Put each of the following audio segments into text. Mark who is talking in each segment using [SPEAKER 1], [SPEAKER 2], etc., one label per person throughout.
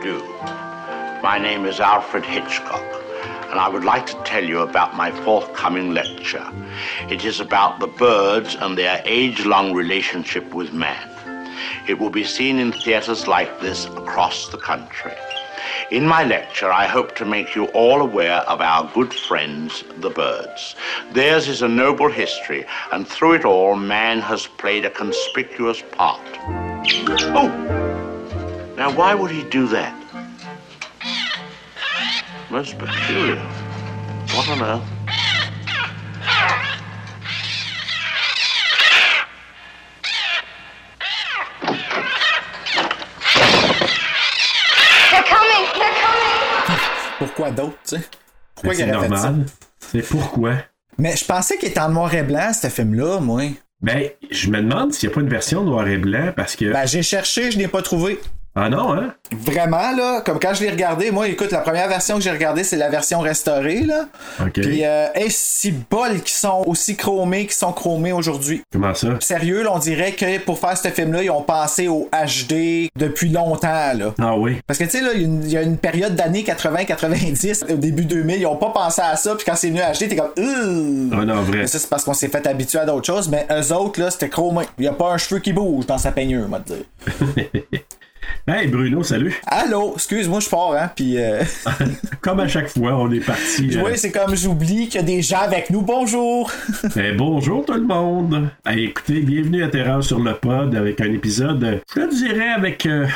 [SPEAKER 1] do. My name is Alfred Hitchcock, and I would like to tell you about my forthcoming lecture. It is about the birds and their age long relationship with man. It will be seen in theaters like this across the country. In my lecture, I hope to make you all aware of our good friends, the birds. Theirs is a noble history, and through it all, man has played a conspicuous part. Oh! Now, why would he do that? Most peculiar. What on earth?
[SPEAKER 2] They're coming! They're coming!
[SPEAKER 3] Pourquoi d'autres, tu sais?
[SPEAKER 4] Mais
[SPEAKER 3] Pourquoi
[SPEAKER 4] Ben, C'est
[SPEAKER 3] il aurait fait ça?
[SPEAKER 4] normal. Mais pourquoi?
[SPEAKER 3] Mais je pensais qu'il était en noir et blanc, ce film-là, moi.
[SPEAKER 4] Ben, je me demande s'il n'y a pas une version noir et blanc parce que.
[SPEAKER 3] Ben, j'ai cherché, je l'ai pas trouvé.
[SPEAKER 4] Ah non, hein?
[SPEAKER 3] Vraiment, là, comme quand je l'ai regardé, moi, écoute, la première version que j'ai regardée, c'est la version restaurée, là.
[SPEAKER 4] Ok.
[SPEAKER 3] Puis, euh, hey, si bol qui sont aussi chromés qu'ils sont chromés aujourd'hui.
[SPEAKER 4] Comment ça?
[SPEAKER 3] Sérieux, là, on dirait que pour faire ce film-là, ils ont pensé au HD depuis longtemps, là.
[SPEAKER 4] Ah oui.
[SPEAKER 3] Parce que, tu sais, là, il y a une- il y, a une période d'années 80-90, au début 2000, ils ont pas pensé à ça, puis quand c'est venu à HD, t'es comme, Ugh!
[SPEAKER 4] Ah non, vrai.
[SPEAKER 3] Mais ça, c'est parce qu'on s'est fait habituer à d'autres choses, mais eux autres, là, c'était chromé. Il y a pas un cheveu qui bouge dans sa peignure, moi, te dire.
[SPEAKER 4] Hey Bruno, salut.
[SPEAKER 3] Allô, excuse-moi, je pars, hein, puis... euh,
[SPEAKER 4] Comme à chaque fois, on est parti. euh,
[SPEAKER 3] Oui, c'est comme j'oublie qu'il y a des gens avec nous. Bonjour!
[SPEAKER 4] Eh, bonjour tout le monde! Eh, écoutez, bienvenue à Terreur sur le pod avec un épisode, euh, je te dirais avec euh,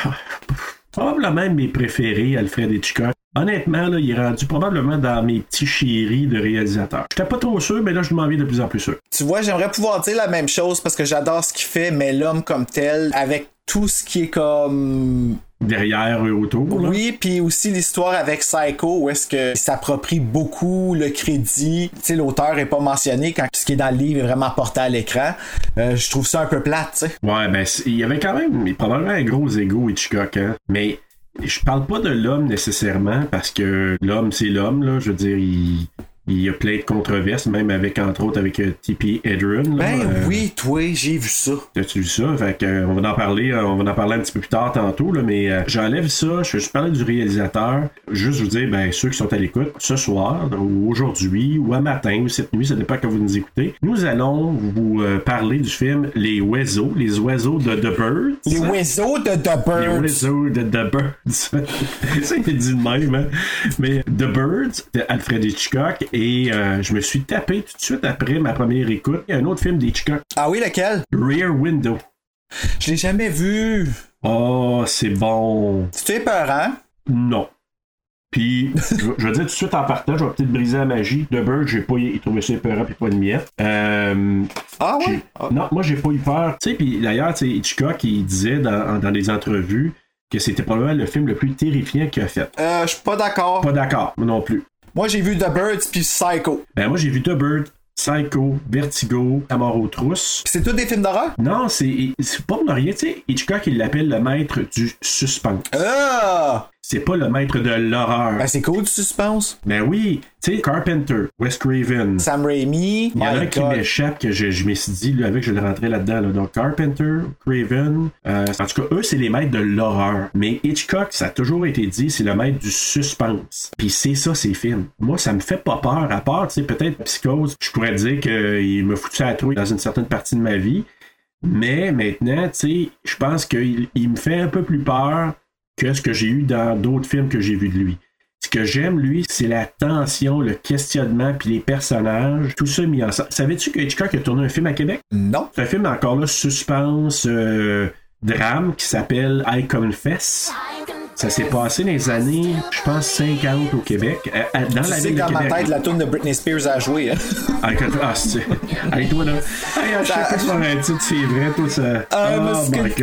[SPEAKER 4] probablement mes préférés, Alfred Hitchcock. Honnêtement, là, il est rendu probablement dans mes petits chéris de réalisateurs. J'étais pas trop sûr, mais là, je m'en viens de plus en plus sûr.
[SPEAKER 3] tu vois, j'aimerais pouvoir dire la même chose parce que j'adore ce qu'il fait, mais l'homme comme tel, avec tout ce qui est comme.
[SPEAKER 4] Derrière eux autour, là.
[SPEAKER 3] Oui, puis aussi l'histoire avec Psycho, où est-ce qu'il s'approprie beaucoup le crédit. Tu sais, l'auteur est pas mentionné quand ce qui est dans le livre est vraiment porté à l'écran. Euh, je trouve ça un peu plate, tu sais.
[SPEAKER 4] Ouais, ben, c'est- il y avait quand même mais probablement un gros ego Hitchcock, hein. Mais je parle pas de l'homme nécessairement parce que l'homme, c'est l'homme, là. Je veux dire, il. il y a plein de controverses, même avec, entre autres, avec euh, T.P. Edron. là,
[SPEAKER 3] Ben
[SPEAKER 4] euh,
[SPEAKER 3] oui, toi, j'ai vu ça.
[SPEAKER 4] T'as-tu vu ça? Fait que, euh, on va en parler, euh, on va en parler un petit peu plus tard tantôt, là, mais euh, j'enlève ça, je vais juste parler du réalisateur. Juste vous dire, ben, ceux qui sont à l'écoute, ce soir, ou aujourd'hui, ou à matin, ou cette nuit, ça dépend quand vous nous écoutez. Nous allons vous euh, parler du film Les Oiseaux, les oiseaux de The Birds.
[SPEAKER 3] Les oiseaux de The
[SPEAKER 4] Les
[SPEAKER 3] Birds.
[SPEAKER 4] Wizards de The Birds. ça, il dit de même, hein? Mais The Birds, de Alfred Hitchcock, et euh, je me suis tapé tout de suite après ma première écoute. Il y a un autre film d'Hitchcock,
[SPEAKER 3] Ah oui, lequel?
[SPEAKER 4] Rear Window.
[SPEAKER 3] Je l'ai jamais vu.
[SPEAKER 4] Oh, c'est bon.
[SPEAKER 3] C'était épeurant.
[SPEAKER 4] Non. Puis, je, je vais dire tout de suite en partant, je vais peut-être briser la magie. De Bird, j'ai pas y- trouvé ça épeurant puis pas de miette. Euh,
[SPEAKER 3] Ah
[SPEAKER 4] j'ai-
[SPEAKER 3] oui? Ah.
[SPEAKER 4] Non, moi, j'ai pas eu peur. Tu sais, puis d'ailleurs, tu sais, Hitchcock, il disait dans, dans des entrevues que c'était probablement le film le plus terrifiant qu'il a fait.
[SPEAKER 3] Euh, je suis pas d'accord.
[SPEAKER 4] Pas d'accord, moi non plus.
[SPEAKER 3] Moi, j'ai vu The Birds puis Psycho.
[SPEAKER 4] Ben, moi, j'ai vu The Bird, Psycho, Vertigo, La mort aux trousses.
[SPEAKER 3] Puis c'est tous des films d'horreur?
[SPEAKER 4] Non, c'est c'est pas pour rien. Tu sais, Hitchcock, il l'appelle le maître du suspense.
[SPEAKER 3] Ah!
[SPEAKER 4] C'est pas le maître de l'horreur.
[SPEAKER 3] Ben, c'est cool du suspense.
[SPEAKER 4] Ben oui, tu sais, Carpenter, Wes Craven.
[SPEAKER 3] Sam Raimi.
[SPEAKER 4] Il y en a
[SPEAKER 3] My
[SPEAKER 4] un qui
[SPEAKER 3] God.
[SPEAKER 4] m'échappe que je, je me suis dit, là, avec, je vais le rentrer là-dedans. là. Donc, Carpenter, Craven, euh, en tout cas, eux, c'est les maîtres de l'horreur. Mais Hitchcock, ça a toujours été dit, c'est le maître du suspense. Puis c'est ça, ses films. Moi, ça me fait pas peur, à part, tu sais, peut-être Psychose, je pourrais dire qu'il me foutu à la trouille dans une certaine partie de ma vie. Mais maintenant, tu sais, je pense qu'il il me fait un peu plus peur que ce que j'ai eu dans d'autres films que j'ai vus de lui. Ce que j'aime, lui, c'est la tension, le questionnement, puis les personnages, tout ça mis ensemble. Savais-tu que Hitchcock a tourné un film à Québec?
[SPEAKER 3] Non.
[SPEAKER 4] C'est un film encore là, suspense, euh, drame, qui s'appelle I Confess. Ça s'est passé dans les années, je pense, 50 au Québec, à- à- dans
[SPEAKER 3] Tu
[SPEAKER 4] la
[SPEAKER 3] sais
[SPEAKER 4] ville de
[SPEAKER 3] qu'en ma
[SPEAKER 4] Québec.
[SPEAKER 3] tête, la tune de Britney Spears a joué. Hein?
[SPEAKER 4] I Confess. Ah, c'est... Hey, toi, là. Hey, à chaque fois, qu'on a un titre, c'est vrai, toi, ça...
[SPEAKER 3] I must
[SPEAKER 4] Oh my
[SPEAKER 3] confess,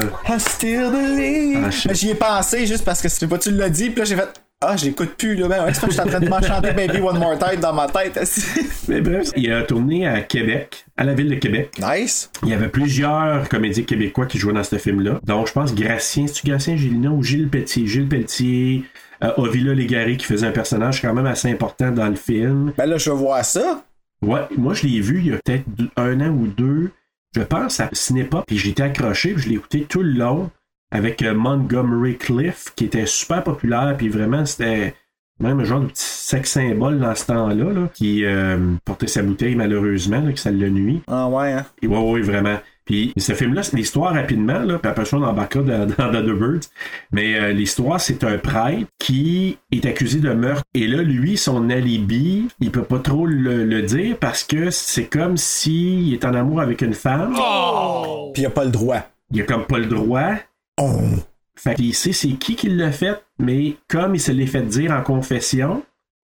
[SPEAKER 4] God.
[SPEAKER 3] I still believe.
[SPEAKER 4] Ah, shit.
[SPEAKER 3] Mais j'y ai pensé juste parce que c'est pas tu l'as dit, puis là, j'ai fait. Ah, je l'écoute plus, là. Ben, ouais, c'est comme je suis en train de m'enchanter Baby One More Time dans ma tête.
[SPEAKER 4] Mais bref, il a tourné à Québec, à la ville de Québec.
[SPEAKER 3] nice.
[SPEAKER 4] Il y avait plusieurs comédiens québécois qui jouaient dans ce film-là. Donc, je pense Gracien, c'est-tu Gracien Gélina ou Gilles Pelletier? Gilles Pelletier, euh, Ovila Légaré qui faisait un personnage quand même assez important dans le film.
[SPEAKER 3] Ben là, je vois ça.
[SPEAKER 4] Ouais, moi, je l'ai vu il y a peut-être deux- un an ou deux. Je pense à Cinépop, puis j'étais accroché, puis je l'ai écouté tout le long. avec euh, Montgomery Cliff, qui était super populaire, puis vraiment, c'était même un genre de petit sex symbole dans ce temps-là, là, qui euh, portait sa bouteille malheureusement, là, que ça le nuit.
[SPEAKER 3] Ah ouais, hein?
[SPEAKER 4] Et ouais, ouais, vraiment. Puis ce film-là, c'est l'histoire rapidement, là, puis après ça, on embarquera dans, dans The Deux Birds. Mais euh, l'histoire, c'est un prêtre qui est accusé de meurtre. Et là, lui, son alibi, il peut pas trop le, le dire parce que c'est comme s'il est en amour avec une femme.
[SPEAKER 3] Puis il a pas le droit.
[SPEAKER 4] Il a comme pas le droit.
[SPEAKER 3] Oh.
[SPEAKER 4] Fait qu'il sait c'est qui qui l'a fait, mais comme il se l'est fait dire en confession,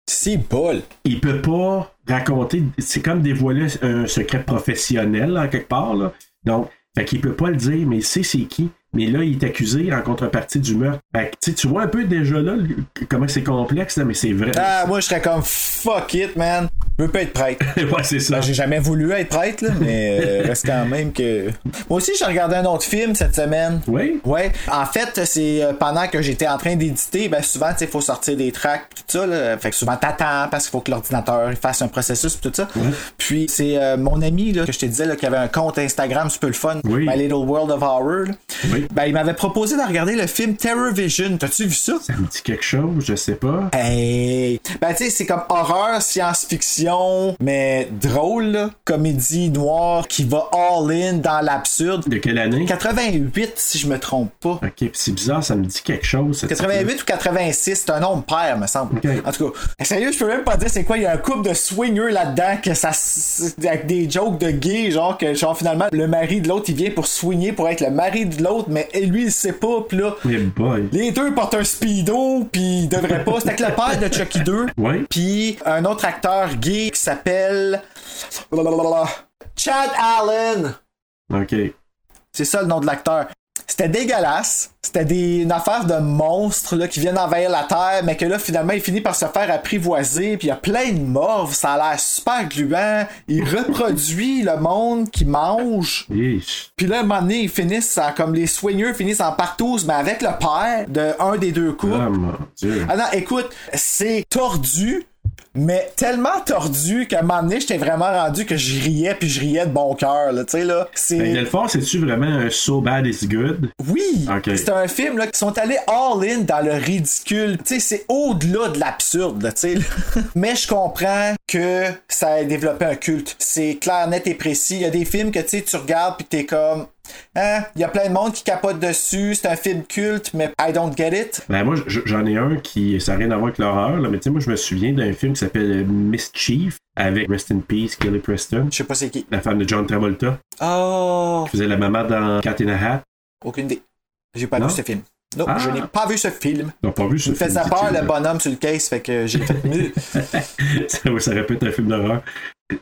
[SPEAKER 3] C'est bol.
[SPEAKER 4] il peut pas raconter. C'est comme dévoiler un secret professionnel, en quelque part. Là. Donc, fait qu'il peut pas le dire, mais il sait c'est qui. Mais là, il est accusé en contrepartie du meurtre. Fait que, tu sais, tu vois un peu déjà là le- comment c'est complexe, là, mais c'est vrai.
[SPEAKER 3] Ah, moi, je serais comme fuck it, man. Je veux pas être prêtre.
[SPEAKER 4] ouais, c'est ça.
[SPEAKER 3] Ben, j'ai jamais voulu être prêtre, là, mais euh, reste quand même que. Moi aussi, j'ai regardé un autre film cette semaine.
[SPEAKER 4] Oui?
[SPEAKER 3] Ouais, en fait, c'est euh, pendant que j'étais en train d'éditer, ben souvent, tu sais, faut sortir des tracks, pis tout ça, là. Fait que souvent, t'attends parce qu'il faut que l'ordinateur il fasse un processus, pis tout ça. Puis, c'est euh, mon ami, là, que je te disais, là, qui avait un compte Instagram super le fun,
[SPEAKER 4] Oui.
[SPEAKER 3] My Little World of Horror, là.
[SPEAKER 4] Oui.
[SPEAKER 3] Ben, il m'avait proposé de regarder le film Terror Vision. T'as-tu vu ça?
[SPEAKER 4] Ça me dit quelque chose, je sais pas.
[SPEAKER 3] Hey! Ben, tu sais, c'est comme horreur, science-fiction, mais drôle, là. Comédie noire qui va all-in dans l'absurde.
[SPEAKER 4] De quelle année?
[SPEAKER 3] 88, si je me trompe pas.
[SPEAKER 4] Ok, puis c'est bizarre, ça me dit quelque chose. cette
[SPEAKER 3] 88 ou 86, c'est un nombre pair, me semble.
[SPEAKER 4] Ok.
[SPEAKER 3] En tout cas, sérieux, je peux même pas dire c'est quoi. Il y a un couple de swingers là-dedans que ça, s- avec des jokes de gays, genre que genre finalement le mari de l'autre il vient pour swinguer pour être le mari de l'autre, mais lui il sait pas, pis là.
[SPEAKER 4] Eh boy.
[SPEAKER 3] Les deux portent un speedo, puis ils devraient pas. C'était avec le père de Chucky 2.
[SPEAKER 4] Ouais.
[SPEAKER 3] Puis un autre acteur gay qui s'appelle blablabla, Chad Allen.
[SPEAKER 4] Ok.
[SPEAKER 3] C'est ça le nom de l'acteur. C'était dégueulasse. C'était des, une affaire de monstres là, qui viennent envahir la Terre, mais que là, finalement, il finit par se faire apprivoiser. Puis il y a plein de morves. Ça a l'air super gluant. Il reproduit le monde qui mange.
[SPEAKER 4] Yeesh.
[SPEAKER 3] Puis là, à un moment donné, ils finissent en- comme les soigneux finissent en partouze, mais avec le père de un des deux couples.
[SPEAKER 4] Ah mon dieu.
[SPEAKER 3] Oh. Ah non, écoute, c'est tordu, mais tellement tordu qu'à un moment donné, j'étais vraiment rendu que je riais, puis je riais de bon cœur, là, tu sais, là.
[SPEAKER 4] Fait que
[SPEAKER 3] C'est...
[SPEAKER 4] Delphore, c'est-tu vraiment un So Bad It's Good?
[SPEAKER 3] Oui!
[SPEAKER 4] Ok.
[SPEAKER 3] C'est un film, là, qui sont allés all-in dans le ridicule. Tu sais, c'est au-delà de l'absurde, là, tu sais, là. Mais je comprends que ça a développé un culte. C'est clair, net et précis. Il y a des films que, tu sais, tu regardes, puis t'es comme... Hein? Il y a plein de monde qui capote dessus, c'est un film culte, mais I don't get it.
[SPEAKER 4] Ben moi, j- j'en ai un qui, ça n'a rien à voir avec l'horreur, là, mais tu sais, moi, je me souviens d'un film qui s'appelle Mischief avec Rest in Peace, Kelly Preston,
[SPEAKER 3] Je sais pas c'est qui.
[SPEAKER 4] la femme de John Travolta,
[SPEAKER 3] Oh!
[SPEAKER 4] qui faisait la maman dans Cat in a Hat.
[SPEAKER 3] Aucune idée. J'ai pas
[SPEAKER 4] Non?
[SPEAKER 3] vu ce film. Non,
[SPEAKER 4] Ah.
[SPEAKER 3] je n'ai pas vu ce film.
[SPEAKER 4] T'as pas vu ce
[SPEAKER 3] Il me
[SPEAKER 4] film?
[SPEAKER 3] faisait peur
[SPEAKER 4] dis-tu,
[SPEAKER 3] le
[SPEAKER 4] là?
[SPEAKER 3] bonhomme sur le case, fait que j'ai fait mieux.
[SPEAKER 4] ça, ouais, ça répète un film d'horreur.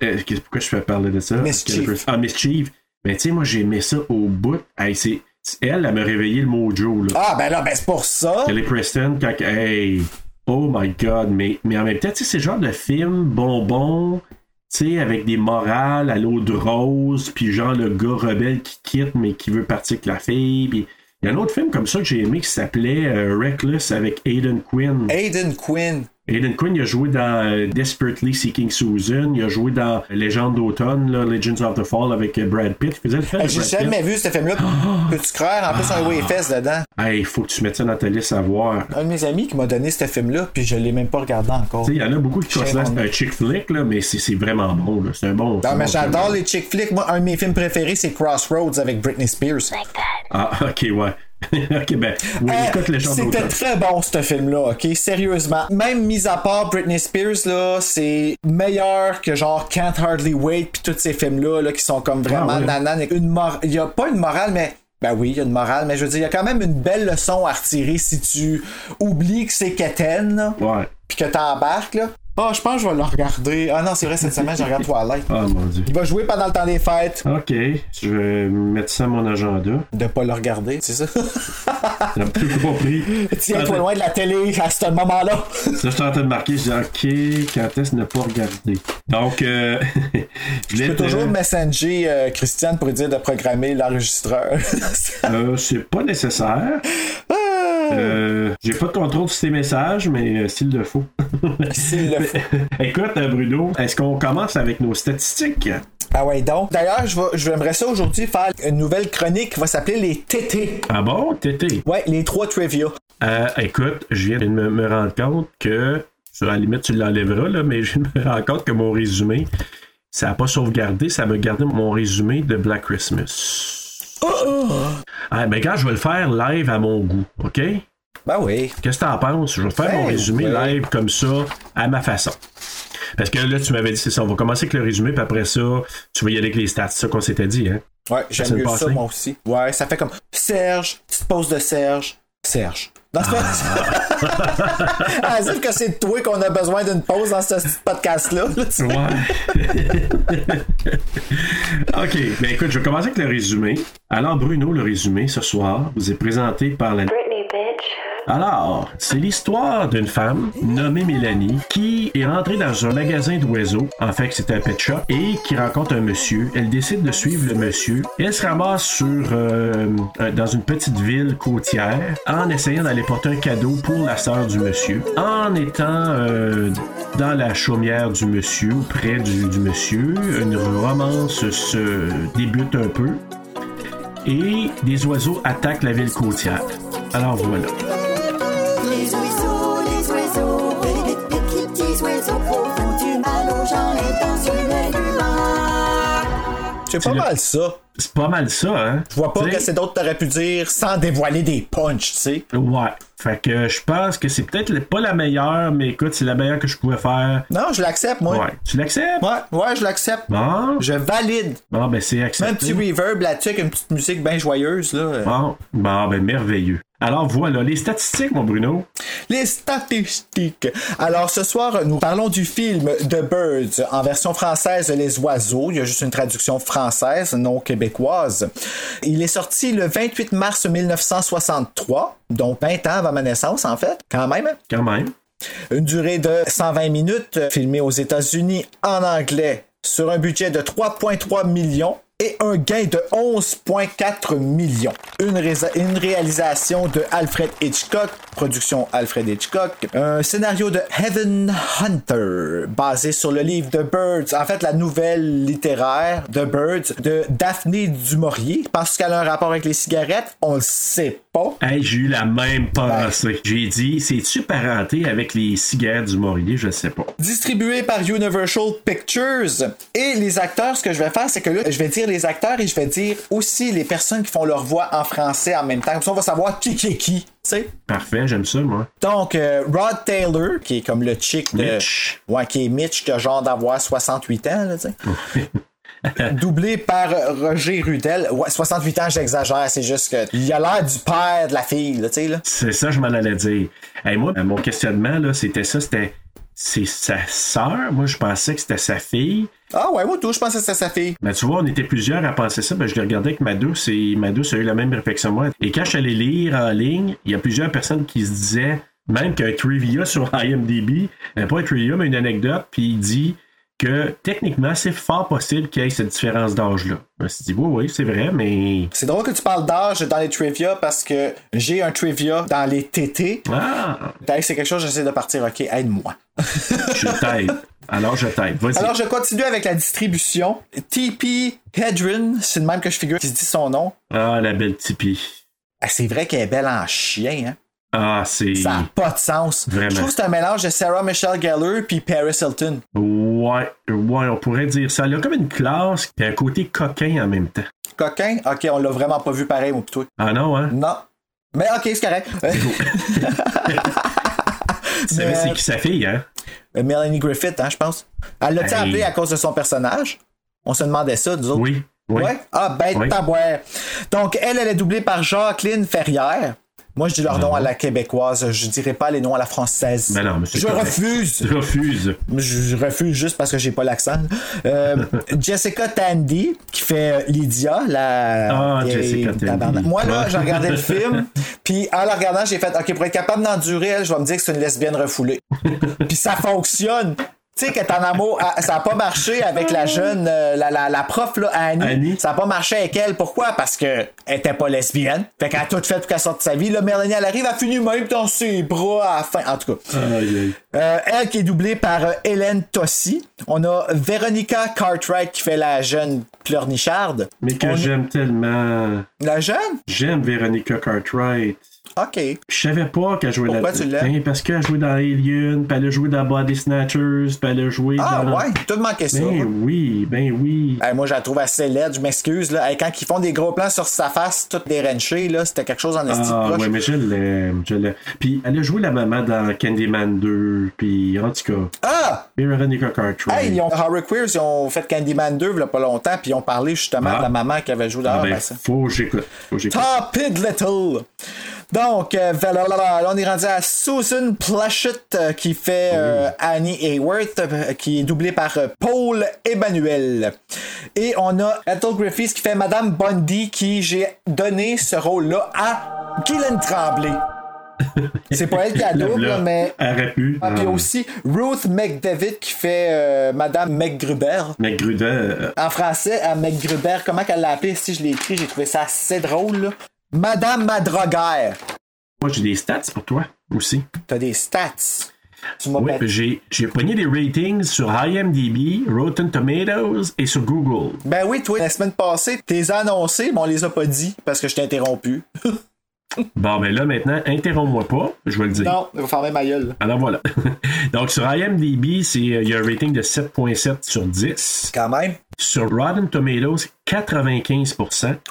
[SPEAKER 4] Euh, qu'est- pourquoi je fais parler de ça?
[SPEAKER 3] Mischief.
[SPEAKER 4] Kelly Preston- Ah, Mischief. Mais tu sais, moi, j'aimais ça au bout. Hey, c'est, c'est- elle, elle me réveillé le mojo, là.
[SPEAKER 3] Ah ben là, ben c'est pour ça.
[SPEAKER 4] Kelly Preston, quand. Hey! Oh my god! Mais, mais en même temps, tu sais, c'est le genre de film bonbon, tu sais, avec des morales à l'eau de rose, puis genre le gars rebelle qui quitte, mais qui veut partir avec la fille. Puis il y a un autre film comme ça que j'ai aimé qui s'appelait euh, Reckless avec Aiden Quinn.
[SPEAKER 3] Aiden Quinn.
[SPEAKER 4] Aiden Quinn, il a joué dans euh, Desperately Seeking Susan, il a joué dans Légende d'automne, là, Legends of the Fall avec euh, Brad Pitt. Il faisait le film.
[SPEAKER 3] Ben,
[SPEAKER 4] avec
[SPEAKER 3] J'ai
[SPEAKER 4] Brad Pitt.
[SPEAKER 3] jamais vu ce film-là.
[SPEAKER 4] Ah.
[SPEAKER 3] Peux-tu croire? En plus, un WFS dedans.
[SPEAKER 4] Hey, faut que tu mettes ça dans ta liste à voir.
[SPEAKER 3] Un de mes amis qui m'a donné ce film-là, puis je l'ai même pas regardé encore.
[SPEAKER 4] Tu sais, il y en a beaucoup qui
[SPEAKER 3] Chez
[SPEAKER 4] considèrent que
[SPEAKER 3] Ron.
[SPEAKER 4] c'est un chick flick, là, mais c'est c'est vraiment bon. là. C'est un bon. c'est
[SPEAKER 3] Non,
[SPEAKER 4] un
[SPEAKER 3] mais
[SPEAKER 4] bon
[SPEAKER 3] j'adore
[SPEAKER 4] film.
[SPEAKER 3] les chick flicks. Moi, un de mes films préférés, c'est Crossroads avec Britney Spears.
[SPEAKER 4] Ah, ok, ouais. ok, ben, oui,
[SPEAKER 3] Eh,
[SPEAKER 4] écoute les gens
[SPEAKER 3] C'était très bon ce film-là, ok? Sérieusement. Même mis à part Britney Spears, là, c'est meilleur que genre Can't Hardly Wait puis tous ces films-là là, qui sont comme vraiment
[SPEAKER 4] Ah, ouais.
[SPEAKER 3] nanan. Une mor- Il y a pas une morale, mais. Ben oui, il y a une morale, mais je veux dire, il y a quand même une belle leçon à retirer si tu oublies que c'est Keten,
[SPEAKER 4] Ouais.
[SPEAKER 3] puis que t'embarques, là. Ah, je pense que je vais le regarder. Ah non, c'est vrai, cette semaine, je regarde Twilight.
[SPEAKER 4] Ah, mon dieu.
[SPEAKER 3] Il va jouer pendant le temps des fêtes.
[SPEAKER 4] Ok, je vais mettre ça à mon agenda.
[SPEAKER 3] De pas le regarder, c'est ça?
[SPEAKER 4] T'as tout compris. Ah,
[SPEAKER 3] Tiens-toi loin de la télé à ce moment-là.
[SPEAKER 4] Là, je suis en train de marquer, je dis, ok, quand est-ce ne pas regarder? Donc, euh, je
[SPEAKER 3] Je
[SPEAKER 4] l'ai
[SPEAKER 3] peux toujours messager euh, Christiane pour lui dire de programmer l'enregistreur.
[SPEAKER 4] Euh, c'est pas nécessaire. Euh, J'ai pas de contrôle sur ces messages, mais euh, s'il le faut.
[SPEAKER 3] S'il le faut.
[SPEAKER 4] Écoute, euh, Bruno, est-ce qu'on commence avec nos statistiques?
[SPEAKER 3] Ah ouais, donc. D'ailleurs, je vais- je vais- j'aimerais ça aujourd'hui faire une nouvelle chronique qui va s'appeler les TT.
[SPEAKER 4] Ah bon, Tété?
[SPEAKER 3] Ouais, les trois trivia.
[SPEAKER 4] Euh, écoute, je viens de me, me rendre compte que, à la limite, tu l'enlèveras, là, mais je me rends compte que mon résumé, ça n'a pas sauvegardé, ça m'a gardé mon résumé de Black Christmas.
[SPEAKER 3] Oh,
[SPEAKER 4] Ah, ben, quand je vais le faire live à mon goût, OK? Qu'est-ce
[SPEAKER 3] Ben oui.
[SPEAKER 4] que t'en penses? Je vais faire mon
[SPEAKER 3] Ouais,
[SPEAKER 4] résumé
[SPEAKER 3] ouais.
[SPEAKER 4] live comme ça, à ma façon. Parce que là, tu m'avais dit, c'est ça, on va commencer avec le résumé, puis après ça, tu vas y aller avec les stats, c'est ça qu'on s'était dit, hein?
[SPEAKER 3] Ouais,
[SPEAKER 4] s'est
[SPEAKER 3] j'aime mieux
[SPEAKER 4] passé.
[SPEAKER 3] ça, moi aussi. Ouais, ça fait comme Serge, petite pause de Serge, Serge. Dans ce ah, dire que c'est de toi qu'on a besoin d'une pause dans ce petit podcast-là. là, tu sais.
[SPEAKER 4] OK, ben écoute, je vais commencer avec le résumé. Alors, Bruno, le résumé ce soir vous est présenté par la
[SPEAKER 2] Britney, bitch.
[SPEAKER 4] alors, c'est l'histoire d'une femme nommée Mélanie qui est rentrée dans un magasin d'oiseaux, en fait c'était un pet shop, et qui rencontre un monsieur. Elle décide de suivre le monsieur. Elle se ramasse sur euh, euh, dans une petite ville côtière en essayant d'aller porter un cadeau pour la sœur du monsieur, en étant euh, dans la chaumière du monsieur, ou près du, du monsieur. Une romance se débute un peu et des oiseaux attaquent la ville côtière. Alors voilà.
[SPEAKER 5] Les oiseaux, les oiseaux, les petits, petits oiseaux, pour font du mal aux gens et dans une humeur.
[SPEAKER 3] C'est pas
[SPEAKER 4] le-
[SPEAKER 3] mal ça.
[SPEAKER 4] C'est pas mal ça, hein?
[SPEAKER 3] Je vois pas
[SPEAKER 4] T'sais,
[SPEAKER 3] que c'est d'autres t'aurais pu dire sans dévoiler des punchs, tu sais.
[SPEAKER 4] Ouais. Fait que je pense que c'est peut-être le- pas la meilleure, mais écoute, c'est la meilleure que je pouvais faire.
[SPEAKER 3] Non, je l'accepte, moi.
[SPEAKER 4] Ouais. Tu l'acceptes?
[SPEAKER 3] Ouais, ouais, je l'accepte.
[SPEAKER 4] Bon.
[SPEAKER 3] Je valide.
[SPEAKER 4] Bon, ben c'est
[SPEAKER 3] Même
[SPEAKER 4] accepté.
[SPEAKER 3] un petit reverb là-dessus avec une petite musique bien joyeuse, là.
[SPEAKER 4] Bon. Bon, ben merveilleux. Alors voilà, les statistiques, mon Bruno.
[SPEAKER 3] Les statistiques. Alors ce soir, nous parlons du film The Birds en version française Les Oiseaux. Il y a juste une traduction française, non québécoise. Il est sorti le 28 mars 1963, donc 20 ans avant ma naissance en fait, quand même.
[SPEAKER 4] Quand même.
[SPEAKER 3] Une durée de 120 minutes, euh, filmée aux États-Unis en anglais sur un budget de 3,3 millions et un gain de 11,4 millions. Une, résa- une réalisation de Alfred Hitchcock, production Alfred Hitchcock, un scénario de Heaven Hunter, basé sur le livre The Birds, en fait la nouvelle littéraire The Birds de Daphné du Maurier. Parce qu'elle a un rapport avec les cigarettes, on le sait pas.
[SPEAKER 4] Hey, j'ai eu la même pensée. J'ai dit, c'est-tu parenté avec les cigarettes du Maurier? Je sais pas.
[SPEAKER 3] distribué par Universal Pictures. Et les acteurs, ce que je vais faire, c'est que là, je vais dire les acteurs et je vais dire aussi les personnes qui font leur voix en français en même temps. Comme ça, on va savoir qui qui est qui. tu sais.
[SPEAKER 4] Parfait, j'aime ça, moi.
[SPEAKER 3] Donc, euh, Rod Taylor, qui est comme le chick de.
[SPEAKER 4] Mitch.
[SPEAKER 3] Ouais, qui est Mitch, qui a genre d'avoir 68 ans, là, tu sais. Doublé par euh, Roger Rudel. Ouais, 68 ans, j'exagère, c'est juste que. Il a l'air du père de la fille, là, tu sais, là.
[SPEAKER 4] C'est ça, je m'en allais dire. Hey, moi, mon questionnement, là, c'était ça, c'était c'est sa sœur. Moi, je pensais que c'était sa fille.
[SPEAKER 3] Ah ouais, moi tout, je pensais que c'était sa fille.
[SPEAKER 4] Mais Ben, tu vois, on était plusieurs à penser ça. Ben, je l'ai regardé avec ma douce et ma douce a eu la même réflexion que moi. Et quand je suis allé lire en ligne, il y a plusieurs personnes qui se disaient, même qu'un trivia sur IMDb, euh, pas un trivia, mais une anecdote, puis il dit que techniquement, c'est fort possible qu'il y ait cette différence d'âge-là. Je me suis dit, oui, oui, c'est vrai, mais.
[SPEAKER 3] C'est drôle que tu parles d'âge dans les trivia parce que j'ai un trivia dans les TT.
[SPEAKER 4] Ah,
[SPEAKER 3] D'ailleurs, c'est quelque chose, j'essaie de partir. Ok, aide-moi.
[SPEAKER 4] je t'aide. Alors, je t'aide. Vas-y.
[SPEAKER 3] Alors, je continue avec la distribution. TP Hedron, c'est le même que je figure qui se dit son nom.
[SPEAKER 4] Ah, la belle Tipeee.
[SPEAKER 3] Ah, c'est vrai qu'elle est belle en chien, hein.
[SPEAKER 4] Ah, c'est.
[SPEAKER 3] Ça n'a pas de sens.
[SPEAKER 4] Vraiment.
[SPEAKER 3] Je trouve que c'est un mélange de Sarah Michelle Gellar puis Paris Hilton.
[SPEAKER 4] Ouais, ouais, on pourrait dire ça. Elle a comme une classe et un côté coquin en même temps.
[SPEAKER 3] Coquin? Ok, on l'a vraiment pas vu pareil, mon plutôt.
[SPEAKER 4] Ah non, hein?
[SPEAKER 3] Non. Mais ok, c'est correct.
[SPEAKER 4] Tu savais
[SPEAKER 3] Mais-
[SPEAKER 4] c'est qui sa fille, hein?
[SPEAKER 3] Euh, Melanie Griffith, hein, je pense. Elle l'a-tu
[SPEAKER 4] Hey.
[SPEAKER 3] appelée à cause de son personnage? On se demandait ça, nous autres.
[SPEAKER 4] Oui, oui.
[SPEAKER 3] oh. Ouais? Ah, ben,
[SPEAKER 4] Oui.
[SPEAKER 3] tabouère. Donc, elle, elle est doublée par Jacqueline Ferrière. Moi, je dis leur nom à la québécoise. Je dirais pas les noms à la française.
[SPEAKER 4] Mhm. Ben non, mais c'est
[SPEAKER 3] je
[SPEAKER 4] correct.
[SPEAKER 3] refuse.
[SPEAKER 4] Je refuse.
[SPEAKER 3] Je refuse juste parce que j'ai pas l'accent. Euh, Jessica Tandy, qui fait euh, Lydia, la.
[SPEAKER 4] Ah,
[SPEAKER 3] vieille
[SPEAKER 4] Jessica Tandy.
[SPEAKER 3] tabarnak. Moi, là,
[SPEAKER 4] Ouais.
[SPEAKER 3] j'ai regardé le film, puis en la regardant, j'ai fait OK, pour être capable d'endurer, elle, je vais me dire que c'est une lesbienne refoulée. puis ça fonctionne. Tu Tu sais, qu'elle est en amour, elle- ça n'a pas marché avec la jeune, euh, la, la, la prof, là, Annie.
[SPEAKER 4] Annie.
[SPEAKER 3] Ça n'a pas marché avec elle. Pourquoi? Parce que elle était pas lesbienne. Fait qu'elle a tout fait pour qu'elle sorte de sa vie. Là, Mélanie, elle arrive, elle finit même dans ses bras à la fin. En tout cas.
[SPEAKER 4] Aïe, aïe.
[SPEAKER 3] Euh, elle qui est doublée par euh, Hélène Tossi. On a Veronica Cartwright qui fait la jeune pleurnicharde.
[SPEAKER 4] Mais que
[SPEAKER 3] On-
[SPEAKER 4] j'aime tellement.
[SPEAKER 3] La jeune?
[SPEAKER 4] J'aime Veronica Cartwright.
[SPEAKER 3] OK.
[SPEAKER 4] Je savais pas qu'elle jouait
[SPEAKER 3] Pourquoi
[SPEAKER 4] là-dedans.
[SPEAKER 3] tu l'aimes?
[SPEAKER 4] Ben, Parce qu'elle a joué dans Alien, puis elle a joué dans Body Snatchers, puis elle a joué
[SPEAKER 3] Ah
[SPEAKER 4] dans.
[SPEAKER 3] ouais, tout manquait ça.
[SPEAKER 4] Ben oui, ben oui.
[SPEAKER 3] Hey, moi, je la trouve assez laide, je m'excuse. Là. Hey, quand ils font des gros plans sur sa face, toute dérenchée, là, c'était quelque chose en estime
[SPEAKER 4] Ah
[SPEAKER 3] proche.
[SPEAKER 4] ouais, mais je l'aime, je l'aime. Puis elle a joué la maman dans Candyman 2, puis en tout cas,
[SPEAKER 3] Ah!
[SPEAKER 4] Veronica Cartwright.
[SPEAKER 3] Hey, ils ont, Horror Queers, ils ont fait Candyman 2 il y a pas longtemps, puis ils ont parlé justement
[SPEAKER 4] Ah.
[SPEAKER 3] de la maman qui avait joué dans
[SPEAKER 4] Ah,
[SPEAKER 3] ah,
[SPEAKER 4] ben,
[SPEAKER 3] ben, ça.
[SPEAKER 4] faut que j'écoute, faut que j'écoute.
[SPEAKER 3] Torpid Little. Donc, euh, là, on est rendu à Susan Plashett euh, qui fait euh, Annie Hayworth, euh, qui est doublée par euh, Paul Emmanuel. Et on a Ethel Griffiths qui fait Madame Bundy, qui j'ai donné ce rôle-là à Guylaine Tremblay. C'est pas elle qui la
[SPEAKER 4] La
[SPEAKER 3] double,
[SPEAKER 4] bleu-
[SPEAKER 3] mais.
[SPEAKER 4] Elle aurait pu.
[SPEAKER 3] Ah, puis
[SPEAKER 4] Ah.
[SPEAKER 3] aussi Ruth McDavid qui fait euh, Madame McGruber.
[SPEAKER 4] Mais Gruda, euh,
[SPEAKER 3] En français, à McGruber, comment qu'elle l'a appelé? Si je l'ai écrit, j'ai trouvé ça assez drôle. là. Madame Madroguère.
[SPEAKER 4] moi j'ai des stats pour toi aussi.
[SPEAKER 3] T'as des stats. Tu m'as
[SPEAKER 4] Oui,
[SPEAKER 3] pas-
[SPEAKER 4] puis j'ai j'ai pogné des ratings sur IMDb, Rotten Tomatoes et sur Google.
[SPEAKER 3] Ben oui, toi, la semaine passée, t'es annoncé, mais on les a pas dit parce que je t'ai interrompu.
[SPEAKER 4] Bon, ben là maintenant, interromps-moi pas, je vais le dire.
[SPEAKER 3] non, il va fermer ma gueule. là.
[SPEAKER 4] Alors voilà. Donc sur IMDb, c'est euh, il y a un rating de 7.7 sur 10.
[SPEAKER 3] Quand même.
[SPEAKER 4] Sur Rotten Tomatoes, 95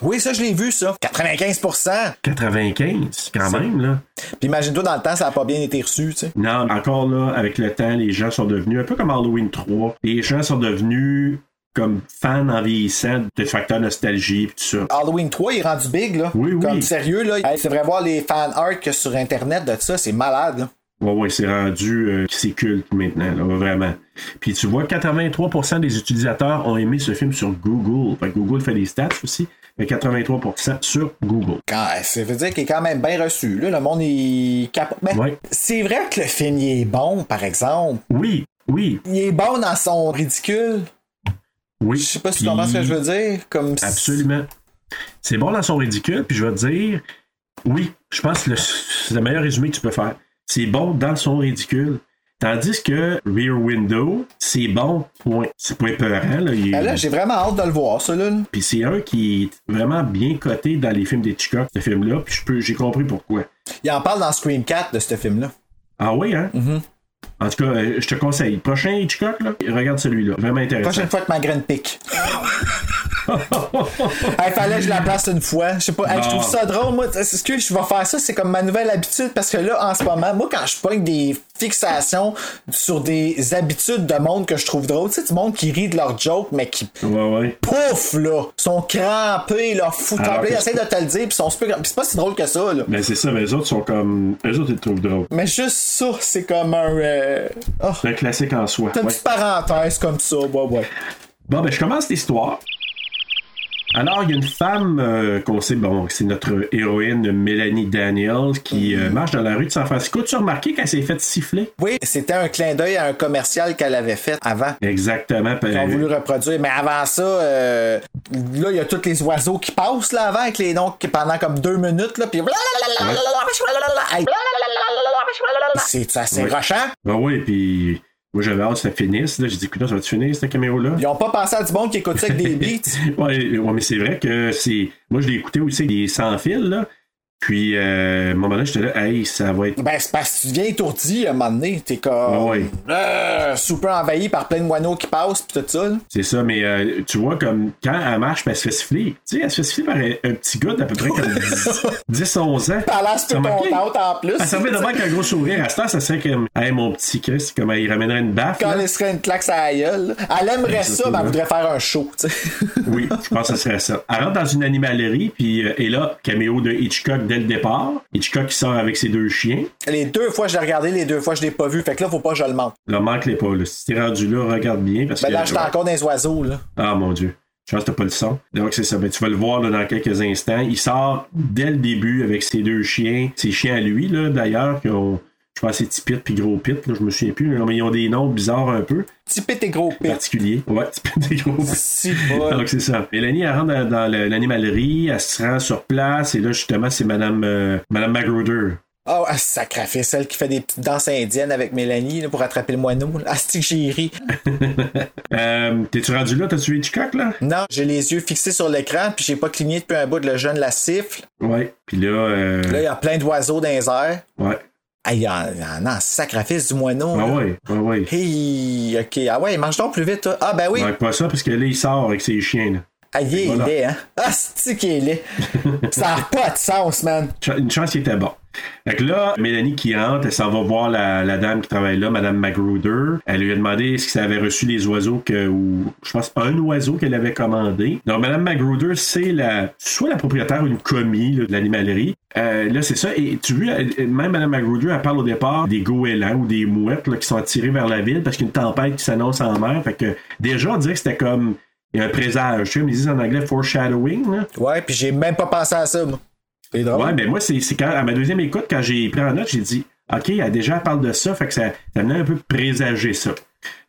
[SPEAKER 3] Oui, ça, je l'ai vu, ça. 95%.
[SPEAKER 4] 95 quand même, là.
[SPEAKER 3] Puis imagine-toi, dans le temps, ça a pas bien été reçu, tu sais.
[SPEAKER 4] Non, mais encore là, avec le temps, les gens sont devenus, un peu comme Halloween 3, les gens sont devenus comme fans en vieillissant de facteurs nostalgie et tout ça.
[SPEAKER 3] Halloween 3 il est rendu big, là.
[SPEAKER 4] Oui, oui.
[SPEAKER 3] Comme sérieux, là. Hey, c'est vrai voir les fan art que sur Internet de ça, c'est malade, là.
[SPEAKER 4] Ouais, ouais, c'est rendu, euh, c'est culte maintenant, là, vraiment. Puis tu vois, 83% des utilisateurs ont aimé ce film sur Google. Fait que Google fait des stats aussi, mais 83% sur Google.
[SPEAKER 3] Quand, ça veut dire qu'il est quand même bien reçu. Là, le monde est capo- Mais
[SPEAKER 4] Ouais.
[SPEAKER 3] c'est vrai que le film il est bon, par exemple.
[SPEAKER 4] Oui, oui,
[SPEAKER 3] Il est bon dans son ridicule.
[SPEAKER 4] oui.
[SPEAKER 3] Je sais pas si tu comprends ce que je veux dire. Comme si-
[SPEAKER 4] Absolument. C'est bon dans son ridicule, puis je vais te dire, oui, je pense que le- c'est le meilleur résumé que tu peux faire. C'est bon dans son ridicule. Tandis que Rear Window, c'est bon, point. C'est pas épeurant, là. il est-
[SPEAKER 3] Ben là, j'ai vraiment hâte de le voir, ça, là.
[SPEAKER 4] Puis c'est un qui est vraiment bien coté dans les films d'Hitchcock, ce film-là, puis je peux- j'ai compris pourquoi.
[SPEAKER 3] Il en parle dans Scream 4 de ce film-là.
[SPEAKER 4] Ah oui, hein? En tout cas, euh, je te conseille. Prochain Hitchcock, là, regarde celui-là. Vraiment intéressant.
[SPEAKER 3] Prochaine fois que ma graine pique. Il fallait que je la place une fois. Je sais pas. hey, je trouve
[SPEAKER 4] Non.
[SPEAKER 3] ça drôle, moi. C'est ce que je vais faire ça, c'est comme ma nouvelle habitude parce que là, en ce moment, moi, quand je pogne des fixations sur des habitudes de monde que je trouve drôle, tu sais, du monde qui rit de leurs jokes, mais qui
[SPEAKER 4] ouais, ouais.
[SPEAKER 3] pouf, là, sont crampés, là, foutent
[SPEAKER 4] Alors
[SPEAKER 3] en
[SPEAKER 4] que-
[SPEAKER 3] ils essaient de te le dire, puis sont super. Puis c'est pas si drôle que ça, là.
[SPEAKER 4] Mais Ben, c'est ça, mais les autres sont comme. Eux autres, ils le trouvent drôle.
[SPEAKER 3] Mais juste ça, c'est comme un. euh, oh,
[SPEAKER 4] C'est un classique en soi.
[SPEAKER 3] c'est une
[SPEAKER 4] Ouais.
[SPEAKER 3] petite parenthèse comme ça, ouais, ouais.
[SPEAKER 4] Bon, ben, je commence l'histoire. Alors, il y a une femme euh, qu'on sait, bon, c'est notre héroïne Mélanie Daniels qui euh, marche dans la rue de San Francisco. Tu as remarqué qu'elle s'est faite siffler?
[SPEAKER 3] Oui, c'était un clin d'œil à un commercial qu'elle avait fait avant.
[SPEAKER 4] Exactement. euh, puis-
[SPEAKER 3] Ils ont voulu reproduire, mais avant ça, euh, là, il y a tous les oiseaux qui passent là avant avec les noms qui pendant comme deux minutes, là, puis. Hey. C'est assez
[SPEAKER 4] Ouais.
[SPEAKER 3] rochant.
[SPEAKER 4] Ben oui, puis moi j'avais hâte que ça finisse. Là. J'ai dit, écoute, ça va-tu finir cette caméo-là?
[SPEAKER 3] Ils ont pas pensé à du monde qui écoute ça avec des beats.
[SPEAKER 4] ouais, ouais, mais c'est vrai que c'est. Moi, je l'ai écouté aussi des sans fil, là. Puis, euh, à un moment là, j'étais là, hey, ça va être.
[SPEAKER 3] Ben, c'est parce que tu deviens étourdi à un moment donné. T'es comme.
[SPEAKER 4] Ah ouais.
[SPEAKER 3] euh, super envahi par plein de moineaux qui passent, pis tout ça. là.
[SPEAKER 4] C'est ça, mais euh, tu vois, comme quand elle marche, puis elle se fait siffler. Tu sais, elle se fait siffler par un, un petit gars d'à peu près comme 10, 10, 11 ans.
[SPEAKER 3] Puis Elle a l'air super
[SPEAKER 4] T'as remarqué?
[SPEAKER 3] contente en plus.
[SPEAKER 4] Elle servait devant avec un gros sourire. À ce temps, ça serait comme, hey, mon petit Chris, comme il ramènerait une baffe.
[SPEAKER 3] Quand
[SPEAKER 4] là.
[SPEAKER 3] elle serait une claque à la gueule. Elle aimerait ça, mais
[SPEAKER 4] Exactement.
[SPEAKER 3] elle voudrait faire un show, tu sais.
[SPEAKER 4] Oui, je pense que ce serait ça. Elle rentre dans une animalerie, puis euh, et là, caméo de Hitchcock dès le départ. Hitchcock qui sort avec ses deux chiens.
[SPEAKER 3] Les deux fois, je l'ai regardé, les deux fois, je l'ai pas vu. Fait que là, faut pas que je le montre.
[SPEAKER 4] Là, manque-les pas. Là. Si t'es rendu là, regarde bien. Parce
[SPEAKER 3] Ben
[SPEAKER 4] que,
[SPEAKER 3] là, j'étais encore dans les oiseaux, là.
[SPEAKER 4] Ah mon Dieu. Je pense que t'as pas le son. Donc c'est ça. Ben, tu vas le voir là, dans quelques instants. Il sort dès le début avec ses deux chiens. Ses chiens à lui, là, d'ailleurs, qui ont. Je pense que c'est Tipit puis Gros Pit, là, je me souviens plus, là, mais ils ont des noms bizarres un peu,
[SPEAKER 3] Petit pit et gros pit.
[SPEAKER 4] particuliers. Ouais, Tipit et Gros Pit.
[SPEAKER 3] Si bon.
[SPEAKER 4] Ah, Donc, c'est ça. Mélanie, elle rentre dans, dans le- l'animalerie, elle se rend sur place, et là, justement, c'est Madame, euh, Madame Magruder.
[SPEAKER 3] Oh, ah, sacrafé, celle qui fait des petites danses indiennes avec Mélanie là, pour attraper le moineau. Ah, c'est que j'ai ri.
[SPEAKER 4] Euh, T'es-tu rendu là? T'as-tu Hitchcock, là?
[SPEAKER 3] Non, j'ai les yeux fixés sur l'écran, puis j'ai pas cligné depuis un bout de le jeune la siffle.
[SPEAKER 4] Ouais. Puis là, euh,
[SPEAKER 3] Là, il y a plein d'oiseaux dans les airs.
[SPEAKER 4] ouais.
[SPEAKER 3] Ah, il y en il y en a un sacrifice du moineau.
[SPEAKER 4] Ah
[SPEAKER 3] là.
[SPEAKER 4] ouais, ouais, ouais.
[SPEAKER 3] Hey, ok. Ah ouais, il mange donc plus vite, toi. Ah ben oui.
[SPEAKER 4] Ouais, pas ça, parce que là, il sort avec ses chiens, là.
[SPEAKER 3] Ah, il est
[SPEAKER 4] Voilà.
[SPEAKER 3] laid, hein. Ah, c'est qu'il est laid. Ça n'a pas de sens, man.
[SPEAKER 4] Ch- Une chance, il était bon. Fait que là, Mélanie qui rentre, elle s'en va voir la, la dame qui travaille là, Madame Magruder. Elle lui a demandé si ça avait reçu les oiseaux que, ou, je pense, un oiseau qu'elle avait commandé. Donc, Madame Magruder, c'est la, soit la propriétaire ou une commis là, de l'animalerie. Euh, là, c'est ça. Et tu vois, elle- même Madame Magruder, elle parle au départ des goélands ou des mouettes là, qui sont attirées vers la ville parce qu'il y a une tempête qui s'annonce en mer. Fait que, déjà, on dirait que c'était comme, il y a un présage. Tu sais, ils disent en anglais foreshadowing, là.
[SPEAKER 3] Ouais, puis j'ai même pas pensé à ça, moi. C'est drôle.
[SPEAKER 4] Ouais, mais moi, c'est c'est quand, à ma deuxième écoute, quand j'ai pris en note, j'ai dit, OK, elle déjà parle de ça, fait que ça, ça venait un peu présager ça.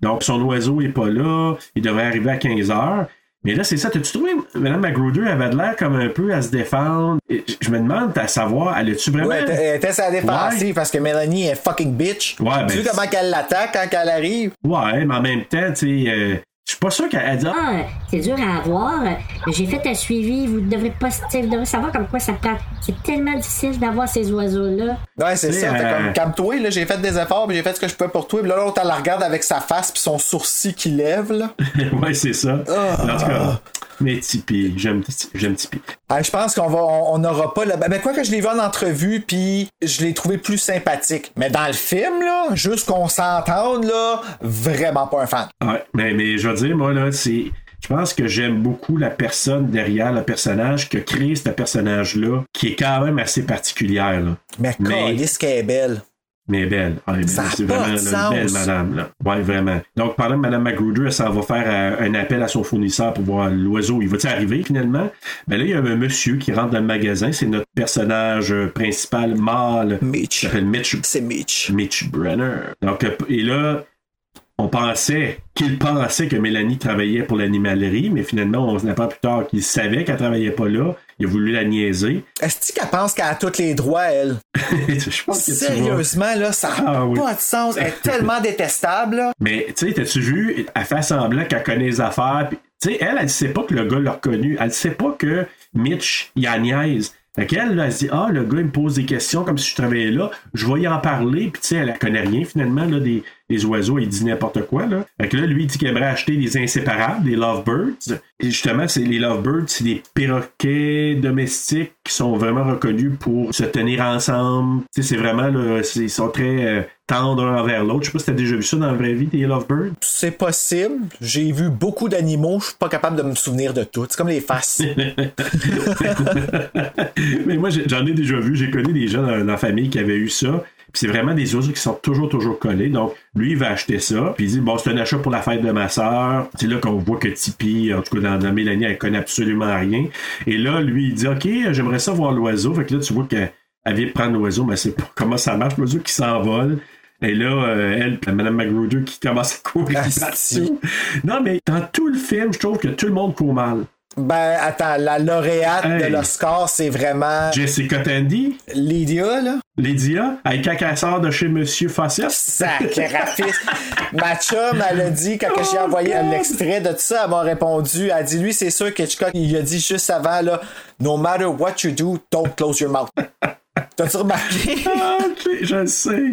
[SPEAKER 4] Donc, son oiseau est pas là, il devrait arriver à 15 heures. Mais là, c'est ça. T'as-tu trouvé, Madame Magruder avait de l'air comme un peu à se défendre? Et je- Je me demande à savoir, elle a-tu vraiment.
[SPEAKER 3] Ouais, elle était- elle était sa défensive
[SPEAKER 4] ben, Ouais.
[SPEAKER 3] parce que Mélanie est fucking bitch.
[SPEAKER 4] Ouais,
[SPEAKER 3] tu
[SPEAKER 4] ben,
[SPEAKER 3] vois comment qu'elle l'attaque quand elle arrive?
[SPEAKER 4] Ouais, mais en même temps, tu sais, euh, je suis pas sûr qu'elle a dit, Ah,
[SPEAKER 6] Ah, euh, c'est dur à avoir. Euh, J'ai fait un suivi, vous devrez pas vous devrez savoir comme quoi ça prend. C'est tellement difficile d'avoir ces oiseaux-là.
[SPEAKER 3] Ouais, c'est
[SPEAKER 4] Tu sais,
[SPEAKER 3] ça. t'es
[SPEAKER 4] euh,
[SPEAKER 3] comme, calme-toi, là, j'ai fait des efforts, puis j'ai fait ce que je peux pour toi. Puis là, l'autre, elle la regarde avec sa face, puis son sourcil qui lève, là.
[SPEAKER 4] ouais, c'est ça. En tout cas, mais Tipeee, j'aime j'aime Tipeee.
[SPEAKER 3] Ah, je pense qu'on va, on on n'aura pas le. Ben, quoi que je l'ai vu en entrevue, puis je l'ai trouvé plus sympathique. Mais dans le film, là, juste qu'on s'entende, là, vraiment pas un fan.
[SPEAKER 4] Ouais, mais, mais je veux dire, moi, là, c'est. Je pense que j'aime beaucoup la personne derrière le personnage que crée ce personnage-là, qui est quand même assez particulière, là.
[SPEAKER 3] Mais,
[SPEAKER 4] Mais-
[SPEAKER 3] câlisse qu'elle est belle.
[SPEAKER 4] Mais belle. Ah, elle est
[SPEAKER 3] Ça
[SPEAKER 4] belle.
[SPEAKER 3] a
[SPEAKER 4] c'est
[SPEAKER 3] pas
[SPEAKER 4] vraiment
[SPEAKER 3] de
[SPEAKER 4] là, une belle
[SPEAKER 3] sens.
[SPEAKER 4] madame, là. Ouais, vraiment. Donc, parlant de Madame Magruder, elle s'en va faire euh, un appel à son fournisseur pour voir l'oiseau. Il va-t-il arriver, finalement? Ben là, il y a un monsieur qui rentre dans le magasin. C'est notre personnage euh, principal, mâle.
[SPEAKER 3] Mitch.
[SPEAKER 4] Il s'appelle Mitch
[SPEAKER 3] C'est Mitch.
[SPEAKER 4] Mitch Brenner. Donc, euh, et là, on pensait qu'il pensait que Mélanie travaillait pour l'animalerie, mais finalement, on n'en pas plus tard qu'il savait qu'elle travaillait pas là. Il a voulu la niaiser.
[SPEAKER 3] Est-ce qu'elle pense qu'elle a tous les droits, elle?
[SPEAKER 4] Je pense que tu vois.
[SPEAKER 3] Sérieusement, là, ça n'a
[SPEAKER 4] Ah oui.
[SPEAKER 3] pas de sens. Elle est tellement détestable, là.
[SPEAKER 4] Mais tu sais, t'as-tu vu, elle fait semblant qu'elle connaît les affaires. puis, Tu sais, elle, elle sait pas que le gars l'a reconnu. Elle sait pas que Mitch, il a niaise. Fait qu'elle, là, elle se dit, ah, le gars, il me pose des questions comme si je travaillais là. Je vais y en parler. Puis tu sais, elle, elle connaît rien finalement, là, des, des oiseaux. Il dit n'importe quoi, là. Fait que là, lui, il dit qu'il aimerait acheter des inséparables, des lovebirds. Et justement, c'est les lovebirds, c'est des perroquets domestiques qui sont vraiment reconnus pour se tenir ensemble. Tu sais, c'est vraiment, là, c'est- ils sont très euh, tendres un envers l'autre. Je sais pas si t'as déjà vu ça dans la vraie vie, des lovebirds.
[SPEAKER 3] C'est possible. J'ai vu beaucoup d'animaux. Je suis pas capable de me souvenir de tout. C'est comme les faces.
[SPEAKER 4] Mais moi, j'ai- j'en ai déjà vu. J'ai connu des gens dans, dans la famille qui avaient eu ça. Puis c'est vraiment des oiseaux qui sont toujours, toujours collés. Donc, lui, il va acheter ça. Puis il dit, bon, c'est un achat pour la fête de ma sœur. C'est là qu'on voit que Tipeee, en tout cas, dans, dans Mélanie, elle connaît absolument rien. Et là, lui, il dit, OK, j'aimerais ça voir l'oiseau. Fait que là, tu vois qu'elle elle vient prendre l'oiseau, mais c'est pas comment ça marche, l'oiseau qui s'envole. Et là, euh, elle, puis Mme McGruder qui commence à courir
[SPEAKER 3] Asti.
[SPEAKER 4] partout. Non, mais dans tout le film, je trouve que tout le monde court mal.
[SPEAKER 3] ben, attends, la lauréate de
[SPEAKER 4] Hey.
[SPEAKER 3] l'Oscar, c'est vraiment
[SPEAKER 4] Jessica Tandy,
[SPEAKER 3] Lydia, là.
[SPEAKER 4] Lydia, avec quand elle sort de chez Monsieur Fawcett.
[SPEAKER 3] Sacrifice. Ma chum, elle a dit, quand que j'ai envoyé l'extrait de tout ça, elle m'a répondu. Elle a dit, lui, c'est sûr qu'Hitchcock, il a dit juste avant, là, No matter what you do, don't close your mouth. T'as-tu remarqué?
[SPEAKER 4] Ah, ok, je le sais.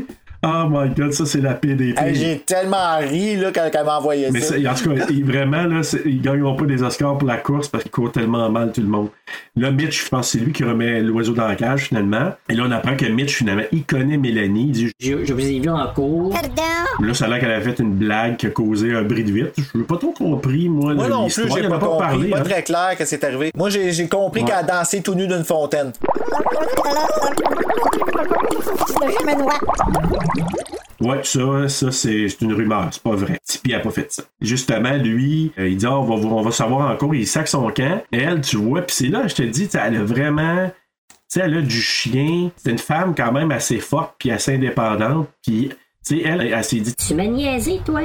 [SPEAKER 4] Oh my god, ça c'est la PDP.
[SPEAKER 3] Hey, j'ai tellement ri, là, quand elle m'a envoyé
[SPEAKER 4] Mais
[SPEAKER 3] ça.
[SPEAKER 4] ça, en tout cas, ils- vraiment, là, c'est- ils gagneront pas des Oscars pour la course parce qu'ils courent tellement mal tout le monde. Là, Mitch, je pense que c'est lui qui remet l'oiseau dans la cage finalement. Et là, on apprend que Mitch, finalement, il connaît Mélanie. Il dit
[SPEAKER 6] Je, je vous ai vu en cours.
[SPEAKER 4] Là, ça a l'air qu'elle a fait une blague qui a causé un bris de vitre. Je n'ai pas trop compris, moi,
[SPEAKER 3] Moi
[SPEAKER 4] le-
[SPEAKER 3] non plus,
[SPEAKER 4] l'histoire.
[SPEAKER 3] j'ai
[SPEAKER 4] Il en
[SPEAKER 3] pas
[SPEAKER 4] a
[SPEAKER 3] compris.
[SPEAKER 4] parlé,
[SPEAKER 3] pas
[SPEAKER 4] hein.
[SPEAKER 3] très clair que c'est arrivé. Moi, j'ai j'ai compris
[SPEAKER 4] Ouais.
[SPEAKER 3] qu'elle a dansé tout nu d'une fontaine.
[SPEAKER 4] Ouais, ça, ça c'est c'est une rumeur, c'est pas vrai. Tipeee a pas fait ça. Justement, lui, euh, il dit Ah, on va voir- on va savoir encore, il sac son camp. Elle, tu vois, puis c'est là, je te dis, tu sais, elle a vraiment sais, elle a du chien. C'est une femme quand même assez forte puis assez indépendante. Puis, tu sais, elle, elle, elle s'est dit,
[SPEAKER 6] Tu m'as niaisé, toi?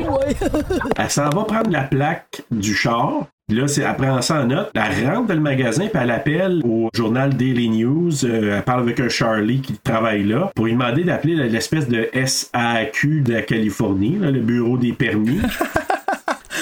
[SPEAKER 4] elle s'en va prendre la plaque du char. Là, c'est, elle prend ça en note. Elle rentre dans le magasin, puis elle appelle au journal Daily News. Euh, elle parle avec un Charlie qui travaille là pour lui demander d'appeler l'espèce de SAQ de la Californie, là, le bureau des permis.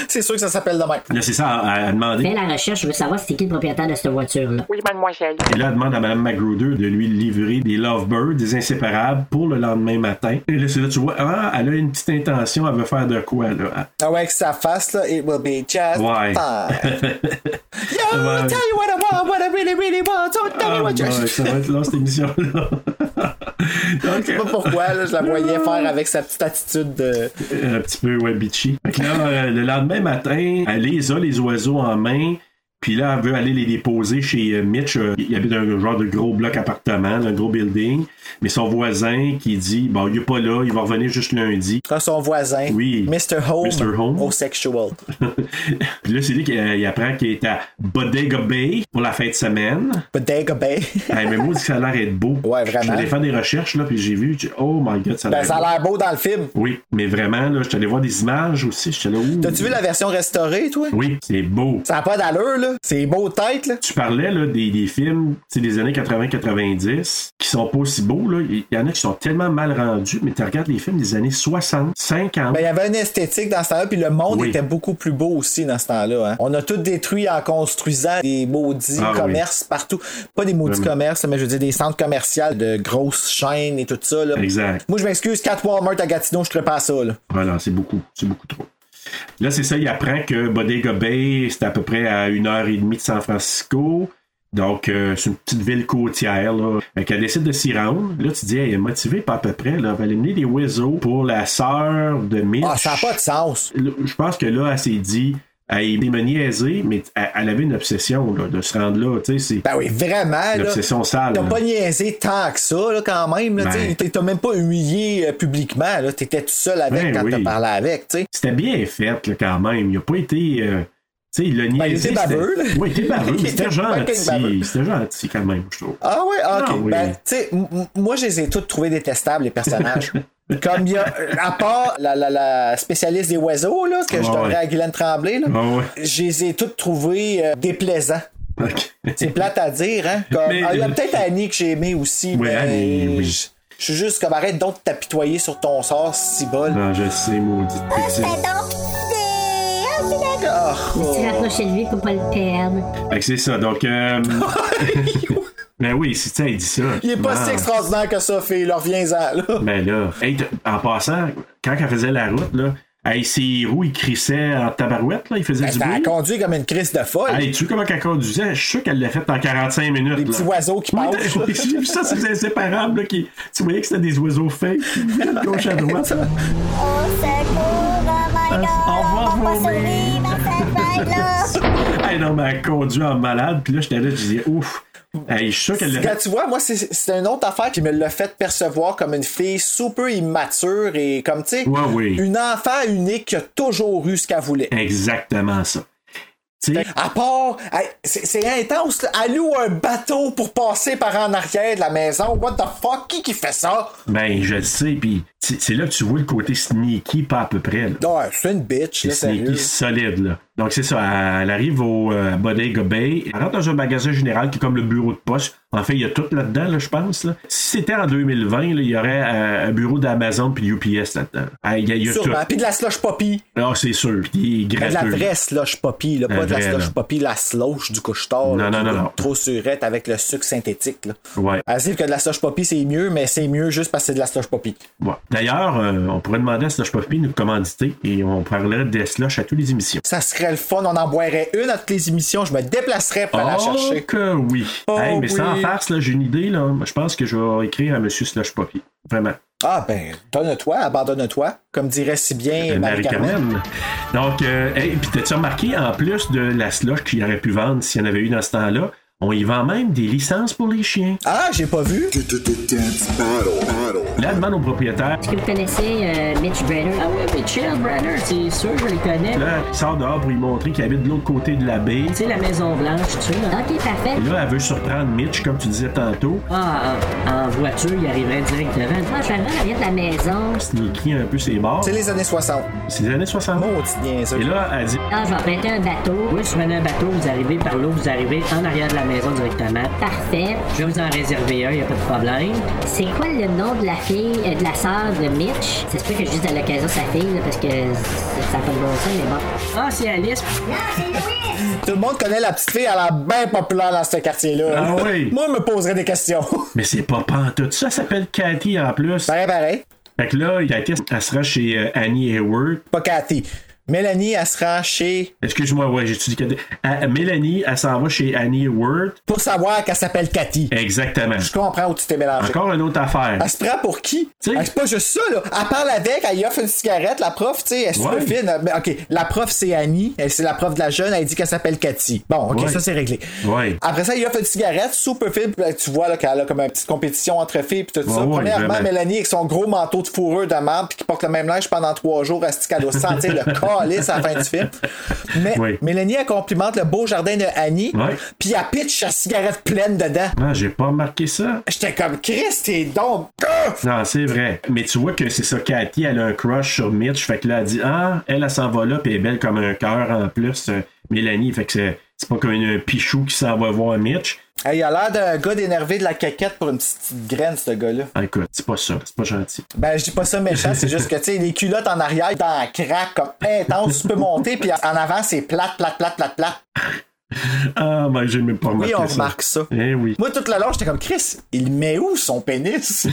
[SPEAKER 3] C'est sûr que ça s'appelle de même.
[SPEAKER 4] Là, c'est ça, elle, elle demandé.
[SPEAKER 6] Fais la recherche, je veux savoir c'est qui le propriétaire de cette voiture-là.
[SPEAKER 7] Oui, mademoiselle.
[SPEAKER 4] Et là, elle demande à Mme Magruder de lui livrer des Lovebirds, des inséparables, pour le lendemain matin. Et là, c'est là, tu vois, ah, elle a une petite intention, elle veut faire de quoi, là?
[SPEAKER 3] Ah ouais, que ça fasse, là, it will be just
[SPEAKER 4] Ouais.
[SPEAKER 3] fine. Yo,
[SPEAKER 4] Ouais.
[SPEAKER 3] tell you what I want, what I really, really want, don't tell me
[SPEAKER 4] Ah,
[SPEAKER 3] what
[SPEAKER 4] boy,
[SPEAKER 3] you...
[SPEAKER 4] ça va être long, cette émission-là.
[SPEAKER 3] Je sais pas pourquoi, là, je la voyais faire avec sa petite attitude de...
[SPEAKER 4] Euh, un petit peu ouais, bitchy. Fait que là, euh, le lendemain matin, elle les a, les oiseaux en main. Puis là, elle veut aller les déposer chez euh, Mitch. euh, il habite un genre de gros bloc appartement, un gros building. Mais son voisin qui dit Bon, il est pas là, il va revenir juste lundi.
[SPEAKER 3] Ah, son voisin,
[SPEAKER 4] Oui.
[SPEAKER 3] Mr. Home,
[SPEAKER 4] Mr. Home.
[SPEAKER 3] au sexual.
[SPEAKER 4] Puis là, c'est lui qui euh, il apprend qu'il est à Bodega Bay pour la fin de semaine.
[SPEAKER 3] Bodega Bay.
[SPEAKER 4] hey, mais moi, ça a l'air d'être beau.
[SPEAKER 3] Ouais, vraiment.
[SPEAKER 4] Je suis allé faire des recherches, là, puis j'ai vu, j'ai dit, oh my god, ça a
[SPEAKER 3] ben,
[SPEAKER 4] l'air
[SPEAKER 3] ça a
[SPEAKER 4] beau.
[SPEAKER 3] l'air beau dans le film.
[SPEAKER 4] Oui, mais vraiment, là, je suis allé voir des images aussi. Je suis allé, ouh.
[SPEAKER 3] T'as-tu vu la version restaurée, toi?
[SPEAKER 4] Oui, c'est beau.
[SPEAKER 3] Ça n'a pas d'allure, là. C'est beau tête, là.
[SPEAKER 4] tu parlais là, des, des films tu sais, des années 80-90 qui sont pas aussi beaux. là. Il y en a qui sont tellement mal rendus, mais tu regardes les films des années 60, 50.
[SPEAKER 3] Ben, il y avait une esthétique dans ce temps-là, puis le monde
[SPEAKER 4] Oui.
[SPEAKER 3] était beaucoup plus beau aussi dans ce temps-là. hein. On a tout détruit en construisant des maudits
[SPEAKER 4] Ah,
[SPEAKER 3] commerces partout. Pas des maudits
[SPEAKER 4] Vraiment.
[SPEAKER 3] commerces, mais je veux dire des centres commerciaux de grosses chaînes et tout ça. Là.
[SPEAKER 4] Exact.
[SPEAKER 3] Moi, je m'excuse, 4 Walmart à Gatineau, je ne pas à ça. Là.
[SPEAKER 4] Voilà, c'est beaucoup. C'est beaucoup trop. Là, c'est ça, il apprend que Bodega Bay, c'est à peu près à une heure et demie de San Francisco. Donc, euh, c'est une petite ville côtière. Là. Fait qu'elle décide de s'y rendre. Là, tu dis, elle est motivée, pas à peu près. Là. Elle va aller mener des oiseaux pour la sœur de Mitch.
[SPEAKER 3] Ah, ça n'a pas de sens.
[SPEAKER 4] Là, je pense que là, elle s'est dit, elle est niaisée, mais elle, elle avait une obsession là, de se rendre là. Tu sais,
[SPEAKER 3] Ben oui, vraiment.
[SPEAKER 4] c'est une
[SPEAKER 3] là.
[SPEAKER 4] obsession sale.
[SPEAKER 3] T'as
[SPEAKER 4] là.
[SPEAKER 3] pas niaisé tant que ça, là, quand même. Là,
[SPEAKER 4] Ben.
[SPEAKER 3] t'sais. T'as- T'as même pas humilié euh, publiquement. là. T'étais tout seul avec
[SPEAKER 4] Ben
[SPEAKER 3] quand
[SPEAKER 4] oui.
[SPEAKER 3] t'as parlé avec. t'sais.
[SPEAKER 4] C'était bien fait là, quand même. Il a pas été. euh, tu sais, il l'a
[SPEAKER 3] Ben, il
[SPEAKER 4] niaisé.
[SPEAKER 3] était
[SPEAKER 4] c'était-
[SPEAKER 3] baveux, là.
[SPEAKER 4] Oui, il était baveux,
[SPEAKER 3] Il
[SPEAKER 4] mais c'était
[SPEAKER 3] était fucking baveux.
[SPEAKER 4] gentil. C'était gentil quand même, je trouve.
[SPEAKER 3] Ah ouais, ah, ok.
[SPEAKER 4] Ah oui.
[SPEAKER 3] Ben, tu sais, m- m- moi, je les ai tous trouvés détestables, les personnages. Comme il y a, euh, à part la, la, la spécialiste des oiseaux, là, que je
[SPEAKER 4] Ouais.
[SPEAKER 3] donnerais à Guylaine Tremblay, là,
[SPEAKER 4] Ah ouais.
[SPEAKER 3] je les ai tous trouvés euh, déplaisants.
[SPEAKER 4] Ok.
[SPEAKER 3] C'est plate à dire, hein? Comme-
[SPEAKER 4] Mais-
[SPEAKER 3] ah, il y a peut-être Annie que j'ai aimé aussi,
[SPEAKER 4] Ouais,
[SPEAKER 3] mais
[SPEAKER 4] Annie, oui.
[SPEAKER 3] je- je suis juste comme arrête donc de t'apitoyer sur ton sort, si bol.
[SPEAKER 4] Non, Ah, je sais, maudite petite.
[SPEAKER 2] Fais donc pitié. Ah, c'est d'accord.
[SPEAKER 3] Ah,
[SPEAKER 6] Je me suis rapproché de lui pour pas le perdre.
[SPEAKER 4] Fait que c'est ça. Donc. euh, ben oui, si tu sais, elle dit ça.
[SPEAKER 3] Il est pas
[SPEAKER 4] Wow.
[SPEAKER 3] si extraordinaire que ça, fille. Leur reviens-en, là.
[SPEAKER 4] Mais là, hey, t- en passant, quand elle faisait la route, là, hey, ses roues, ils crissaient en tabarouette, là, ils faisaient
[SPEAKER 3] Ben,
[SPEAKER 4] du
[SPEAKER 3] T'as
[SPEAKER 4] bruit.
[SPEAKER 3] conduit comme une crise de folle.
[SPEAKER 4] Hey, tu vois comment elle conduisait? Je suis sûr qu'elle l'a fait en 45 minutes.
[SPEAKER 3] Des
[SPEAKER 4] là.
[SPEAKER 3] petits oiseaux qui
[SPEAKER 4] Oui,
[SPEAKER 3] passent.
[SPEAKER 4] t'as- oui, J'ai vu ça, c'est inséparable. Là, qui... Tu voyais que c'était des oiseaux fake, qui venaient de gauche à droite. là.
[SPEAKER 2] Au secours, oh my god.
[SPEAKER 4] Au revoir,
[SPEAKER 2] on va pas
[SPEAKER 4] mon
[SPEAKER 2] survivre à cette vague-là.
[SPEAKER 4] hey, non, mais elle conduit en malade. Puis là, j'étais là, je disais, ouf. Hey, je suis sûr qu'elle l'a
[SPEAKER 3] Quand
[SPEAKER 4] fait.
[SPEAKER 3] tu vois, moi, c'est c'est une autre affaire qui me l'a fait percevoir comme une fille super immature et comme, tu sais,
[SPEAKER 4] Ouais, oui.
[SPEAKER 3] une enfant unique qui a toujours eu ce qu'elle voulait.
[SPEAKER 4] Exactement ça. Tu sais,
[SPEAKER 3] À part, hey, c'est c'est intense, là. elle loue un bateau pour passer par en arrière de la maison. What the fuck? Qui qui fait ça?
[SPEAKER 4] ben, je le sais. Puis c'est c'est là que tu vois le côté sneaky, pas à peu près. là.
[SPEAKER 3] Non, c'est une bitch, là,
[SPEAKER 4] C'est
[SPEAKER 3] sérieux.
[SPEAKER 4] sneaky solide, là. Donc, c'est ça. Elle arrive au euh, Bodega Bay. Elle rentre dans un magasin général qui est comme le bureau de poste. En fait, il y a tout là-dedans, là, je pense. là. Si c'était en 2020, là, il y aurait euh, un bureau d'Amazon puis UPS là-dedans. Ah, Il y a, il y a tout.
[SPEAKER 3] Sûrement. Puis de la slush poppy.
[SPEAKER 4] Ah, c'est sûr. Puis il est
[SPEAKER 3] Mais de la
[SPEAKER 4] gratteux.
[SPEAKER 3] vraie slush poppy, là, pas
[SPEAKER 4] La
[SPEAKER 3] de la
[SPEAKER 4] vraie,
[SPEAKER 3] slush
[SPEAKER 4] là.
[SPEAKER 3] poppy, la slush du couche-tard.
[SPEAKER 4] Non,
[SPEAKER 3] là,
[SPEAKER 4] non,
[SPEAKER 3] qui
[SPEAKER 4] non,
[SPEAKER 3] goûte
[SPEAKER 4] non.
[SPEAKER 3] Trop surette avec le sucre synthétique, là.
[SPEAKER 4] Ouais,
[SPEAKER 3] Elle dit que de la slush poppy, c'est mieux, mais c'est mieux juste parce que c'est de la slush poppy.
[SPEAKER 4] ouais. D'ailleurs, euh, on pourrait demander à Slush Poppy de nous commanditer et on parlerait des Slush à toutes les émissions.
[SPEAKER 3] Ça serait le fun, on en boirait une à toutes les émissions, je me déplacerais pour aller la
[SPEAKER 4] Oh
[SPEAKER 3] chercher.
[SPEAKER 4] que oui!
[SPEAKER 3] Oh
[SPEAKER 4] Hey, mais sans
[SPEAKER 3] oui.
[SPEAKER 4] farce, là, j'ai une idée. Là. Je pense que je vais écrire à Monsieur Slush Poppy. Vraiment.
[SPEAKER 3] Ah ben, donne-toi, abandonne-toi, comme dirait si bien
[SPEAKER 4] Euh,
[SPEAKER 3] Marie-Carmen.
[SPEAKER 4] Marie-Carmen. Donc, euh, hey, puis t'as-tu remarqué, en plus de la slush qu'il aurait pu vendre s'il y en avait eu dans ce temps-là, on y vend même des licences pour les chiens.
[SPEAKER 3] Ah, j'ai pas vu.
[SPEAKER 8] Dance battle, battle,
[SPEAKER 4] La demande au propriétaire,
[SPEAKER 6] Est-ce que vous connaissez euh, Mitch Brenner? Ah oui, Mitchell Brenner, c'est sûr, je le connais.
[SPEAKER 4] là, il sort dehors pour lui montrer qu'il habite de l'autre côté de la baie.
[SPEAKER 6] C'est la Maison Blanche, tu sais. là. Ok, parfait.
[SPEAKER 4] Et là, elle veut surprendre Mitch, comme tu disais tantôt.
[SPEAKER 6] Ah, en, en voiture, il arriverait directement. Ah, je elle vient de la maison.
[SPEAKER 4] Sneaky un peu ses bords.
[SPEAKER 3] C'est les années 60.
[SPEAKER 4] C'est les années 60.
[SPEAKER 3] Maudit niaiseux.
[SPEAKER 4] Et là, elle dit
[SPEAKER 6] Ah, je vais emprunter un bateau. Oui, si vous prenez un bateau, vous arrivez par l'eau, vous arrivez en arrière de la maison directement. Parfait. Je vais vous en réserver un, il a pas de problème. C'est quoi le nom de la fille, euh, de la sœur de Mitch? Ça se peut que je dise à l'occasion sa fille, là, parce que ça n'a pas de bon sens, mais bon. Ah, c'est Alice.
[SPEAKER 3] Tout le monde connaît la petite fille, elle a bien populaire dans ce quartier-là.
[SPEAKER 4] Ah oui.
[SPEAKER 3] Moi, je me poserais des questions.
[SPEAKER 4] Mais c'est pas pantoute. Ça s'appelle Cathy en plus.
[SPEAKER 3] pareil, pareil.
[SPEAKER 4] Fait que là, Cathy, elle sera chez euh, Annie Hayward.
[SPEAKER 3] Pas Cathy. Mélanie, elle sera chez.
[SPEAKER 4] Excuse-moi, ouais, j'ai dit Cathy. Ah, Mélanie, elle s'en va chez Annie Hayward.
[SPEAKER 3] Pour savoir qu'elle s'appelle Cathy.
[SPEAKER 4] Exactement.
[SPEAKER 3] Je comprends où tu t'es mélangé.
[SPEAKER 4] Encore une autre affaire.
[SPEAKER 3] Elle se prend pour qui?
[SPEAKER 4] T'sais-
[SPEAKER 3] Elle- C'est pas juste ça, là. Elle parle avec, elle lui offre une cigarette. La prof, tu sais, elle est super
[SPEAKER 4] Ouais.
[SPEAKER 3] fine. Elle- mais OK, la prof, c'est Annie. Elle, c'est la prof de la jeune. Elle dit qu'elle s'appelle Cathy. Bon, OK,
[SPEAKER 4] Ouais.
[SPEAKER 3] ça, c'est Ah. réglé.
[SPEAKER 4] Ouais.
[SPEAKER 3] Après ça, il lui offre une cigarette, super fine. puis là, Tu vois, là, qu'elle a comme une petite compétition entre filles, puis tout ça.
[SPEAKER 4] Ouais, ouais,
[SPEAKER 3] Premièrement,
[SPEAKER 4] vraiment.
[SPEAKER 3] Mélanie, avec son gros manteau de fourrure de marde, puis qui porte le même linge pendant trois jours, elle se dit qu'elle doit sentir le calice à la fin du film. Mais
[SPEAKER 4] Oui.
[SPEAKER 3] Mélanie, elle complimente le beau jardin de Annie,
[SPEAKER 4] Ouais.
[SPEAKER 3] puis elle pitch sa cigarette pleine dedans.
[SPEAKER 4] Non, Ah, j'ai pas remarqué ça.
[SPEAKER 3] J'étais comme, Chris, t'es donc. Ah!
[SPEAKER 4] Non, c'est vrai. Mais tu vois que c'est ça, Cathy, elle a un crush sur Mitch. Fait que là, elle dit Ah, elle, elle s'en va là, puis elle est belle comme un cœur en plus, euh, Mélanie. Fait que c'est c'est pas comme une- un pichou qui s'en va voir Mitch.
[SPEAKER 3] Hey, il a l'air d'un gars d'énervé de la caquette pour une petite, petite graine, ce gars-là.
[SPEAKER 4] Ah, écoute, c'est pas ça, c'est pas gentil.
[SPEAKER 3] Ben, je dis pas ça méchant, c'est juste que, tu sais, les culottes en arrière, dans un crack, comme intense, tu peux monter, puis en avant, c'est plate, plate, plate, plate, plate.
[SPEAKER 4] Ah, ben, j'ai même pas remarqué
[SPEAKER 3] Oui, on
[SPEAKER 4] ça.
[SPEAKER 3] remarque ça.
[SPEAKER 4] Eh oui.
[SPEAKER 3] Moi, tout le long, j'étais comme, Chris, il met où son pénis?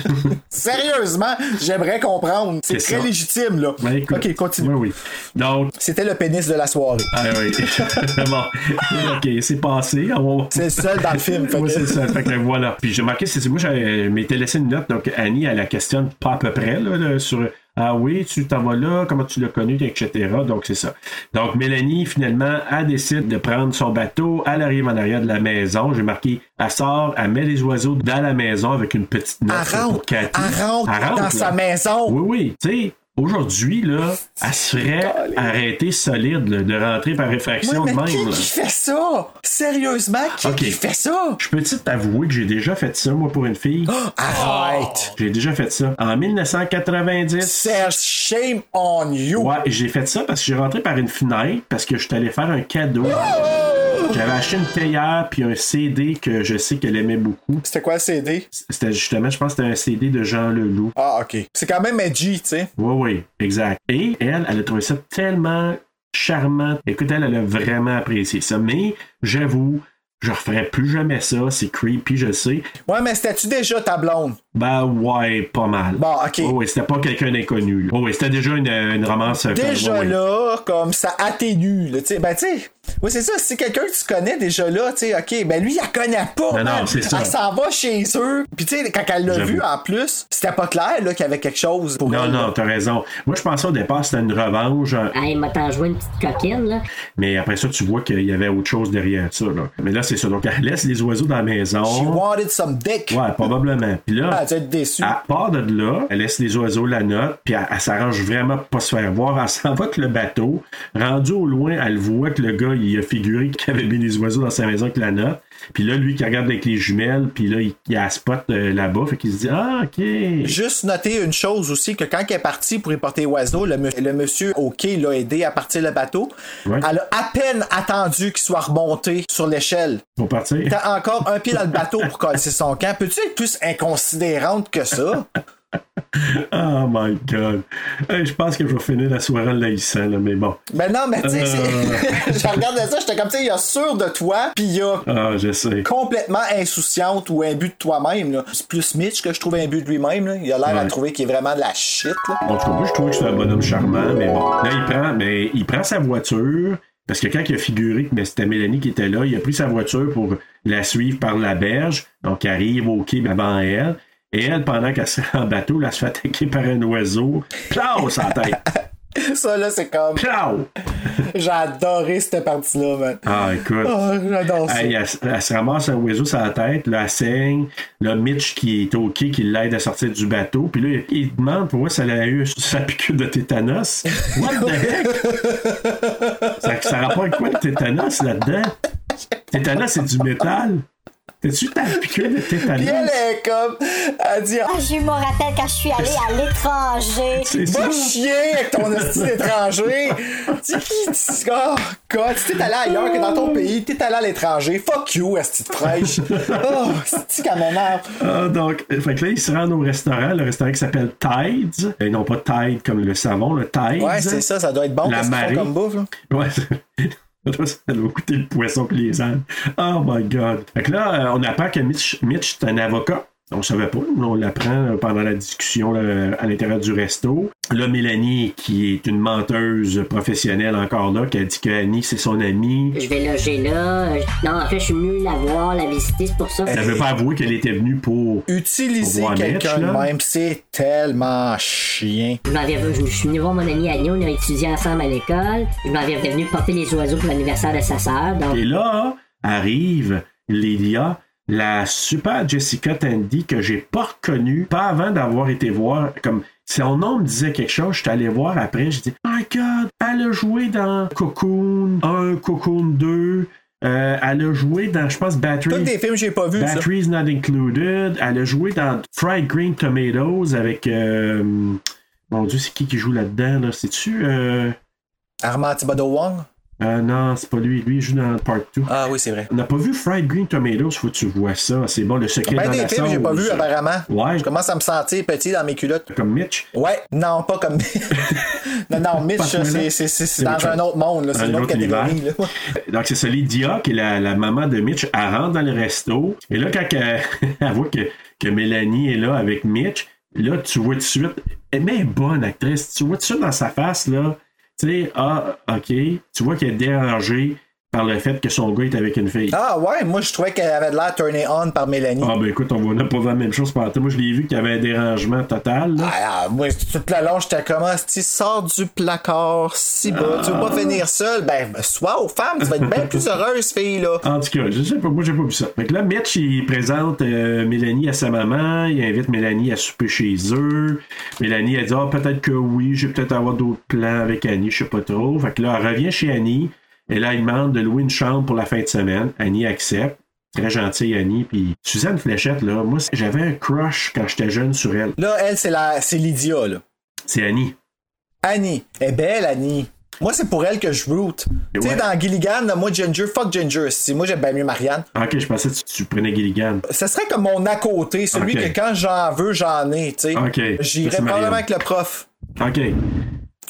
[SPEAKER 3] Sérieusement, j'aimerais comprendre. C'est
[SPEAKER 4] C'est
[SPEAKER 3] très
[SPEAKER 4] ça.
[SPEAKER 3] légitime, là.
[SPEAKER 4] Ben, écoute.
[SPEAKER 3] ok, continue.
[SPEAKER 4] Oui, oui. Donc,
[SPEAKER 3] C'était le pénis de la soirée.
[SPEAKER 4] ah oui. bon. OK, c'est passé. On va-
[SPEAKER 3] C'est le seul dans le film. fait
[SPEAKER 4] Ouais,
[SPEAKER 3] que-
[SPEAKER 4] c'est ça. Fait que euh, voilà. Puis j'ai marqué, c'est moi, j'avais- je m'étais laissé une note. Donc, Annie, elle la questionne pas à peu près là, là, sur Ah oui, tu t'en vas là, comment tu l'as connu, etc. Donc, c'est ça. Donc, Mélanie, finalement, elle décide de prendre son bateau. Elle arrive en arrière de la maison. J'ai marqué, elle sort, elle met les oiseaux dans la maison avec une petite note
[SPEAKER 3] Elle
[SPEAKER 4] pour
[SPEAKER 3] rentre,
[SPEAKER 4] Cathy.
[SPEAKER 3] elle rentre dans
[SPEAKER 4] là.
[SPEAKER 3] sa maison.
[SPEAKER 4] Oui, oui. Tu sais, aujourd'hui, là, elle serait arrêtée solide là, de rentrer par
[SPEAKER 3] Oui,
[SPEAKER 4] réfraction
[SPEAKER 3] mais
[SPEAKER 4] de même.
[SPEAKER 3] qui,
[SPEAKER 4] là.
[SPEAKER 3] qui fait ça? Sérieusement, qui,
[SPEAKER 4] Ok.
[SPEAKER 3] qui fait ça?
[SPEAKER 4] Je peux t'avouer que j'ai déjà fait ça, moi, pour une fille.
[SPEAKER 3] Ah! Arrête!
[SPEAKER 4] J'ai déjà fait ça. En 1990.
[SPEAKER 3] Serge, shame on you!
[SPEAKER 4] Ouais, j'ai fait ça parce que j'ai rentré par une fenêtre parce que je suis allé faire un cadeau. J'avais acheté une théière puis un CD que je sais qu'elle aimait beaucoup.
[SPEAKER 3] C'était quoi le CD?
[SPEAKER 4] C'était justement, je pense que c'était un CD de Jean Leloup.
[SPEAKER 3] Ah, ok. C'est quand même edgy, tu sais.
[SPEAKER 4] Oui, oui, exact. Et elle, elle a trouvé ça tellement charmant. Écoute, elle, elle a vraiment apprécié ça. Mais j'avoue, je referai plus jamais ça. C'est creepy, je sais.
[SPEAKER 3] Ouais, mais c'était-tu déjà ta blonde?
[SPEAKER 4] Ben ouais, pas mal.
[SPEAKER 3] Bon, ok.
[SPEAKER 4] Oh, oui, c'était pas quelqu'un d'inconnu. là. Oh, oui, c'était déjà une, une romance. euh,
[SPEAKER 3] Déjà
[SPEAKER 4] ouais, ouais.
[SPEAKER 3] là, comme ça atténue, là, tu sais. Ben, tu sais. Oui, c'est ça. Si c'est quelqu'un que tu connais déjà là, tu sais, ok, ben lui, il la connaît pas.
[SPEAKER 4] Non,
[SPEAKER 3] man.
[SPEAKER 4] non, c'est ça.
[SPEAKER 3] Elle s'en va chez eux. Puis, tu sais, quand elle l'a
[SPEAKER 4] J'avoue.
[SPEAKER 3] vu en plus, c'était pas clair, là, qu'il y avait quelque chose pour
[SPEAKER 4] Non,
[SPEAKER 3] elle.
[SPEAKER 4] non, t'as raison. Moi, je pensais au départ c'était une revanche, hein,
[SPEAKER 6] Ah, il m'a t'en joué une petite coquine, là.
[SPEAKER 4] mais après ça, tu vois qu'il y avait autre chose derrière ça. Là. Mais là, c'est ça. Donc, elle laisse les oiseaux dans la
[SPEAKER 3] She
[SPEAKER 4] maison.
[SPEAKER 3] wanted some dick.
[SPEAKER 4] Ouais, Ah. probablement. Puis là,
[SPEAKER 3] Elle a dû être déçue.
[SPEAKER 4] à part de là, elle laisse les oiseaux la note, puis elle, elle s'arrange vraiment pour pas se faire voir. Elle s'en va avec le bateau. Rendu au loin, elle voit que le gars, il a figuré qu'il avait mis les oiseaux dans sa maison avec la note. Puis là, lui qui regarde avec les jumelles, puis là, il, il a la spot euh, là-bas, fait qu'il se dit Ah, ok.
[SPEAKER 3] Juste noter une chose aussi, que quand elle est partie pour y porter oiseau, le, mu- le monsieur au quai l'a aidé à partir le bateau.
[SPEAKER 4] Ouais.
[SPEAKER 3] Elle a à peine attendu qu'il soit remonté sur l'échelle.
[SPEAKER 4] Pour partir.
[SPEAKER 3] T'as encore un pied dans le bateau pour casser son camp. Peux-tu être plus inconsidérante que ça?
[SPEAKER 4] Oh my god. Hey, je pense que je vais finir la soirée en laissant, là, mais bon.
[SPEAKER 3] Ben non, mais tu sais, c'est- je regardais ça, j'étais comme, tu sais, il y a sûr de toi, puis il y a
[SPEAKER 4] Ah, je sais.
[SPEAKER 3] complètement insouciante ou but de toi-même. là. C'est plus Mitch que je trouve but de lui-même. là. Il a l'air à
[SPEAKER 4] Ouais.
[SPEAKER 3] trouver qu'il est vraiment de la shit. là.
[SPEAKER 4] En tout cas, moi, je trouve que c'est un bonhomme charmant, mais bon. Là, il prend, mais il prend sa voiture, parce que quand il a figuré que mais c'était Mélanie qui était là, il a pris sa voiture pour la suivre par la berge. Donc, il arrive au quai avant elle. Et elle, pendant qu'elle se rend en bateau, là, elle se fait attaquer par un oiseau. Plau, sa tête!
[SPEAKER 3] Ça, là, c'est comme.
[SPEAKER 4] Ciao!
[SPEAKER 3] J'ai adoré cette partie-là, man.
[SPEAKER 4] Ah, écoute.
[SPEAKER 3] Oh, j'adore ça.
[SPEAKER 4] Hey, elle, s- elle se ramasse un oiseau sur la tête, là, elle saigne, le Mitch qui est OK, qui l'aide à sortir du bateau, puis là, il demande pourquoi ça l'a eu sa piqûre de tétanos. What the heck? ça, ça rapporte quoi le tétanos là-dedans? Tétanos, c'est du métal. T'as-tu ta piqûre de
[SPEAKER 3] Puis elle
[SPEAKER 4] tétanos?
[SPEAKER 3] est comme. Elle dit
[SPEAKER 2] Ah, je me rappelle quand je suis allée à l'étranger.
[SPEAKER 4] C'est ça?
[SPEAKER 3] Va chier avec ton hostie d'étranger! Tu qui tu- Oh god, si t'es allé ailleurs que dans ton pays, t'es allé à l'étranger, fuck you, esti de fraîche! Oh, c'est qu'elle m'énerve!
[SPEAKER 4] Ah, donc, euh, fait que là, ils se rendent au restaurant, le restaurant qui s'appelle Tides. Et non pas Tide comme le savon, le Tides.
[SPEAKER 3] Ouais, c'est ça, ça doit être bon,
[SPEAKER 4] La
[SPEAKER 3] qu'est-ce qu'ils font
[SPEAKER 4] marée.
[SPEAKER 3] comme bouffe, là?
[SPEAKER 4] Ouais. Ça doit coûter le poisson pis les algues. Oh my god. Fait que là, euh, on apprend que Mitch, Mitch est un avocat. On savait pas, mais on l'apprend euh, pendant la discussion là, à l'intérieur du resto. Là, Mélanie, qui est une menteuse professionnelle encore là, qui a dit que Annie, c'est son amie.
[SPEAKER 6] Je vais loger là. Euh, Non, en fait, je suis venu la voir, la visiter, c'est pour ça.
[SPEAKER 4] Elle veut pas avouer qu'elle était venue pour.
[SPEAKER 3] Utiliser
[SPEAKER 4] Pour voir
[SPEAKER 3] quelqu'un
[SPEAKER 4] Mitch,
[SPEAKER 3] de
[SPEAKER 4] là.
[SPEAKER 3] même, c'est tellement chien.
[SPEAKER 6] Je, m'en vais- je suis venu voir mon ami Agnew, on a étudié ensemble à l'école. Je m'en vais venu porter les oiseaux pour l'anniversaire de sa sœur. Donc,
[SPEAKER 4] Et là, arrive Lydia, la super Jessica Tandy que j'ai pas reconnue, pas avant d'avoir été voir, comme son nom me disait quelque chose, je suis allé voir après, j'ai dit « My God, elle a joué dans Cocoon 1, Cocoon 2, euh, elle a joué dans, je pense,
[SPEAKER 3] Tous
[SPEAKER 4] Battery,
[SPEAKER 3] des films que j'ai pas vu, ça.
[SPEAKER 4] Batteries Not Included, elle a joué dans Fried Green Tomatoes avec... euh, mon Dieu, c'est qui qui joue là-dedans, là? C'est-tu... euh,
[SPEAKER 3] Armand Thibodeau Wong?
[SPEAKER 4] euh, non, c'est pas lui, lui il joue dans Part 2.
[SPEAKER 3] Ah oui, c'est vrai.
[SPEAKER 4] On n'a pas vu Fried Green Tomatoes, faut que tu vois ça. C'est bon, le secret
[SPEAKER 3] Ben
[SPEAKER 4] dans
[SPEAKER 3] des
[SPEAKER 4] la
[SPEAKER 3] films que j'ai pas
[SPEAKER 4] sauce.
[SPEAKER 3] vu, apparemment.
[SPEAKER 4] Ouais.
[SPEAKER 3] Je commence à me sentir petit dans mes culottes.
[SPEAKER 4] Comme Mitch.
[SPEAKER 3] Ouais, non, pas comme. non, non, Mitch,
[SPEAKER 4] Pas
[SPEAKER 3] c'est-
[SPEAKER 4] comme là.
[SPEAKER 3] c'est c'est- c'est
[SPEAKER 4] C'est
[SPEAKER 3] dans
[SPEAKER 4] autre
[SPEAKER 3] un
[SPEAKER 4] chose.
[SPEAKER 3] autre monde, là. c'est
[SPEAKER 4] Dans
[SPEAKER 3] une
[SPEAKER 4] un
[SPEAKER 3] autre
[SPEAKER 4] autre
[SPEAKER 3] catégorie. Là.
[SPEAKER 4] univers. Donc, c'est ça, Lydia, qui est la, la maman de Mitch, elle rentre dans le resto. Et là, quand elle, elle voit que, que Mélanie est là avec Mitch, là, tu vois tout de suite. Elle mais elle est bonne actrice. Tu vois tout de suite dans sa face, là. Tu sais, ah, OK. Tu vois qu'elle est dérangée par le fait que son gars est avec une fille.
[SPEAKER 3] Ah ouais, moi je trouvais qu'elle avait de l'air turnée on par Mélanie.
[SPEAKER 4] Ah, ben écoute, on n'a pas vu la même chose pendant Moi, je l'ai vu qu'il y avait un dérangement total. là.
[SPEAKER 3] Ah, ah, moi, toute la longue, j'étais comme, tu sors du placard si
[SPEAKER 4] Ah.
[SPEAKER 3] bas, tu veux pas finir seule? Ben, sois aux femmes, tu vas être bien plus heureuse, fille, là.
[SPEAKER 4] En tout cas, je sais pas, moi j'ai pas vu ça. Fait que là, Mitch, il présente euh, Mélanie à sa maman, il invite Mélanie à souper chez eux. Mélanie, elle dit Ah, peut-être que oui, j'ai peut-être avoir d'autres plans avec Annie, je sais pas trop. Fait que là, elle revient chez Annie, et là, elle demande de louer une chambre pour la fin de semaine. Annie accepte. Très gentille, Annie. Puis Suzanne Fléchette, là, moi, j'avais un crush quand j'étais jeune sur elle.
[SPEAKER 3] Là, elle, c'est la, c'est Lydia, là.
[SPEAKER 4] C'est Annie.
[SPEAKER 3] Annie, elle est belle, Annie. Moi, c'est pour elle que je root. Tu sais,
[SPEAKER 4] ouais.
[SPEAKER 3] dans Gilligan, là, moi, Ginger, fuck Ginger. Si moi, j'aime bien mieux Marianne.
[SPEAKER 4] Ah, Ok, je pensais que tu, tu prenais Gilligan.
[SPEAKER 3] Ce serait comme mon à côté, celui
[SPEAKER 4] Ok.
[SPEAKER 3] que quand j'en veux, j'en ai, tu sais.
[SPEAKER 4] Ok.
[SPEAKER 3] J'irais
[SPEAKER 4] C'est Marianne.
[SPEAKER 3] probablement avec le prof.
[SPEAKER 4] Ok.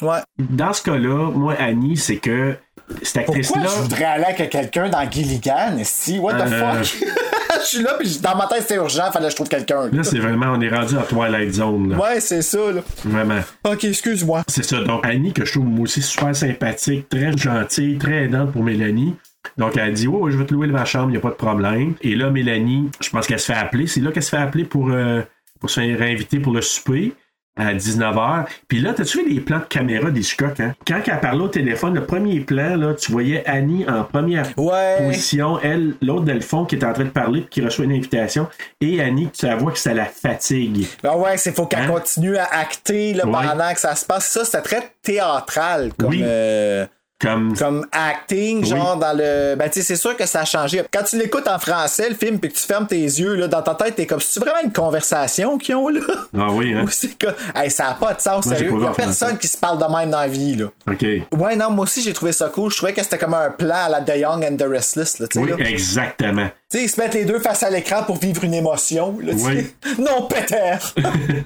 [SPEAKER 3] Ouais.
[SPEAKER 4] Dans ce cas-là, moi, Annie, c'est que cette actrice-là.
[SPEAKER 3] aller avec quelqu'un dans Gilligan, si? What the
[SPEAKER 4] Euh.
[SPEAKER 3] Je suis là, puis dans ma tête, c'était urgent, fallait que je trouve quelqu'un.
[SPEAKER 4] Là, c'est vraiment, on est rendu à Twilight Zone, là.
[SPEAKER 3] Ouais, c'est ça, là.
[SPEAKER 4] Vraiment.
[SPEAKER 3] Ok, excuse-moi.
[SPEAKER 4] C'est ça. Donc, Annie, que je trouve moi aussi super sympathique, très gentille, très aidante pour Mélanie. Donc, elle dit Oh, je vais te louer ma chambre, il n'y a pas de problème. Et là, Mélanie, je pense qu'elle se fait appeler. C'est là qu'elle se fait appeler pour, euh, pour se faire inviter pour le souper à 19h. Puis là, t'as-tu vu les plans de caméra d'Hitchcock, hein? Quand elle parlait au téléphone, le premier plan, là, tu voyais Annie en première
[SPEAKER 3] Ouais.
[SPEAKER 4] position, elle, l'autre dans le fond qui est en train de parler puis qui reçoit une invitation, et Annie, tu la vois que ça la fatigue.
[SPEAKER 3] Ben ouais, c'est faut qu'elle
[SPEAKER 4] Hein?
[SPEAKER 3] continue à acter là,
[SPEAKER 4] Ouais.
[SPEAKER 3] pendant que ça se passe. Ça, c'était très théâtral comme,
[SPEAKER 4] Oui.
[SPEAKER 3] euh,
[SPEAKER 4] Comme
[SPEAKER 3] comme acting,
[SPEAKER 4] Oui.
[SPEAKER 3] genre dans le. Ben tu sais, c'est sûr que ça a changé. Quand tu l'écoutes en français, le film, puis que tu fermes tes yeux, là, dans ta tête, t'es comme c'est vraiment une conversation qu'ils ont là?
[SPEAKER 4] Ah oui, hein?
[SPEAKER 3] Ou c'est que. Hey, ça a pas de sens,
[SPEAKER 4] Moi, j'ai
[SPEAKER 3] sérieux.
[SPEAKER 4] pas vu
[SPEAKER 3] Y a
[SPEAKER 4] en français.
[SPEAKER 3] personne qui se parle de même dans la vie, là.
[SPEAKER 4] OK.
[SPEAKER 3] Ouais, non, moi aussi, j'ai trouvé ça cool. Je trouvais que c'était comme un plan à la The Young and the Restless, là, tu sais,
[SPEAKER 4] Oui,
[SPEAKER 3] là.
[SPEAKER 4] exactement.
[SPEAKER 3] Tu sais, ils se mettent les deux face à l'écran pour vivre une émotion, là, tu
[SPEAKER 4] Oui.
[SPEAKER 3] sais. Non, Peter!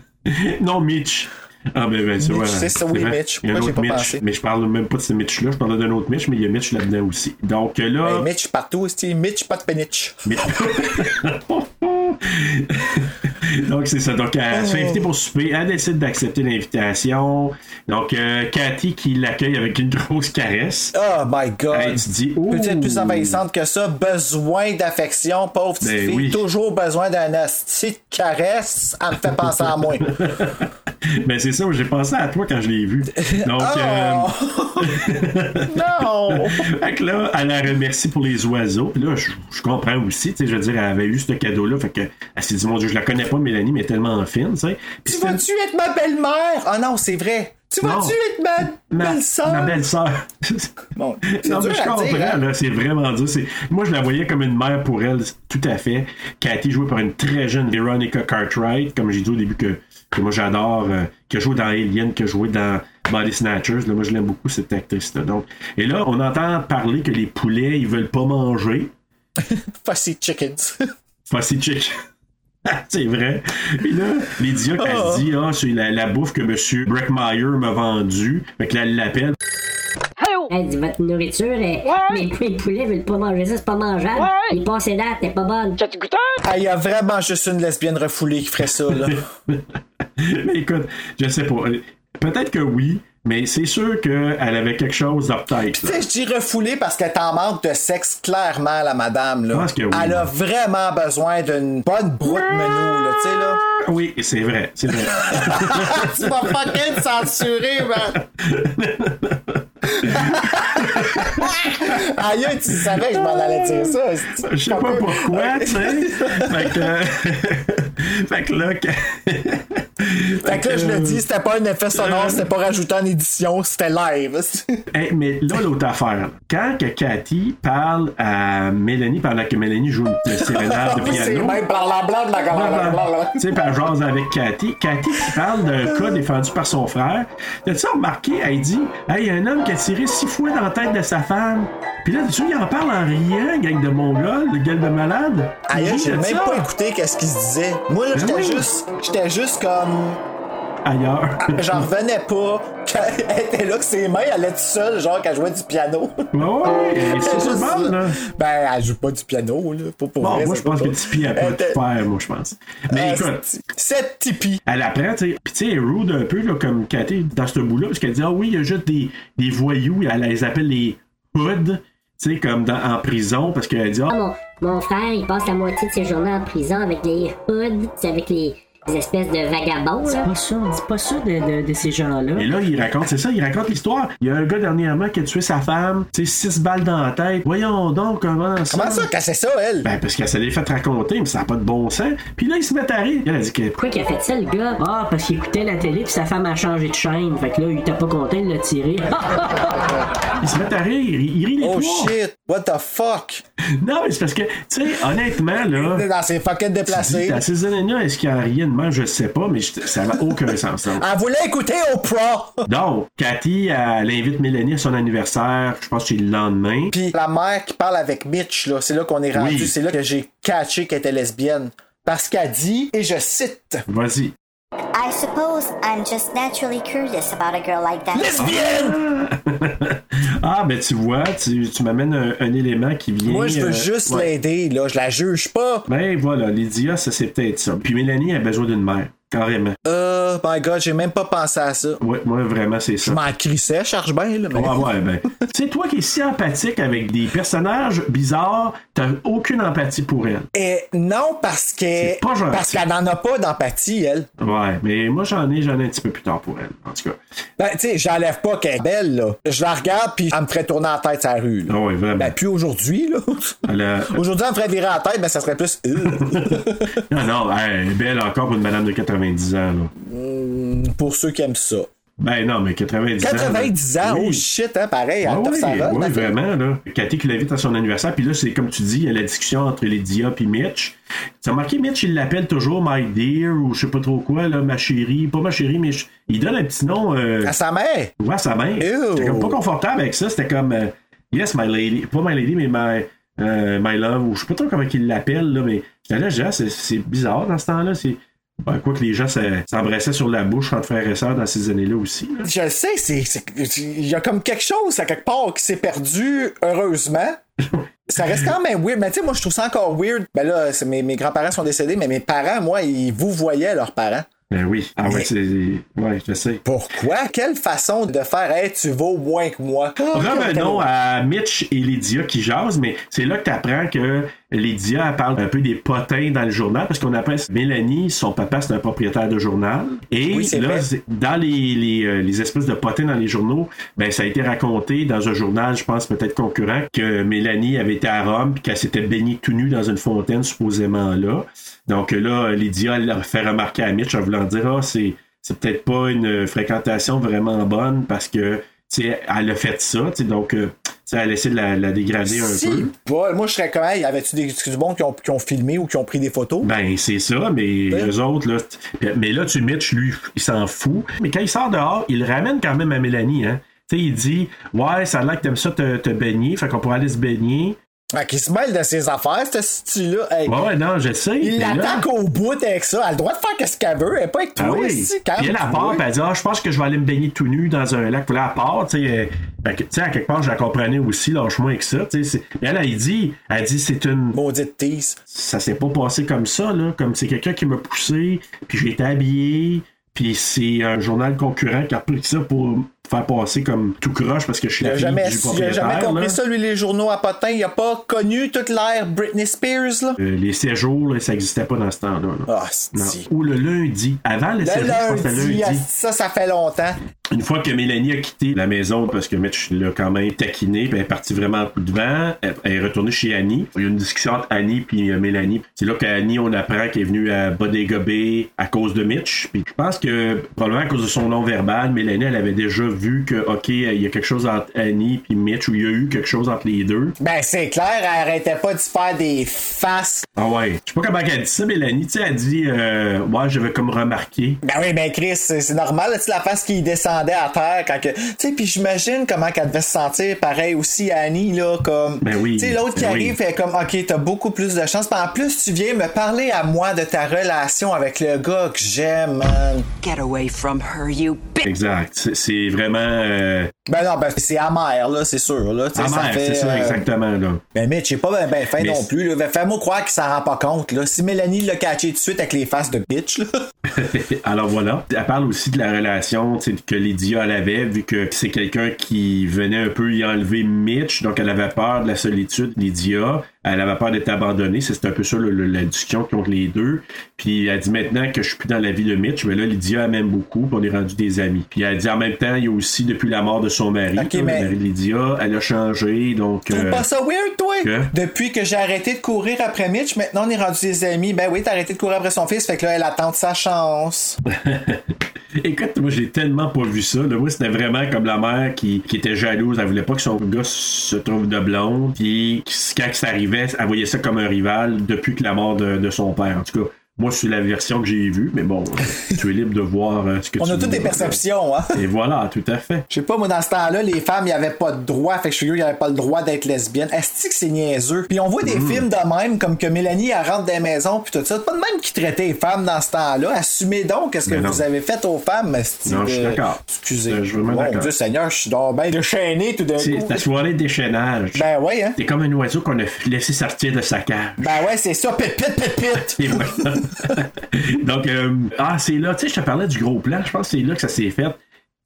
[SPEAKER 4] non, Mitch. Ah, ben, ben, c'est
[SPEAKER 3] Mitch,
[SPEAKER 4] vrai.
[SPEAKER 3] c'est ça, oui,
[SPEAKER 4] vrai.
[SPEAKER 3] Mitch.
[SPEAKER 4] Il y a un
[SPEAKER 3] Pourquoi
[SPEAKER 4] autre
[SPEAKER 3] j'ai pas
[SPEAKER 4] Mitch,
[SPEAKER 3] pensé?
[SPEAKER 4] mais je parle même pas de ce Mitch-là, je parle d'un autre Mitch, mais il y a Mitch là-dedans aussi. Donc euh, là.
[SPEAKER 3] Hey, Mitch partout, c'est Mitch, pas de pénitch.
[SPEAKER 4] Mitch- Donc, c'est ça. Donc,
[SPEAKER 3] Oh.
[SPEAKER 4] elle se fait inviter pour souper. Elle décide d'accepter l'invitation. Donc, euh, Cathy qui l'accueille avec une grosse caresse.
[SPEAKER 3] Oh my god.
[SPEAKER 4] Hey, tu dis, ouh.
[SPEAKER 3] Peut-être plus envahissante que ça, besoin d'affection, pauvre petite
[SPEAKER 4] Ben
[SPEAKER 3] fille,
[SPEAKER 4] oui.
[SPEAKER 3] toujours besoin d'un asti de caresse, elle me fait penser à moi.
[SPEAKER 4] Ben c'est ça, j'ai pensé à toi quand je l'ai vu. Donc,
[SPEAKER 3] Oh,
[SPEAKER 4] euh,
[SPEAKER 3] non!
[SPEAKER 4] fait que là, elle la remercie pour les oiseaux. Puis là, je, je comprends aussi, tu sais, je veux dire, elle avait eu ce cadeau-là. Fait que, elle s'est dit, mon Dieu, je la connais pas, Mélanie, mais elle est tellement fine, tu sais.
[SPEAKER 3] Tu
[SPEAKER 4] Puis c'était-
[SPEAKER 3] vas-tu être ma belle-mère? Ah non, c'est vrai. Tu
[SPEAKER 4] Non.
[SPEAKER 3] vas-tu être ma,
[SPEAKER 4] Ma
[SPEAKER 3] belle-sœur?
[SPEAKER 4] ma belle-sœur.
[SPEAKER 3] Bon, c'est
[SPEAKER 4] non, mais
[SPEAKER 3] dur
[SPEAKER 4] je
[SPEAKER 3] à
[SPEAKER 4] comprends,
[SPEAKER 3] dire, hein.
[SPEAKER 4] là, c'est vraiment dur. C'est- Moi, je la voyais comme une mère pour elle, tout à fait, qui a été jouée par une très jeune Veronica Cartwright, comme j'ai dit au début que, que moi j'adore, euh, qui a joué dans Alien, qui a joué dans Body Snatchers. Là, moi, je l'aime beaucoup, cette actrice-là. Donc, et là, on entend parler que les poulets, ils veulent pas manger.
[SPEAKER 3] Fussy chickens.
[SPEAKER 4] Fussy chick. c'est vrai. Puis là, Lydia, elle
[SPEAKER 3] Oh.
[SPEAKER 4] se dit, ah, c'est la, la bouffe que M. Breckmeyer m'a vendue. Fait que là, elle l'appelle.
[SPEAKER 6] Elle dit votre nourriture, est... mes, mes poulets veulent pas manger ça, c'est pas mangeable. Ils passent les dates, t'es pas bonne.
[SPEAKER 3] Ah, Il y a vraiment juste une lesbienne refoulée qui ferait ça, là.
[SPEAKER 4] mais écoute, je sais pas. Euh, Peut-être que oui, mais c'est sûr qu'elle avait quelque chose dans tête.
[SPEAKER 3] Tu sais, je dis refoulée parce qu'elle est en manque de sexe, clairement, la madame, là.
[SPEAKER 4] Je pense que oui.
[SPEAKER 3] Elle a vraiment besoin d'une bonne broute menou, là, tu sais, là.
[SPEAKER 4] Oui, c'est vrai, c'est vrai.
[SPEAKER 3] tu vas fucking censurer, man! Aïe, tu savais que je m'en allais dire ça. c'est-
[SPEAKER 4] Je sais pas pourquoi, tu sais. fait, que, euh, fait que là, que-
[SPEAKER 3] Fait que là, je le dis, c'était pas un effet sonore, c'était pas rajouté en édition, c'était live.
[SPEAKER 4] Hey, Eh, mais là, l'autre affaire, quand que Cathy parle à Mélanie pendant que Mélanie joue une petite sérénade de
[SPEAKER 3] Ah C'est
[SPEAKER 4] piano,
[SPEAKER 3] même hein. par la blonde, la
[SPEAKER 4] tu sais, puis elle jase avec Cathy. Cathy qui parle d'un cas défendu par son frère. T'as-tu remarqué, elle dit Hey, il y a un homme qui a tiré six fois dans la tête de sa femme. Puis là, tu vois, il en parle en riant, gang de mongols, le gueule de malade.
[SPEAKER 3] Aïe, j'ai
[SPEAKER 4] J'ai
[SPEAKER 3] même
[SPEAKER 4] ça
[SPEAKER 3] pas écouté qu'est-ce qu'il se disait. Moi, là,
[SPEAKER 4] Ben
[SPEAKER 3] j'étais
[SPEAKER 4] oui.
[SPEAKER 3] juste, j'étais juste comme,
[SPEAKER 4] Ailleurs.
[SPEAKER 3] j'en revenais pas. Qu'elle était là que ses mains allaient toute seule, genre qu'elle jouait du piano.
[SPEAKER 4] Ouais, ouais, c'est
[SPEAKER 3] Juste-
[SPEAKER 4] super bon, là.
[SPEAKER 3] Ben, elle joue pas du piano, là. Pour, pour
[SPEAKER 4] Bon,
[SPEAKER 3] vrai,
[SPEAKER 4] moi,
[SPEAKER 3] c'est
[SPEAKER 4] je pense
[SPEAKER 3] pas Euh,
[SPEAKER 4] que
[SPEAKER 3] bon.
[SPEAKER 4] Tipeee a pas
[SPEAKER 3] Elle
[SPEAKER 4] de
[SPEAKER 3] était-
[SPEAKER 4] faire, moi, je pense. Mais
[SPEAKER 3] Ah,
[SPEAKER 4] écoute.
[SPEAKER 3] c'est- C'est Tipeee.
[SPEAKER 4] Elle apprend, tu sais. Puis, tu sais, elle est rude un peu, là, comme Cathy, dans ce bout-là, parce qu'elle dit, ah oui, il y a juste des, des voyous, elle les appelle les hoods, tu sais, comme dans, en prison, parce qu'elle dit, ah,
[SPEAKER 6] Mon, mon frère, il passe la moitié de ses journées en prison avec les hoods, c'est avec les, les espèces de vagabonds. là.
[SPEAKER 7] Pas ça, on dit pas ça de, de- de ces gens-là.
[SPEAKER 4] Et là, il raconte, c'est ça, il raconte l'histoire. Il y a un gars dernièrement qui a tué sa femme, tu sais, six balles dans la tête. Voyons donc comment ça.
[SPEAKER 3] Comment ça, qu'elle sait ça, elle?
[SPEAKER 4] Ben, parce qu'elle s'est fait raconter, mais ça n'a pas de bon sens. Puis là, il se met à rire. Elle a dit que.
[SPEAKER 7] Pourquoi qu'il a fait ça, le gars? Ah, parce qu'il écoutait la télé puis sa femme a changé de chaîne. Fait que là, il était pas content, il l'a tiré.
[SPEAKER 6] Ah!
[SPEAKER 4] Il se met à rire. Il, il rit les
[SPEAKER 3] Oh
[SPEAKER 4] trois.
[SPEAKER 3] shit, what the fuck?
[SPEAKER 4] Non, mais c'est parce que, tu sais, honnêtement, là.
[SPEAKER 3] Dans ses fucking
[SPEAKER 4] tu dis,
[SPEAKER 3] déplacés.
[SPEAKER 4] À ces années-là, est-ce qu'il y a rien de mal? Je sais pas, mais je- ça n'a aucun sens. donc.
[SPEAKER 3] Elle voulait écouter Oprah!
[SPEAKER 4] Donc, Cathy, elle invite Mélanie à son anniversaire, je pense que c'est le lendemain.
[SPEAKER 3] Puis la mère qui parle avec Mitch, là, c'est là qu'on est rendu,
[SPEAKER 4] Oui.
[SPEAKER 3] c'est là que j'ai catché qu'elle était lesbienne. Parce qu'elle dit, et je cite,
[SPEAKER 4] Vas-y.
[SPEAKER 2] I suppose I'm just naturally curious about a girl like that.
[SPEAKER 3] Lesbienne!
[SPEAKER 4] Ah, ben tu vois, tu, tu m'amènes un, un élément qui vient.
[SPEAKER 3] Moi, je veux
[SPEAKER 4] euh,
[SPEAKER 3] juste
[SPEAKER 4] ouais.
[SPEAKER 3] l'aider, là, je la juge pas.
[SPEAKER 4] Ben voilà, Lydia, ça c'est peut-être ça. Puis Mélanie a besoin d'une mère, carrément.
[SPEAKER 3] Euh, my god, j'ai même pas pensé à ça.
[SPEAKER 4] Ouais, moi vraiment c'est
[SPEAKER 3] Je
[SPEAKER 4] ça.
[SPEAKER 3] m'en crissais, charge bien, là, mais.
[SPEAKER 4] Ouais, ouais, ben. C'est toi qui es si empathique avec des personnages bizarres, t'as aucune empathie pour elle.
[SPEAKER 3] Et non, parce que.
[SPEAKER 4] C'est pas gentil.
[SPEAKER 3] Parce qu'elle n'en a pas d'empathie, elle.
[SPEAKER 4] Ouais, mais moi j'en ai, j'en ai un petit peu plus tard pour elle, en tout cas.
[SPEAKER 3] Ben, tu sais, j'enlève pas qu'elle est belle, là. Je la regarde, puis elle me ferait tourner la tête sur la rue, là.
[SPEAKER 4] Ah ouais, vraiment.
[SPEAKER 3] Ben, puis aujourd'hui, là.
[SPEAKER 4] Elle a-
[SPEAKER 3] aujourd'hui, elle me ferait virer la tête, ben, ça serait plus. Euh,
[SPEAKER 4] Non, Ah non, elle est belle encore pour une madame de 90 ans, là.
[SPEAKER 3] pour ceux qui aiment ça.
[SPEAKER 4] Ben non, mais 90 ans. là.
[SPEAKER 3] 90 ans,
[SPEAKER 4] Oui.
[SPEAKER 3] oh shit, hein, pareil,
[SPEAKER 4] Ah
[SPEAKER 3] hein, top
[SPEAKER 4] oui,
[SPEAKER 3] ça va,
[SPEAKER 4] oui,
[SPEAKER 3] ma fille.
[SPEAKER 4] vraiment, là. Cathy qui l'invite à son anniversaire, puis là, c'est comme tu dis, il y a la discussion entre Lydia et Mitch. Tu as remarqué, Mitch, il l'appelle toujours My Dear ou je sais pas trop quoi, là, ma chérie. Pas ma chérie, mais je- il donne un petit nom euh,
[SPEAKER 3] À sa mère.
[SPEAKER 4] ouais, à sa mère.
[SPEAKER 3] Ah. Ew.
[SPEAKER 4] J'étais comme pas confortable avec ça. C'était comme euh, Yes, my lady. Pas my lady, mais my, euh, my love, ou je sais pas trop comment il l'appelle, là, mais j'étais là, genre, c'est- c'est bizarre dans ce temps-là. C'est. Ben, quoi que les gens se- s'embrassaient sur la bouche entre frères et sœurs dans ces années-là aussi. là.
[SPEAKER 3] Je le sais, c'est, c'est- il y a comme quelque chose à quelque part qui s'est perdu, heureusement. Ça reste quand même weird. Mais tu sais, moi, je trouve ça encore weird. Ben là, c'est mes, mes grands-parents sont décédés, mais mes parents, moi, ils vous voyaient leurs parents.
[SPEAKER 4] Ben oui. Ah ouais,
[SPEAKER 3] Mais-
[SPEAKER 4] c'est. Ouais, je sais.
[SPEAKER 3] Pourquoi? Quelle façon de faire, hey, tu vaux
[SPEAKER 4] Ah,
[SPEAKER 3] moins que moi.
[SPEAKER 4] Revenons à Mitch et Lydia qui jasent, mais c'est là que tu apprends que Lydia, elle parle un peu des potins dans le journal, parce qu'on appelle Mélanie, son papa, c'est un propriétaire de journal. Et
[SPEAKER 3] Oui, c'est
[SPEAKER 4] là,
[SPEAKER 3] vrai.
[SPEAKER 4] c'est- dans les, les, euh, les espèces de potins dans les journaux, ben, ça a été raconté dans un journal, je pense peut-être concurrent, que Mélanie avait été à Rome, puis qu'elle s'était baignée tout nue dans une fontaine, supposément là. Donc là, Lydia elle fait remarquer à Mitch en voulant dire Ah, c'est, c'est peut-être pas une fréquentation vraiment bonne parce que tu sais, elle a fait ça, tu sais, donc euh, tu sais, elle a essayé de la, la dégrader un
[SPEAKER 3] Si,
[SPEAKER 4] peu.
[SPEAKER 3] bol, moi, je serais comme, hey, avait-tu des, du monde qui ont, qui ont filmé ou qui ont pris des photos?
[SPEAKER 4] Ben, c'est ça, mais
[SPEAKER 3] Ouais.
[SPEAKER 4] eux autres, là. t- Mais là, tu Mitch, lui, il s'en fout. Mais quand il sort dehors, il le ramène quand même à Mélanie, hein. Tu sais, il dit Ouais, ça a l'air que t'aimes ça te, te baigner, fait qu'on pourrait aller se baigner.
[SPEAKER 3] Ah, qui se mêle de ses affaires, ce style-là. Hey,
[SPEAKER 4] Ouais, ouais, non, je sais. mais
[SPEAKER 3] il
[SPEAKER 4] là-
[SPEAKER 3] l'attaque au bout avec ça. Elle a le droit de faire ce qu'elle veut. Elle est pas avec toi,
[SPEAKER 4] Ah oui.
[SPEAKER 3] ici,
[SPEAKER 4] Puis elle, elle part, puis elle dit Ah, je pense que je vais aller me baigner tout nu dans un lac. Puis là, elle part, tu sais. euh, fait que, tu sais, à quelque part, je la comprenais aussi, lâche-moi avec ça. tu sais, c'est- Mais elle, elle dit Elle dit, c'est une.
[SPEAKER 3] Maudite tease.
[SPEAKER 4] ça s'est pas passé comme ça, là. Comme c'est quelqu'un qui m'a poussé, puis j'ai été habillé, puis c'est un journal concurrent qui a pris ça pour faire passer comme tout croche parce que je suis
[SPEAKER 3] Il
[SPEAKER 4] la
[SPEAKER 3] a
[SPEAKER 4] fille
[SPEAKER 3] jamais,
[SPEAKER 4] du
[SPEAKER 3] il a
[SPEAKER 4] propriétaire.
[SPEAKER 3] jamais compris
[SPEAKER 4] là.
[SPEAKER 3] ça, lui, les journaux à potin. Il a pas connu toute l'ère Britney Spears, là.
[SPEAKER 4] Euh, les séjours, là, ça n'existait pas dans ce temps-là. là.
[SPEAKER 3] Ah,
[SPEAKER 4] Non.
[SPEAKER 3] c'est
[SPEAKER 4] Ou le lundi. Avant le,
[SPEAKER 3] Le
[SPEAKER 4] séjour, je pense que c'était
[SPEAKER 3] lundi,
[SPEAKER 4] lundi.
[SPEAKER 3] asti, ça, ça fait longtemps.
[SPEAKER 4] Une fois que Mélanie a quitté la maison parce que Mitch l'a quand même taquiné, puis elle est partie vraiment à coup de vent, elle, elle est retournée chez Annie. Il y a une discussion entre Annie puis euh, Mélanie. C'est là qu'Annie, on apprend qu'elle est venue à Bodega Bay à cause de Mitch. Puis je pense que probablement à cause de son nom verbal, Mélanie, elle avait déjà vu que ok, euh, il y a quelque chose entre Annie puis Mitch ou il y a eu quelque chose entre les deux.
[SPEAKER 3] Ben, c'est clair, elle arrêtait pas de se faire des faces.
[SPEAKER 4] Ah ouais. Je sais pas comment elle dit ça, Mélanie. Tu sais, elle dit, euh, ouais, j'avais comme remarqué.
[SPEAKER 3] Ben oui, ben Chris, c'est c'est normal, là, tu sais, la face qui descendait à terre quand que. Tu sais, puis j'imagine comment qu'elle devait se sentir pareil aussi, Annie, là, comme.
[SPEAKER 4] Ben oui,
[SPEAKER 3] Tu sais, l'autre qui
[SPEAKER 4] ben
[SPEAKER 3] arrive
[SPEAKER 4] oui.
[SPEAKER 3] fait comme, OK, t'as beaucoup plus de chance. Puis en plus, tu viens me parler à moi de ta relation avec le gars que j'aime, man.
[SPEAKER 8] Get away from her, you bitch!
[SPEAKER 4] Exact. C'est- C'est vraiment euh,
[SPEAKER 3] Ben non, ben c'est amer, là, c'est sûr, là. tu sais,
[SPEAKER 4] amer,
[SPEAKER 3] fait,
[SPEAKER 4] c'est ça,
[SPEAKER 3] euh,
[SPEAKER 4] exactement, là.
[SPEAKER 3] Ben Mitch, j'ai pas ben, ben fin
[SPEAKER 4] Mais
[SPEAKER 3] non
[SPEAKER 4] c'est-
[SPEAKER 3] plus, là. Ben, Fais-moi croire qu'il s'en rend pas compte, là. Si Mélanie l'a catché tout de suite avec les faces de bitch, là.
[SPEAKER 4] Alors voilà. Elle parle aussi de la relation tu sais, que Lydia elle avait, vu que c'est quelqu'un qui venait un peu y enlever Mitch, donc elle avait peur de la solitude, Lydia. Elle avait peur d'être abandonnée. C'est c'est un peu ça le- le- la discussion qu'ont les deux. Puis elle dit maintenant que je suis plus dans la vie de Mitch, mais là, Lydia elle m'aime beaucoup, puis on est rendu des amis. Puis elle dit en même temps, il y a aussi depuis la mort de son mari,
[SPEAKER 3] Ok,
[SPEAKER 4] là,
[SPEAKER 3] mais-
[SPEAKER 4] le mari de Lydia, elle a changé, donc.
[SPEAKER 3] Trouve
[SPEAKER 4] euh,
[SPEAKER 3] pas ça weird, toi?
[SPEAKER 4] que?
[SPEAKER 3] Depuis que j'ai arrêté de courir après Mitch, maintenant on est rendu des amis. Ben oui, t'as arrêté de courir après son fils, fait que là, elle attend de sa chance.
[SPEAKER 4] Écoute, moi, j'ai tellement pas vu ça. Là. Moi, c'était vraiment comme la mère qui, qui était jalouse. Elle voulait pas que son gars se trouve de blonde. Puis, quand ça arrivait, elle voyait ça comme un rival depuis que la mort de, de son père. En tout cas, moi, c'est la version que j'ai vue. Mais bon, tu es libre de voir euh, ce que
[SPEAKER 3] On
[SPEAKER 4] tu
[SPEAKER 3] a
[SPEAKER 4] veux.
[SPEAKER 3] toutes des perceptions, hein?
[SPEAKER 4] Et voilà, tout à fait.
[SPEAKER 3] Je sais pas, moi, dans ce temps-là, les femmes, y avait pas de droit. Fait que je suis sûr y avait pas le droit d'être lesbienne. Est-ce que c'est niaiseux? Puis on voit
[SPEAKER 4] Mm.
[SPEAKER 3] des films de même, comme que Mélanie, elle rentre des maisons, puis tout ça. C'est pas de même qui traitait les femmes dans ce temps-là. Assumez donc qu'est-ce que
[SPEAKER 4] Mais non.
[SPEAKER 3] vous avez fait aux femmes, esti
[SPEAKER 4] Non, je suis
[SPEAKER 3] de-
[SPEAKER 4] d'accord. Euh,
[SPEAKER 3] Excusez.
[SPEAKER 4] Je suis vraiment
[SPEAKER 3] Mon
[SPEAKER 4] d'accord.
[SPEAKER 3] Dieu Seigneur, je suis donc bien déchaîné tout d'un
[SPEAKER 4] C'est
[SPEAKER 3] coup.
[SPEAKER 4] la soirée de déchaînage.
[SPEAKER 3] Ben ouais, hein?
[SPEAKER 4] T'es comme un oiseau qu'on a laissé sortir de sa cage.
[SPEAKER 3] Ben ouais, c'est ça, pépite, pépite!
[SPEAKER 4] Et voilà. Donc, euh, ah, c'est là, tu sais, je te parlais du gros plan. Je pense que c'est là que ça s'est fait.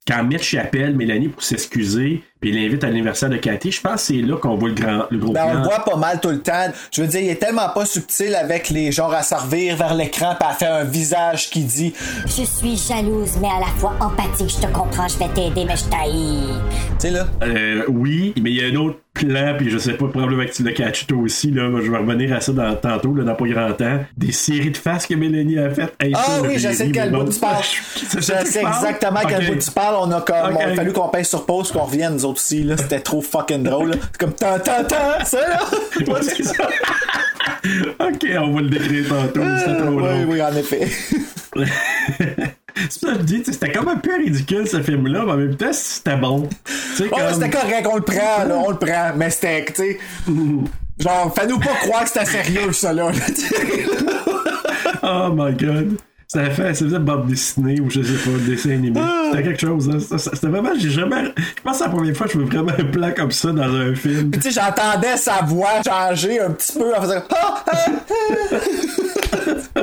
[SPEAKER 4] Quand Mitch appelle Mélanie pour s'excuser, puis il l'invite à l'anniversaire de Cathy, je pense que c'est là qu'on voit le, grand, le gros
[SPEAKER 3] Ben, on
[SPEAKER 4] plan.
[SPEAKER 3] le voit pas mal tout le temps. Je veux dire, il est tellement pas subtil avec les genres à servir vers l'écran pis à faire un visage qui dit
[SPEAKER 2] Je suis jalouse, mais à la fois empathique. Je te comprends, je vais t'aider, mais je t'haïs.
[SPEAKER 3] Tu sais, là.
[SPEAKER 4] Euh, oui, mais il y a un autre plan, puis je sais pas, probablement que tu l'as catché toi aussi, là, moi, je vais revenir à ça dans, tantôt, là, dans pas grand temps. Des séries de faces que Mélanie a faites. Hey, ça,
[SPEAKER 3] Ah
[SPEAKER 4] là,
[SPEAKER 3] oui, je
[SPEAKER 4] j'ai
[SPEAKER 3] sais
[SPEAKER 4] ri,
[SPEAKER 3] de quel
[SPEAKER 4] mais
[SPEAKER 3] bout
[SPEAKER 4] bon,
[SPEAKER 3] tu parles.
[SPEAKER 4] je-
[SPEAKER 3] Je
[SPEAKER 4] je sais de qui
[SPEAKER 3] sais
[SPEAKER 4] tu parles.
[SPEAKER 3] exactement quel
[SPEAKER 4] Ok.
[SPEAKER 3] bout tu parles. On a comme.
[SPEAKER 4] Ok.
[SPEAKER 3] on a fallu qu'on pèse sur pause, qu'on revienne, nous autres aussi, là. C'était trop fucking drôle, là. C'est comme tant, tant, tant, ça, là.
[SPEAKER 4] Ouais, c'est ça. ok, on va le décrire tantôt, c'était trop long.
[SPEAKER 3] oui, oui, en effet.
[SPEAKER 4] C'est ça que je dis, tu sais, c'était comme un peu ridicule ce film-là, mais en même temps, c'était bon. Tu sais,
[SPEAKER 3] Oh,
[SPEAKER 4] comme-
[SPEAKER 3] c'était correct, on le prend, là, on le prend. Mais c'était, tu sais. Genre, fais-nous pas croire que c'était sérieux, ça, là.
[SPEAKER 4] Oh my god. Ça fait, ça faisait Bob Disney ou je sais pas, dessin animé. C'était quelque chose, hein. Ça- ça- C'était vraiment, j'ai jamais. Je pense que c'est la première fois que je veux vraiment un plan comme ça dans un film.
[SPEAKER 3] Puis tu sais, j'entendais sa voix changer un petit peu en faisant Ah, ah, ah.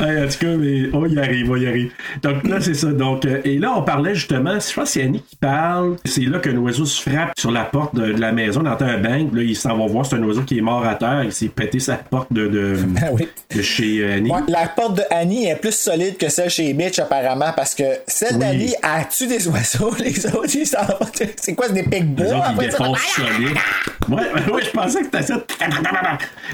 [SPEAKER 4] Hey, en tout cas, mais on y arrive, on y arrive. Donc là, c'est ça. Donc, euh, et là, on parlait justement, je pense que c'est Annie qui parle. C'est là qu'un oiseau se frappe sur la porte de, de la maison, dans un bang. Là, il s'en va voir, c'est un oiseau qui est mort à terre. Il s'est pété sa porte de, de,
[SPEAKER 3] Ah oui.
[SPEAKER 4] de chez euh, Annie.
[SPEAKER 3] Ouais, la porte de Annie est plus solide que celle chez Mitch, apparemment, parce que celle
[SPEAKER 4] Oui.
[SPEAKER 3] d'Annie a tué des oiseaux, les autres, ils s'en vont. C'est quoi, c'est des
[SPEAKER 4] Les
[SPEAKER 3] pics-bois?
[SPEAKER 4] autres, ils
[SPEAKER 3] Oh, après ça?
[SPEAKER 4] défoncent solide. Ouais, ouais, je pensais que t'as ça.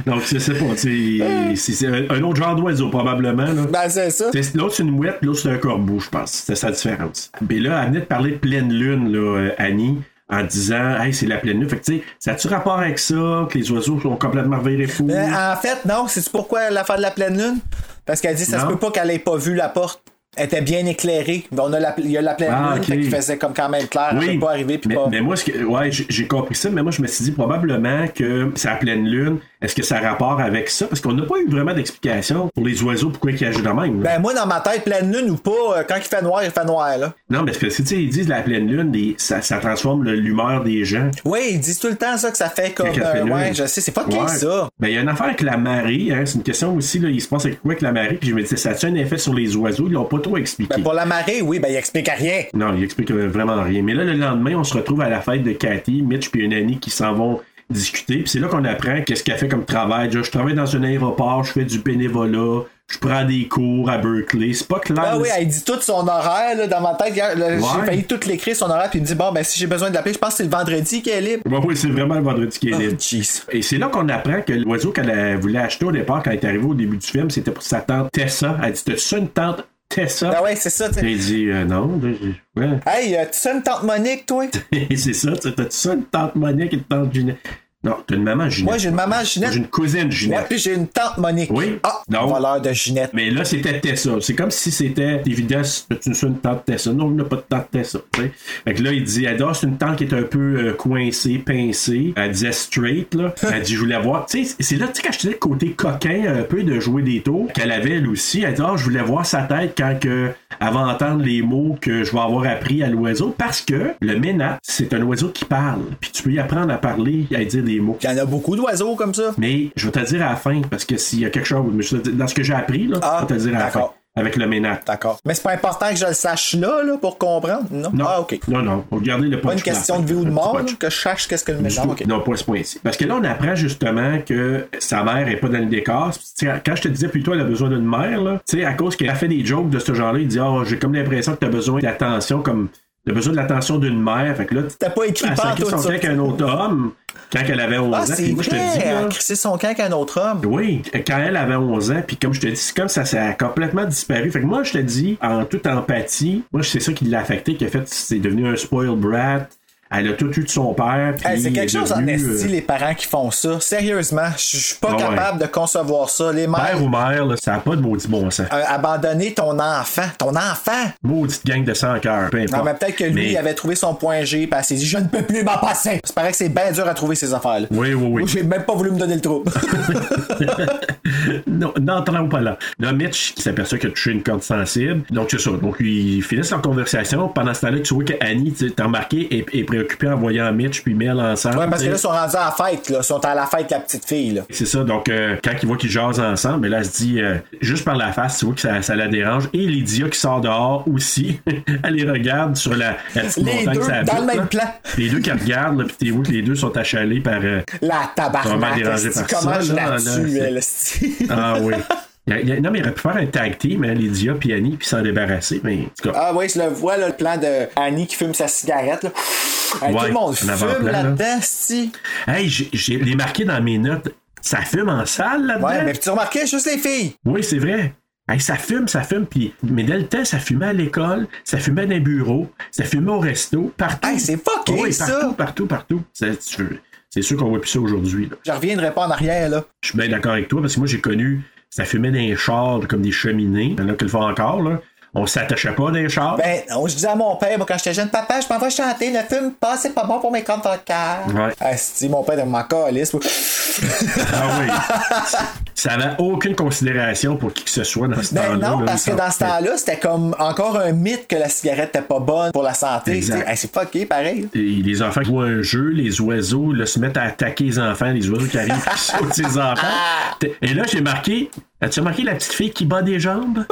[SPEAKER 4] Donc, je sais pas, c'est- c'est c'est un- un autre genre d'oiseau, probablement. Là.
[SPEAKER 3] Ben, c'est ça.
[SPEAKER 4] C'est- L'autre, c'est une mouette, l'autre, c'est un corbeau, je pense. C'est ça la différence. Mais là, elle venait de parler de pleine lune, là, euh, Annie, en disant, hey, c'est la pleine lune. Fait que, tu sais, ça a-tu rapport avec ça, que les oiseaux sont complètement virés fous?
[SPEAKER 3] Euh, en fait, non, c'est pourquoi l'affaire de la pleine lune? Parce qu'elle dit ça se
[SPEAKER 4] Non.
[SPEAKER 3] peut pas qu'elle ait pas vu la porte. Elle était bien éclairée. Ben, On a la, il y a la pleine
[SPEAKER 4] Ah,
[SPEAKER 3] lune
[SPEAKER 4] ok.
[SPEAKER 3] fait qu'il faisait comme quand même clair. Elle peut pas arriver puis
[SPEAKER 4] mais,
[SPEAKER 3] pas.
[SPEAKER 4] mais moi, ce que, ouais, j'ai- j'ai compris ça, mais moi, je me suis dit probablement que c'est la pleine lune. Est-ce que ça a rapport avec ça? Parce qu'on n'a pas eu vraiment d'explication pour les oiseaux, pourquoi ils agissent de même. là.
[SPEAKER 3] Ben moi dans ma tête, pleine lune ou pas, euh, quand il fait noir, il fait noir là.
[SPEAKER 4] Non, mais parce que, tu sais, ils disent la pleine lune, les- ça, ça transforme le- l'humeur des gens.
[SPEAKER 3] Oui, ils disent tout le temps ça que ça fait comme.
[SPEAKER 4] Quand il y a la
[SPEAKER 3] euh,
[SPEAKER 4] pleine
[SPEAKER 3] ouais,
[SPEAKER 4] lune.
[SPEAKER 3] je sais, c'est pas qui
[SPEAKER 4] Ouais.
[SPEAKER 3] ça.
[SPEAKER 4] Ben, il y a une affaire avec la marée, hein, c'est une question aussi, là, il se passe avec quoi avec la marée, puis je me disais, ça a un effet sur les oiseaux, ils l'ont pas trop expliqué.
[SPEAKER 3] Ben, pour la marée, oui, ben il explique rien.
[SPEAKER 4] Non, il explique euh, vraiment rien. Mais là, le lendemain, on se retrouve à la fête de Cathy, Mitch puis une amie qui s'en vont discuter. Puis c'est là qu'on apprend qu'est-ce qu'elle fait comme travail. Déjà, je travaille dans un aéroport, je fais du bénévolat, je prends des cours à Berkeley. C'est pas clair.
[SPEAKER 3] Ah
[SPEAKER 4] là,
[SPEAKER 3] oui,
[SPEAKER 4] c'est-
[SPEAKER 3] elle dit tout son horaire là, dans ma tête. hier, là, J'ai
[SPEAKER 4] Ouais.
[SPEAKER 3] failli tout l'écrire son horaire puis il me dit bon ben si j'ai besoin de l'appeler, je pense que c'est le vendredi qu'elle est libre.
[SPEAKER 4] Ouais, ouais, c'est vraiment le vendredi qui est
[SPEAKER 3] Oh,
[SPEAKER 4] libre.
[SPEAKER 3] jeez.
[SPEAKER 4] Et c'est là qu'on apprend que l'oiseau qu'elle euh, voulait acheter au départ, quand elle est arrivée au début du film, c'était pour sa tante Tessa. Elle dit T'as-tu ça une tante Tessa
[SPEAKER 3] Ah ouais, c'est ça. tu sais.
[SPEAKER 4] Elle dit Euh, Non. Là, j'ai- ouais.
[SPEAKER 3] Hey, euh, tu sais une tante Monique, toi?
[SPEAKER 4] Et c'est ça, tu sais, t'as-tu ça une tante Monique et une tante Ginette Non, t'as une maman Ginette.
[SPEAKER 3] Moi, j'ai une maman Ginette.
[SPEAKER 4] J'ai une cousine
[SPEAKER 3] Ouais,
[SPEAKER 4] Ginette.
[SPEAKER 3] puis j'ai une tante Monique.
[SPEAKER 4] Oui.
[SPEAKER 3] Ah,
[SPEAKER 4] Donc-
[SPEAKER 3] valeur de Ginette.
[SPEAKER 4] Mais là, c'était Tessa. C'est comme si c'était évident, c'est une, c'est une tante Tessa. Non, il n'a pas de tante Tessa. tu sais. Fait que là, il dit, Ada, c'est une tante qui est un peu euh, coincée, pincée. Elle disait straight, là. Elle dit, je voulais voir. Tu sais, c'est là, tu sais, quand je disais le côté coquin, un peu de jouer des tours, qu'elle avait elle aussi. Elle dit, ah, je voulais voir sa tête quand que, elle va entendre les mots que je vais avoir appris à l'oiseau parce que le ménat, c'est un oiseau qui parle. Puis tu peux y apprendre à parler et à dire des mots.
[SPEAKER 3] Il y en a beaucoup d'oiseaux comme ça.
[SPEAKER 4] Mais je vais te le dire à la fin, parce que s'il y a quelque chose, mais je vais te le dire- dans ce que j'ai appris, là,
[SPEAKER 3] Ah,
[SPEAKER 4] je vais te le dire à la fin.
[SPEAKER 3] d'accord.
[SPEAKER 4] Avec le ménat.
[SPEAKER 3] D'accord. Mais c'est pas important que je le sache là, là pour comprendre, non?
[SPEAKER 4] Non,
[SPEAKER 3] Ah, ok.
[SPEAKER 4] non, non. Regardez le
[SPEAKER 3] Pas
[SPEAKER 4] punch.
[SPEAKER 3] une question de vie ou de mort, là, que je sache qu'est-ce que le méchant.
[SPEAKER 4] Non,
[SPEAKER 3] ok.
[SPEAKER 4] non, pas à ce point-ci. Parce que là, on apprend justement que sa mère est pas dans le décor. Tu sais, Quand je te disais plutôt elle a besoin d'une mère, là, tu sais, à cause qu'elle a fait des jokes de ce genre-là, il dit Ah, j'ai comme l'impression que t'as besoin d'attention, comme t'as besoin de l'attention d'une mère. Fait que là,
[SPEAKER 3] T'as pas écrit
[SPEAKER 4] elle
[SPEAKER 3] pas en
[SPEAKER 4] sacrait
[SPEAKER 3] tout
[SPEAKER 4] son
[SPEAKER 3] ça.
[SPEAKER 4] camp qu'un autre homme quand elle avait 11
[SPEAKER 3] Ah,
[SPEAKER 4] ans.
[SPEAKER 3] c'est
[SPEAKER 4] Puis moi, je te
[SPEAKER 3] vrai!
[SPEAKER 4] dis, là,
[SPEAKER 3] Elle a crissé son camp qu'un autre homme.
[SPEAKER 4] Oui, quand elle avait 11 ans, puis comme je te dis, c'est comme ça, ça a complètement disparu. Fait que moi, je te dis, en toute empathie, moi, c'est ça qui l'a affecté, qui a fait, c'est devenu un spoil brat. Elle a tout eu de son père. puis
[SPEAKER 3] Hey, c'est
[SPEAKER 4] il
[SPEAKER 3] quelque
[SPEAKER 4] est
[SPEAKER 3] chose en
[SPEAKER 4] devenu,
[SPEAKER 3] esti,
[SPEAKER 4] euh,
[SPEAKER 3] les parents qui font ça. Sérieusement, je je suis pas
[SPEAKER 4] Ah ouais.
[SPEAKER 3] capable de concevoir ça. Les mères,
[SPEAKER 4] Père ou mère, là, ça n'a pas de maudit bon sens.
[SPEAKER 3] euh, abandonner ton enfant. Ton enfant!
[SPEAKER 4] Maudite gang de sang cœur, peu importe.
[SPEAKER 3] Non, mais peut-être que lui,
[SPEAKER 4] Mais-
[SPEAKER 3] il avait trouvé son point G, puis elle s'est dit, je ne peux plus m'en passer. C'est paraît que c'est bien dur à trouver ces affaires-là.
[SPEAKER 4] Oui, oui, oui.
[SPEAKER 3] J'ai même pas voulu me donner le trouble.
[SPEAKER 4] non, n'entrons pas là. Là, Mitch qui s'aperçoit qu'il a touché une corde sensible. Donc, c'est ça. Donc, ils finissent leur conversation. Pendant ce temps-là, tu vois qu'Annie, tu sais, t'as remarqué, est, est préoccupée en voyant Mitch puis Mel ensemble.
[SPEAKER 3] ouais, parce que
[SPEAKER 4] tu
[SPEAKER 3] là,
[SPEAKER 4] sais.
[SPEAKER 3] ils sont rendus à la fête, là. Ils sont à la fête, la petite fille, là.
[SPEAKER 4] C'est ça, donc euh, quand il voit qu'ils jasent ensemble, ben là, elle se dit, euh, juste par la face, tu vois que ça, ça la dérange. Et Lydia qui sort dehors aussi, elle les regarde sur la, la petite
[SPEAKER 3] Les
[SPEAKER 4] montagne
[SPEAKER 3] deux
[SPEAKER 4] que
[SPEAKER 3] dans
[SPEAKER 4] ça
[SPEAKER 3] le
[SPEAKER 4] habite,
[SPEAKER 3] même
[SPEAKER 4] là.
[SPEAKER 3] plan.
[SPEAKER 4] Les deux qui regardent, là, puis tu vois que les deux sont achalés par... euh,
[SPEAKER 3] La
[SPEAKER 4] Vraiment
[SPEAKER 3] tabarnak.
[SPEAKER 4] dérangé
[SPEAKER 3] esti,
[SPEAKER 4] par
[SPEAKER 3] Comment
[SPEAKER 4] ça,
[SPEAKER 3] je
[SPEAKER 4] là,
[SPEAKER 3] la
[SPEAKER 4] là,
[SPEAKER 3] tue,
[SPEAKER 4] c'est-
[SPEAKER 3] elle, esti.
[SPEAKER 4] Ah oui. Il y a- il y a- non, mais il aurait pu faire un tag team, hein, Lydia puis Annie, puis s'en débarrasser, mais en tout cas...
[SPEAKER 3] Ah oui, je le vois, là, le plan de Annie qui fume sa cigarette, là. Hey, tout
[SPEAKER 4] Ouais,
[SPEAKER 3] le monde
[SPEAKER 4] en
[SPEAKER 3] fume
[SPEAKER 4] avant-plan, là.
[SPEAKER 3] là-dedans, esti.
[SPEAKER 4] Hey, j'ai- j'ai les marqué dans mes notes. Ça fume en salle, là-dedans?
[SPEAKER 3] Ouais, mais tu remarquais juste les filles.
[SPEAKER 4] Oui, c'est vrai. Hey, ça fume, ça fume, puis mais dès le temps, ça fumait à l'école, ça fumait dans les bureaux, ça fumait au resto, partout.
[SPEAKER 3] Hey, c'est fucké,
[SPEAKER 4] Oui,
[SPEAKER 3] ça.
[SPEAKER 4] Partout, partout, partout. Ça, tu veux- C'est sûr qu'on voit plus ça aujourd'hui. là.
[SPEAKER 3] Je reviendrai pas en arrière, là.
[SPEAKER 4] Je suis bien d'accord avec toi parce que moi j'ai connu, ça fumait dans les chars comme des cheminées. Il y en a qui le font encore là. On s'attachait pas dans les chars.
[SPEAKER 3] Ben, non, je disais à mon père, moi, quand j'étais jeune, papa, je m'en vais chanter, ne fume pas, c'est pas bon pour mes cordes vocales.
[SPEAKER 4] Ouais.
[SPEAKER 3] Asti, mon père, il m'en calisse.
[SPEAKER 4] Ah oui. ça n'avait aucune considération pour qui que ce soit dans ce
[SPEAKER 3] Ben
[SPEAKER 4] temps-là.
[SPEAKER 3] non,
[SPEAKER 4] là,
[SPEAKER 3] parce
[SPEAKER 4] il
[SPEAKER 3] que dans ce
[SPEAKER 4] s'en-
[SPEAKER 3] temps-là, c'était comme encore un mythe que la cigarette était pas bonne pour la santé.
[SPEAKER 4] Exact.
[SPEAKER 3] tu sais. Hey, c'est fucké, pareil.
[SPEAKER 4] Et les enfants jouent à un jeu, les oiseaux là, se mettent à attaquer les enfants, les oiseaux qui arrivent qui sautent les enfants. T'es- Et là, j'ai marqué. As-tu remarqué la petite fille qui bat des jambes?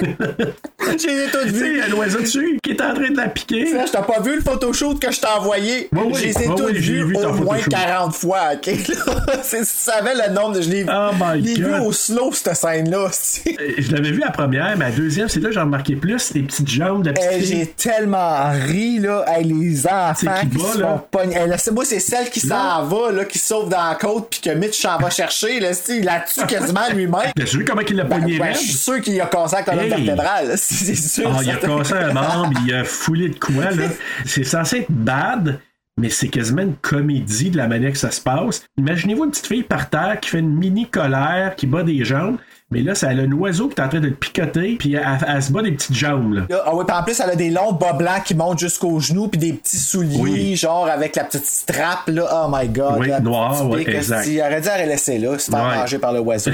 [SPEAKER 3] J'ai les ai toutes
[SPEAKER 4] tu sais,
[SPEAKER 3] vues.
[SPEAKER 4] il y a l'oiseau dessus qui est en train de la piquer.
[SPEAKER 3] Là, je t'ai pas vu le photoshoot que je t'ai envoyé.
[SPEAKER 4] Bah Oui, oui.
[SPEAKER 3] Je les ai
[SPEAKER 4] Oui,
[SPEAKER 3] toutes
[SPEAKER 4] oui, je l'ai
[SPEAKER 3] vues
[SPEAKER 4] vu,
[SPEAKER 3] au
[SPEAKER 4] ton
[SPEAKER 3] moins
[SPEAKER 4] photoshoot.
[SPEAKER 3] 40 fois, ok? Là, c'est- si tu savais le nombre de. Je l'ai
[SPEAKER 4] Oh my
[SPEAKER 3] je l'ai vu
[SPEAKER 4] God.
[SPEAKER 3] au slow, cette scène-là. c'est-
[SPEAKER 4] Euh, Je l'avais vu la première, mais la deuxième, c'est là que j'ai remarqué plus les petites jambes de la petite
[SPEAKER 3] Hey,
[SPEAKER 4] fille.
[SPEAKER 3] Eh, j'ai tellement ri, là. Hey, les enfants
[SPEAKER 4] qui
[SPEAKER 3] qui,
[SPEAKER 4] bat,
[SPEAKER 3] se
[SPEAKER 4] là?
[SPEAKER 3] font pogner. Hey, là, c'est moi, c'est celle qui s'en va, là, qui sauve dans la côte, puis que Mitch s'en va chercher, là. c'est- Il la tue quasiment lui-même.
[SPEAKER 4] T'as vu comment il l'a
[SPEAKER 3] Ben,
[SPEAKER 4] pogné
[SPEAKER 3] ben,
[SPEAKER 4] raide?
[SPEAKER 3] je suis sûr qu'il a cassé la colonne
[SPEAKER 4] Hey.
[SPEAKER 3] vertébrale. là. C'est sûr.
[SPEAKER 4] Ah, il a
[SPEAKER 3] certain.
[SPEAKER 4] cassé un membre, il a foulé de quoi, là. C'est censé être bad, mais c'est quasiment une comédie de la manière que ça se passe. Imaginez-vous une petite fille par terre qui fait une mini colère, qui bat des jambes, mais là, ça a un oiseau qui est en train de le picoter, puis elle, elle- elle se bat des petites jambes, là.
[SPEAKER 3] Là, ah oui, puis en plus, elle a des longs bas blancs qui montent jusqu'aux genoux, puis des petits souliers,
[SPEAKER 4] Oui.
[SPEAKER 3] genre avec la petite strap, là. Oh my god.
[SPEAKER 4] Oui,
[SPEAKER 3] la
[SPEAKER 4] noir,
[SPEAKER 3] petite
[SPEAKER 4] ouais,
[SPEAKER 3] pique,
[SPEAKER 4] exact.
[SPEAKER 3] si, Il aurait dû la laisser là, se faire
[SPEAKER 4] Ouais.
[SPEAKER 3] manger par le oiseau.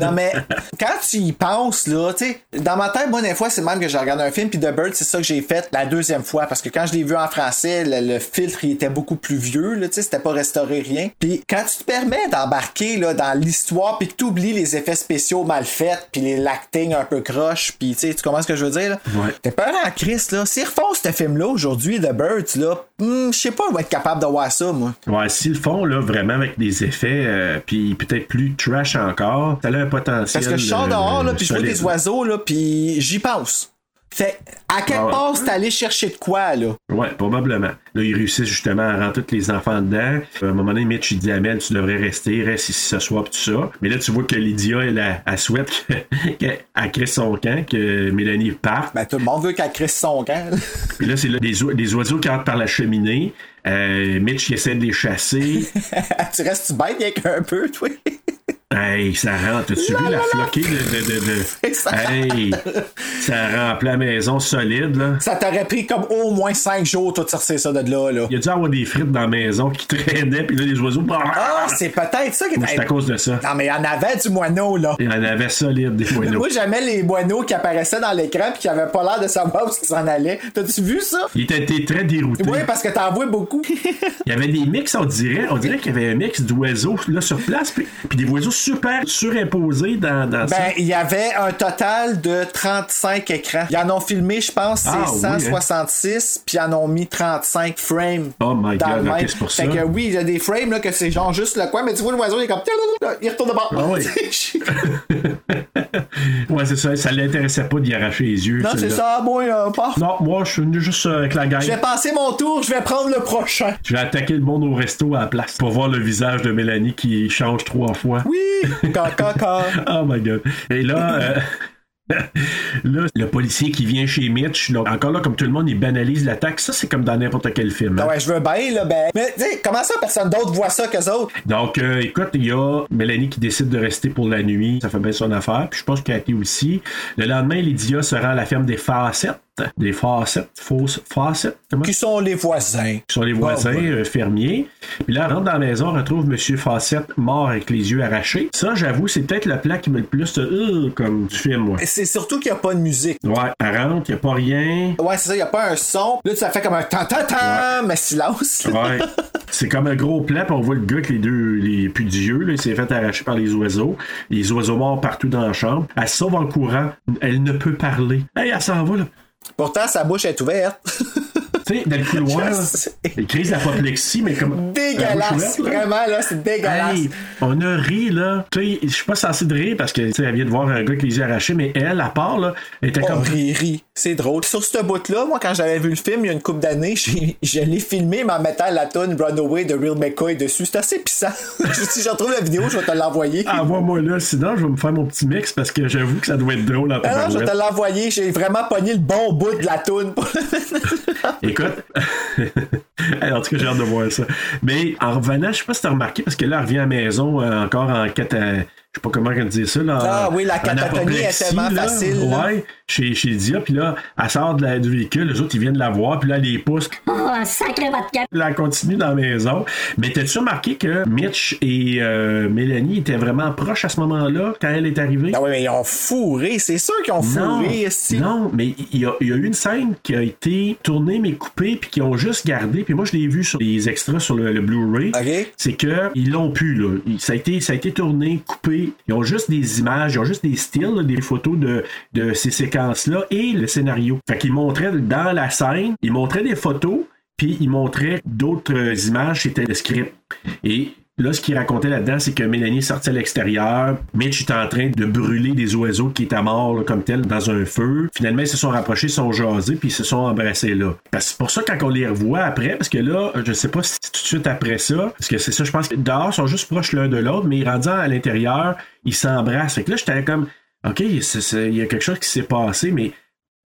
[SPEAKER 3] non, mais quand tu y penses, là, tu sais, dans ma tête, moi, des fois, c'est même que j'ai regardé un film, puis The Bird, c'est ça que j'ai fait la deuxième fois, parce que quand je l'ai vu en français, le, le filtre, il était beaucoup plus vieux, là, tu sais, c'était pas restauré rien. Puis quand tu te permets d'embarquer, là, dans l'histoire, puis que tu oublies les effets spéciaux mal faits, puis les l'acting un peu croche, puis tu sais, tu comprends ce que je veux dire, là?
[SPEAKER 4] Ouais.
[SPEAKER 3] T'es peur en Christ, là. S'ils refont ce film-là aujourd'hui, The Birds, là, hmm, je sais pas, je vais être capable de voir ça, moi.
[SPEAKER 4] Ouais, s'ils le font, là, vraiment avec des effets, euh, puis peut-être plus trash encore, ça a un potentiel.
[SPEAKER 3] Parce que je sors
[SPEAKER 4] euh,
[SPEAKER 3] dehors, là, puis je vois
[SPEAKER 4] solide.
[SPEAKER 3] des oiseaux, là, puis j'y pense. Fait, à quelque
[SPEAKER 4] Ah ouais.
[SPEAKER 3] part, c'est allé chercher de quoi, là.
[SPEAKER 4] Ouais, probablement. Là, ils réussissent justement à rentrer tous les enfants dedans. À un moment donné, Mitch, il dit à Mel, tu devrais rester, reste ici ce soir, pis tout ça. Mais là, tu vois que Lydia, elle, elle, elle souhaite que- qu'elle elle crée son camp, que Mélanie parte.
[SPEAKER 3] Ben, tout le monde veut qu'elle crisse son camp.
[SPEAKER 4] Puis là, c'est là, des, oi- des oiseaux qui rentrent par la cheminée. Euh, Mitch, il essaie de les chasser.
[SPEAKER 3] Ah, tu restes-tu bête rien qu'un peu, toi?
[SPEAKER 4] hey, ça rentre. As-tu vu la floquée de... de, de, de-
[SPEAKER 3] Ça
[SPEAKER 4] Hey, ça rentre la maison solide, là.
[SPEAKER 3] Ça t'aurait pris comme au moins 5 jours, toi, de sortir ça de là, là.
[SPEAKER 4] Il a dû avoir des frites dans la maison qui traînaient, puis là, les oiseaux...
[SPEAKER 3] Ah, c'est peut-être ça qui
[SPEAKER 4] Moi, c'est à cause de ça.
[SPEAKER 3] Non, mais il y en avait du moineau, là.
[SPEAKER 4] Il y en avait solide, des moineaux.
[SPEAKER 3] Moi, j'aimais les moineaux qui apparaissaient dans l'écran pis qui avaient pas l'air de savoir où ils s'en allaient. T'as-tu vu ça?
[SPEAKER 4] Il était été très dérouté.
[SPEAKER 3] Oui, ben- parce que t'en vois beaucoup.
[SPEAKER 4] Il y avait des mix, on dirait. On dirait qu'il y avait un mix d'oiseaux là sur place, puis, puis des oiseaux super surimposés dans, dans ça.
[SPEAKER 3] Ben, il y avait un total de 35 écrans. Ils en ont filmé, je pense, c'est
[SPEAKER 4] Ah, oui, hein.
[SPEAKER 3] 166, puis ils en ont mis 35 frames.
[SPEAKER 4] Oh my
[SPEAKER 3] dans
[SPEAKER 4] God,
[SPEAKER 3] le
[SPEAKER 4] ok,
[SPEAKER 3] même.
[SPEAKER 4] c'est pour
[SPEAKER 3] fait
[SPEAKER 4] ça.
[SPEAKER 3] que oui, il y a des frames là, que c'est genre juste le coin, mais tu vois, l'oiseau, il est comme. Il retourne de bord.
[SPEAKER 4] Ah oui. ouais, c'est ça. Ça l'intéressait pas d'y arracher les yeux.
[SPEAKER 3] non, c'est
[SPEAKER 4] celui-là.
[SPEAKER 3] ça, moi, euh, paf.
[SPEAKER 4] Non, moi, je suis venu juste euh, avec la gang.
[SPEAKER 3] Je vais passer mon tour, je vais prendre le prochain.
[SPEAKER 4] Je vais attaquer le monde au resto à la place pour voir le visage de Mélanie qui change trois fois.
[SPEAKER 3] Oui! Caca, caca.
[SPEAKER 4] Oh my god. Et là, euh, là, le policier qui vient chez Mitch, là, encore là, comme tout le monde, il banalise l'attaque. Ça, c'est comme dans n'importe quel film. hein.
[SPEAKER 3] Ouais, je veux bien, là, ben. Mais, tu sais, comment ça, personne d'autre voit ça qu'eux autres?
[SPEAKER 4] Donc, euh, écoute, il y a Mélanie qui décide de rester pour la nuit. Ça fait bien son affaire. Puis je pense qu'elle a été aussi. Le lendemain, Lydia se rend à la ferme des facettes. Des facettes. Fausses facettes. Comment?
[SPEAKER 3] Qui sont les voisins?
[SPEAKER 4] Qui sont les voisins
[SPEAKER 3] Ah, ouais.
[SPEAKER 4] euh, fermiers. Puis là, elle rentre dans la maison, retrouve Monsieur Facette mort avec les yeux arrachés. Ça, j'avoue, c'est peut-être le plan qui me le plus euh, comme du film, moi.
[SPEAKER 3] Et C'est surtout qu'il n'y a pas de musique.
[SPEAKER 4] Ouais, elle rentre, il a pas rien.
[SPEAKER 3] Ouais, c'est ça, il n'y a pas un son. Là, ça fait comme un tan tan tan, mais silence.
[SPEAKER 4] Ouais. C'est comme un gros plan, puis on voit le gars avec les deux, les plus d'yeux, là, il s'est fait arracher par les oiseaux. Les oiseaux morts partout dans la chambre. Elle se sauve en courant. Elle ne peut parler. Hey, elle s'en va, là.
[SPEAKER 3] Pourtant, sa bouche est ouverte.
[SPEAKER 4] Tu sais, dans le couloir,
[SPEAKER 3] Je
[SPEAKER 4] là,
[SPEAKER 3] sais.
[SPEAKER 4] une crise d'apoplexie, mais comme. la bouche
[SPEAKER 3] dégueulasse.
[SPEAKER 4] ouverte, là.
[SPEAKER 3] Vraiment, là, c'est dégueulasse.
[SPEAKER 4] Hey, on a ri, là. Tu sais, je suis pas censé de rire parce que, tu sais, elle vient de voir un gars avec les yeux arrachés, mais elle, à part, là, elle était
[SPEAKER 3] Oh,
[SPEAKER 4] comme.
[SPEAKER 3] ri, ri. C'est drôle. Sur ce bout-là, moi, quand j'avais vu le film il y a une couple d'années, j'ai- je l'ai filmé, mais en mettant la tune Runaway de Real McCoy dessus. C'est assez pissant. si je retrouve la vidéo, je vais te l'envoyer.
[SPEAKER 4] Ah, Envoie-moi là, sinon je vais me faire mon petit mix parce que j'avoue que ça doit être drôle en
[SPEAKER 3] Ah non, je vais te
[SPEAKER 4] tabarouette.
[SPEAKER 3] l'envoyer. J'ai vraiment pogné le bon bout de la toune.
[SPEAKER 4] Écoute, hey, en tout cas, j'ai hâte de voir ça. Mais en revenant, je sais pas si t'as remarqué, parce que là, elle revient à la maison euh, encore en quête à- je sais pas comment dire ça. Là,
[SPEAKER 3] Ah
[SPEAKER 4] en-
[SPEAKER 3] oui, la
[SPEAKER 4] en
[SPEAKER 3] catatonie
[SPEAKER 4] apoplexie,
[SPEAKER 3] est tellement
[SPEAKER 4] là.
[SPEAKER 3] facile, là.
[SPEAKER 4] Ouais, chez, chez Dia, puis là, elle sort de la- du véhicule, les autres, ils viennent la voir, puis là, elle les pousse,
[SPEAKER 6] Oh, sacré votre cap!
[SPEAKER 4] puis là, elle continue dans la maison. Mais t'as-tu remarqué que Mitch et euh, Mélanie étaient vraiment proches à ce moment-là, quand elle est arrivée?
[SPEAKER 3] Ah oui, mais ils ont fourré. C'est sûr qu'ils ont fourré. esti.
[SPEAKER 4] non, mais il y, a, il y a eu une scène qui a été tournée mais coupée puis qui ont juste gardé. Puis moi je l'ai vu sur les extras sur le, le Blu-ray.
[SPEAKER 3] Ok.
[SPEAKER 4] C'est que ils l'ont pu là. Il- Ça a été ça a été tourné, coupé. Ils ont juste des images, ils ont juste des styles, là, des photos de, de ces séquences là et le scénario. Fait qu'ils montraient dans la scène, ils montraient des photos puis ils montraient d'autres images. C'était le script et Là, ce qu'il racontait là-dedans, c'est que Mélanie sortait à l'extérieur. Mitch était en train de brûler des oiseaux qui étaient morts là, comme tels dans un feu. Finalement, ils se sont rapprochés, ils sont jasés, puis ils se sont embrassés là. Parce que c'est pour ça quand on les revoit après, parce que là, je sais pas si c'est tout de suite après ça, parce que c'est ça, je pense que dehors, ils sont juste proches l'un de l'autre, mais rendus à l'intérieur, ils s'embrassent. Fait que là, j'étais comme, OK, c'est- c'est- il y a quelque chose qui s'est passé, mais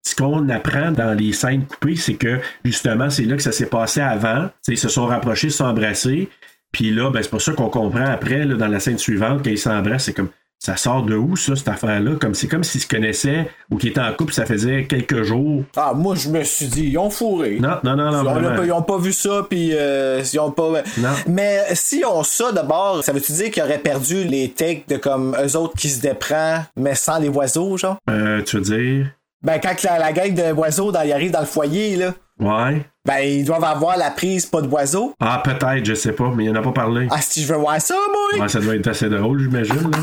[SPEAKER 4] ce qu'on apprend dans les scènes coupées, c'est que justement, c'est là que ça s'est passé avant. T'sais, ils se sont rapprochés, ils se sont embrassés. Puis là, ben, c'est pour ça qu'on comprend après, là, dans la scène suivante, qu'ils s'embrassent, c'est comme ça sort de où, ça, cette affaire-là? Comme c'est comme s'ils se connaissaient ou qu'ils étaient en couple, ça faisait quelques jours.
[SPEAKER 3] Ah, moi, je me suis dit, ils ont fourré.
[SPEAKER 4] Non, non, non, non,
[SPEAKER 3] Ils ont-
[SPEAKER 4] vraiment.
[SPEAKER 3] Ah, ben, ils ont pas vu ça, puis euh, ils ont pas.
[SPEAKER 4] Non.
[SPEAKER 3] Mais si on ça d'abord, ça veut-tu dire qu'ils auraient perdu les takes de comme eux autres qui se déprend, mais sans les oiseaux, genre?
[SPEAKER 4] Euh, tu veux dire?
[SPEAKER 3] Ben, quand la, la gang de oiseaux dans, ils arrivent dans le foyer, là,
[SPEAKER 4] Ouais.
[SPEAKER 3] ben, ils doivent avoir la prise, pas de oiseaux.
[SPEAKER 4] Ah, peut-être, je sais pas, mais il en a pas parlé.
[SPEAKER 3] Ah, si je veux voir ça, moi!
[SPEAKER 4] Ouais, ça doit être assez drôle, j'imagine. là.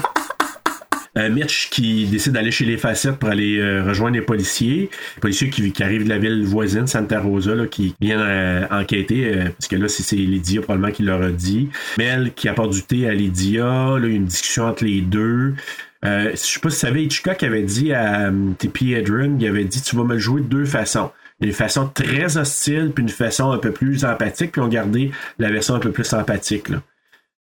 [SPEAKER 4] Euh, Mitch qui décide d'aller chez les facettes pour aller euh, rejoindre les policiers. Les policiers qui, qui arrivent de la ville voisine, Santa Rosa, là, qui viennent euh, enquêter, euh, parce que là, c'est c'est Lydia probablement qui leur a dit. Mel qui apporte du thé à Lydia, là, il y a une discussion entre les deux. Euh, je sais pas si tu savais, Hitchcock avait dit à euh, T.P. Edrin, il avait dit, tu vas me le jouer de deux façons. Une façon très hostile, puis une façon un peu plus empathique, puis on gardait la version un peu plus empathique. Là.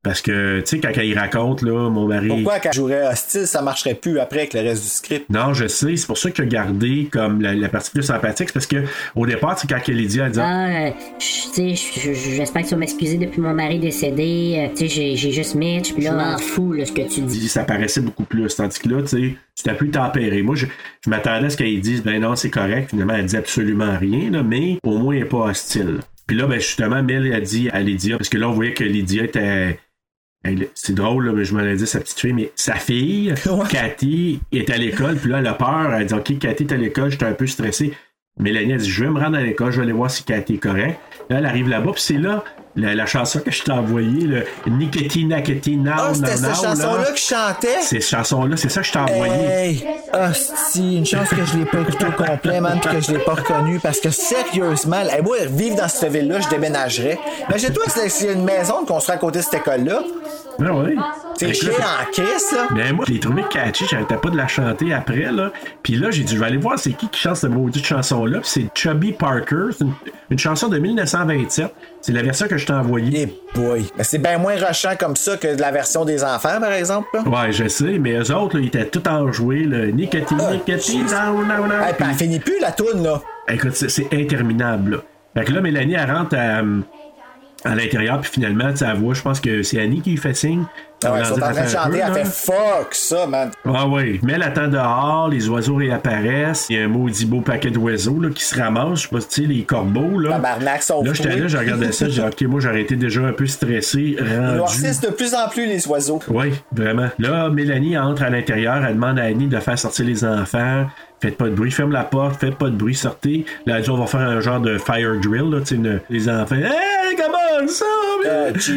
[SPEAKER 4] Parce que, tu sais, quand il raconte, là, mon mari.
[SPEAKER 3] Pourquoi quand je jouerais hostile, ça marcherait plus après avec le reste du script?
[SPEAKER 4] Non, je sais, c'est pour ça qu'il a gardé comme la, la partie plus sympathique, c'est parce que au départ, c'est quand Lydia a dit
[SPEAKER 6] Ah, euh, je- tu sais, je- je- j'espère que tu vas m'excuser depuis mon mari décédé. euh, Tu sais, j'ai- j'ai juste Mitch, puis là, euh, m'en fous, là, ce que tu dis.
[SPEAKER 4] ça paraissait beaucoup plus. Tandis que là, tu sais, c'était plus tempéré. Moi, je, je m'attendais à ce qu'elle dise, ben non, c'est correct. Finalement, elle dit absolument rien, là, mais au moins, elle n'est pas hostile. Puis là, ben justement, Mel a dit à Lydia, parce que là, on voyait que Lydia était. elle- C'est drôle, là, mais je me l'ai dit, sa petite fille, mais sa fille,
[SPEAKER 3] Ouais.
[SPEAKER 4] Cathy, est à l'école, puis là, elle a peur. Elle dit, OK, Cathy est à l'école, j'étais un peu stressée. Mélanie a dit, je vais me rendre à l'école, je vais aller voir si Cathy est correcte. Là, elle arrive là-bas, puis c'est là la, la chanson que je t'ai envoyée, le Niketi Naketi Now,
[SPEAKER 3] Ah,
[SPEAKER 4] Now,
[SPEAKER 3] c'était cette
[SPEAKER 4] Now, là.
[SPEAKER 3] chanson-là que je chantais?
[SPEAKER 4] Ces chansons-là, c'est ça que je t'ai envoyé.
[SPEAKER 3] Hey, hostie, une chance que je l'ai pas écouté au complet, man, pis que je l'ai pas reconnu, parce que sérieusement, hey, moi, vivre dans cette ville-là, je déménagerais. Imagine-toi que c'est une maison qu'on serait à côté de cette école-là.
[SPEAKER 4] Ah ouais.
[SPEAKER 3] C'est chier en caisse, là.
[SPEAKER 4] Mais ben, moi, je l'ai trouvé catchy, j'arrêtais pas de la chanter après, là. Puis là, j'ai dit, je vais aller voir c'est qui qui chante cette maudite chanson-là. Puis c'est Chubby Parker, c'est une, une chanson de 1927. C'est la version que je t'ai envoyée.
[SPEAKER 3] Eh boy. Ben, c'est bien moins rushant comme ça que de la version des enfants, par exemple. là.
[SPEAKER 4] Ouais, je sais, mais eux autres, là, ils étaient tout enjoués, là. Nicotine, nicotine, non, non, non.
[SPEAKER 3] Ah, Hey, pis elle finit plus, la toune, là.
[SPEAKER 4] Écoute, c'est- c'est interminable. Là. Fait que là, Mélanie, elle rentre à, euh, à l'intérieur, puis finalement, tu sais, elle voit, je pense que c'est Annie qui lui fait signe.
[SPEAKER 3] Ah ouais,
[SPEAKER 4] Elle
[SPEAKER 3] ils sont en
[SPEAKER 4] dit,
[SPEAKER 3] train de
[SPEAKER 4] Attends un
[SPEAKER 3] chanter,
[SPEAKER 4] peu,
[SPEAKER 3] elle fait
[SPEAKER 4] là.
[SPEAKER 3] fuck ça, man.
[SPEAKER 4] Ah oui, mais elle attend dehors, les oiseaux réapparaissent, il y a un maudit beau paquet d'oiseaux là, qui se ramassent, je sais pas, tu sais, les corbeaux. Là,
[SPEAKER 3] Tabarnak, sont
[SPEAKER 4] là j'étais
[SPEAKER 3] foués.
[SPEAKER 4] là, je regardais ça, je dis, ok, moi j'aurais été déjà un peu stressé,
[SPEAKER 3] Ils
[SPEAKER 4] rendu.
[SPEAKER 3] noircissent de plus en plus les oiseaux.
[SPEAKER 4] Oui, vraiment. Là, Mélanie entre à l'intérieur, elle demande à Annie de faire sortir les enfants. Faites pas de bruit, ferme la porte, faites pas de bruit, sortez. Là, elle dit, on va faire un genre de fire drill, là, tu sais, une- les enfants. Hey, comment ça?
[SPEAKER 3] Euh,
[SPEAKER 4] Tu sais,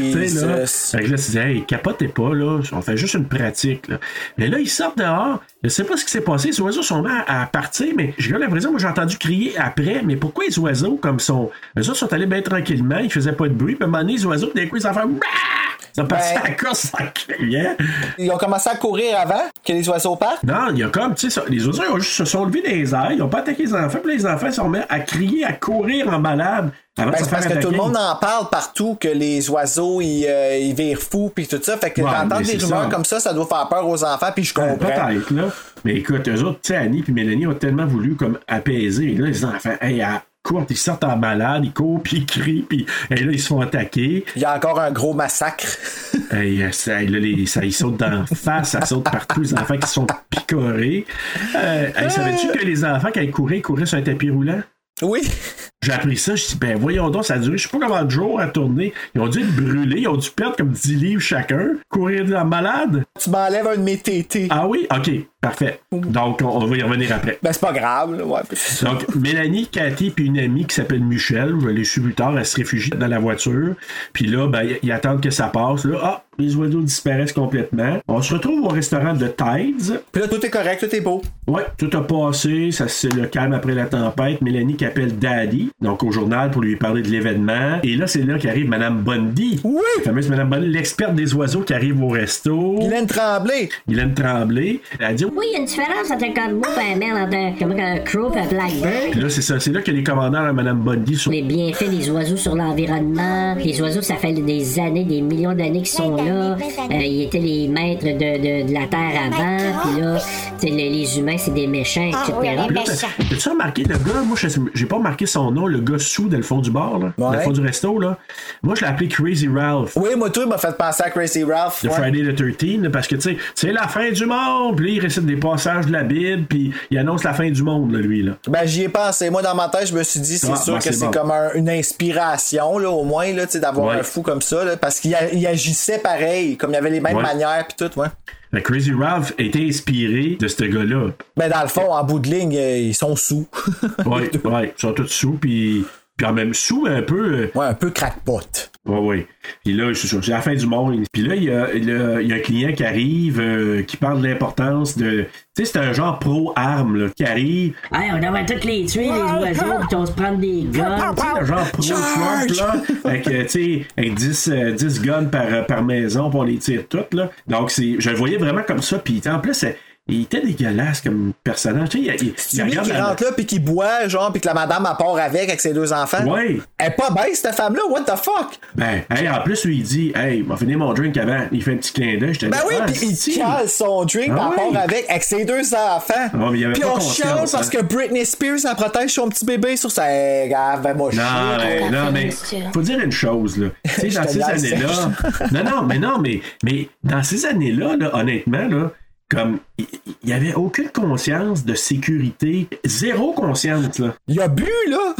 [SPEAKER 4] là.
[SPEAKER 3] Jesus.
[SPEAKER 4] Fait que là, tu dis, hey, capotez pas, là. On fait juste une pratique, là. Mais là, ils sortent dehors. Je sais pas ce qui s'est passé. Les oiseaux sont là à partir, mais j'ai eu l'impression, moi, j'ai entendu crier après. Mais pourquoi les oiseaux, comme sont. Eux autres sont allés bien tranquillement, ils faisaient pas de bruit. Puis à un moment donné, les oiseaux, d'un coup, ils ont fait. Ils ont passé
[SPEAKER 3] Ben-
[SPEAKER 4] à la course, ça criait.
[SPEAKER 3] Ils ont commencé à courir avant que les oiseaux partent.
[SPEAKER 4] Non, il y a comme, tu sais, ça- les oiseaux ils ont juste, se sont levés des airs, ils n'ont pas attaqué les enfants, puis les enfants ils se sont mis à crier, à courir en malade
[SPEAKER 3] Ben,
[SPEAKER 4] avant de
[SPEAKER 3] c'est
[SPEAKER 4] se faire
[SPEAKER 3] parce que
[SPEAKER 4] attaquer.
[SPEAKER 3] tout le monde en parle partout que les oiseaux ils, euh, ils virent fous puis tout ça. Fait que
[SPEAKER 4] Ouais,
[SPEAKER 3] d'entendre
[SPEAKER 4] mais
[SPEAKER 3] des
[SPEAKER 4] c'est
[SPEAKER 3] rumeurs
[SPEAKER 4] ça.
[SPEAKER 3] comme ça, ça doit faire peur aux enfants puis je
[SPEAKER 4] Ouais,
[SPEAKER 3] comprends.
[SPEAKER 4] Peut-être, là. Mais écoute, eux autres, tu sais, Annie et Mélanie ont tellement voulu comme apaiser. Et là, les enfants, hey, à- courent, ils sortent en malade, ils courent, puis ils crient, puis et là, ils se font attaquer.
[SPEAKER 3] Il y a encore un gros massacre.
[SPEAKER 4] Et, euh, ça, là, les- ça- ils sautent d'en face, ça saute partout, les enfants qui se sont picorés. Euh, hey, savais-tu que les enfants, quand ils couraient, ils couraient sur un tapis roulant?
[SPEAKER 3] oui.
[SPEAKER 4] J'ai appris ça, je dis, ben voyons donc, ça a duré, je sais pas comment de jours à tourner. Ils ont dû être brûlés, ils ont dû perdre comme 10 livres chacun, courir de la malade.
[SPEAKER 3] Tu m'enlèves un de mes tétés.
[SPEAKER 4] Ah oui? Ok, parfait. Donc, on, on va y revenir après.
[SPEAKER 3] Ben, c'est pas grave, là, ouais.
[SPEAKER 4] Donc, Mélanie, Cathy, puis une amie qui s'appelle Michel, je l'ai su plus tard, elle se réfugie dans la voiture. Puis là, ben, ils- ils attendent que ça passe. Là, ah, les oiseaux disparaissent complètement. On se retrouve au restaurant de Tides.
[SPEAKER 3] Puis là, tout est correct, tout est beau.
[SPEAKER 4] Ouais, tout a passé, ça c'est le calme après la tempête. Mélanie qui appelle Daddy, donc au journal pour lui parler de l'événement. Et là, c'est là qu'arrive Madame Bundy.
[SPEAKER 3] Oui!
[SPEAKER 4] La fameuse Madame Bundy, l'experte des oiseaux qui arrive au resto.
[SPEAKER 3] Il aime trembler.
[SPEAKER 4] Il aime trembler. Elle dit
[SPEAKER 6] Oui, il y a une différence entre un corbeau et un merle, entre un, comment, un crow et un blackbird.
[SPEAKER 4] Puis là, c'est ça, c'est là que les commandants à Madame Bundy sont.
[SPEAKER 6] Les bienfaits des oiseaux sur l'environnement. Les oiseaux, ça fait des années, des millions d'années qu'ils sont là. Euh, ils étaient les maîtres de, de- de la Terre avant. Puis là, tu sais, les, les humains, c'est des méchants, etc.
[SPEAKER 4] Puis là, t'as- T'as-tu remarqué le gars? Moi, je- j'ai pas remarqué son nom, le gars sous dans le fond du bar, là, dans le
[SPEAKER 3] Ouais.
[SPEAKER 4] fond du resto. là. Moi, je l'ai appelé Crazy Ralph.
[SPEAKER 3] Oui, moi, tout m'a fait penser à Crazy Ralph.
[SPEAKER 4] de
[SPEAKER 3] ouais.
[SPEAKER 4] Friday the 13 parce que tu sais, c'est la fin du monde. Puis là, il récite des passages de la Bible, puis il annonce la fin du monde, là, lui. Là.
[SPEAKER 3] Ben, j'y ai pensé. Moi, dans ma tête, je me suis dit, c'est
[SPEAKER 4] Ah,
[SPEAKER 3] sûr
[SPEAKER 4] ben,
[SPEAKER 3] que
[SPEAKER 4] c'est
[SPEAKER 3] c'est
[SPEAKER 4] bon.
[SPEAKER 3] comme un- une inspiration, là, au moins, là, tu sais, d'avoir
[SPEAKER 4] Ouais.
[SPEAKER 3] un fou comme ça, là, parce qu'il a- il agissait pareil, comme il avait les mêmes
[SPEAKER 4] Ouais.
[SPEAKER 3] manières, puis tout, ouais.
[SPEAKER 4] La Crazy Ralph était inspiré de ce gars-là.
[SPEAKER 3] Ben, dans le fond, en bout de ligne, euh, ils sont sous.
[SPEAKER 4] Ouais, ouais, ils sont tous sous, puis puis en même sous un peu. euh,
[SPEAKER 3] ouais, un peu crackpot.
[SPEAKER 4] Ouais, ouais. Puis là, c'est ça, c'est la fin du monde. Puis là, il y a, il y a- il y a un client qui arrive, euh, qui parle de l'importance de. Tu sais, c'est un genre pro-arme, là, qui arrive.
[SPEAKER 7] Hey, on devrait toutes les tuer, les oiseaux, puis on se prendre des guns.
[SPEAKER 4] Tu sais, le genre pro-Trump, là, avec, euh, tu sais, avec 10, euh, 10 guns par, euh, par maison, pour les tire toutes, là. Donc, c'est, je le voyais vraiment comme ça, puis en plus, c'est- il était dégueulasse comme personnage, tu sais, il- il, il
[SPEAKER 3] C'est lui
[SPEAKER 4] regarde
[SPEAKER 3] qui
[SPEAKER 4] la-
[SPEAKER 3] rentre là, puis qui boit, genre, puis que la madame, elle part avec, avec ses deux enfants.
[SPEAKER 4] Ouais.
[SPEAKER 3] Elle est pas belle, cette femme-là, what the fuck?
[SPEAKER 4] Ben, hey, en plus, lui, il dit, hey, m'a fini mon drink avant. Il fait un petit clin d'œil, je te
[SPEAKER 3] Ben
[SPEAKER 4] dis,
[SPEAKER 3] oui,
[SPEAKER 4] ah,
[SPEAKER 3] puis
[SPEAKER 4] si.
[SPEAKER 3] il cale son drink
[SPEAKER 4] Ah
[SPEAKER 3] par rapport
[SPEAKER 4] oui.
[SPEAKER 3] avec, avec ses deux enfants.
[SPEAKER 4] Ouais, mais il avait
[SPEAKER 3] Puis
[SPEAKER 4] pas
[SPEAKER 3] on
[SPEAKER 4] conscience,
[SPEAKER 3] chiale
[SPEAKER 4] hein.
[SPEAKER 3] parce que Britney Spears, elle protège son petit bébé sur sa. Eh, gars, ben moi, je
[SPEAKER 4] Non,
[SPEAKER 3] chier.
[SPEAKER 4] mais, non, mais faut dire une chose, là. Tu sais, dans
[SPEAKER 3] Je te
[SPEAKER 4] ces
[SPEAKER 3] laisse,
[SPEAKER 4] années-là. non, non, mais non, mais, mais dans ces années-là, là, honnêtement, là, comme il il y avait aucune conscience de sécurité, zéro conscience, là.
[SPEAKER 3] Il a bu, là!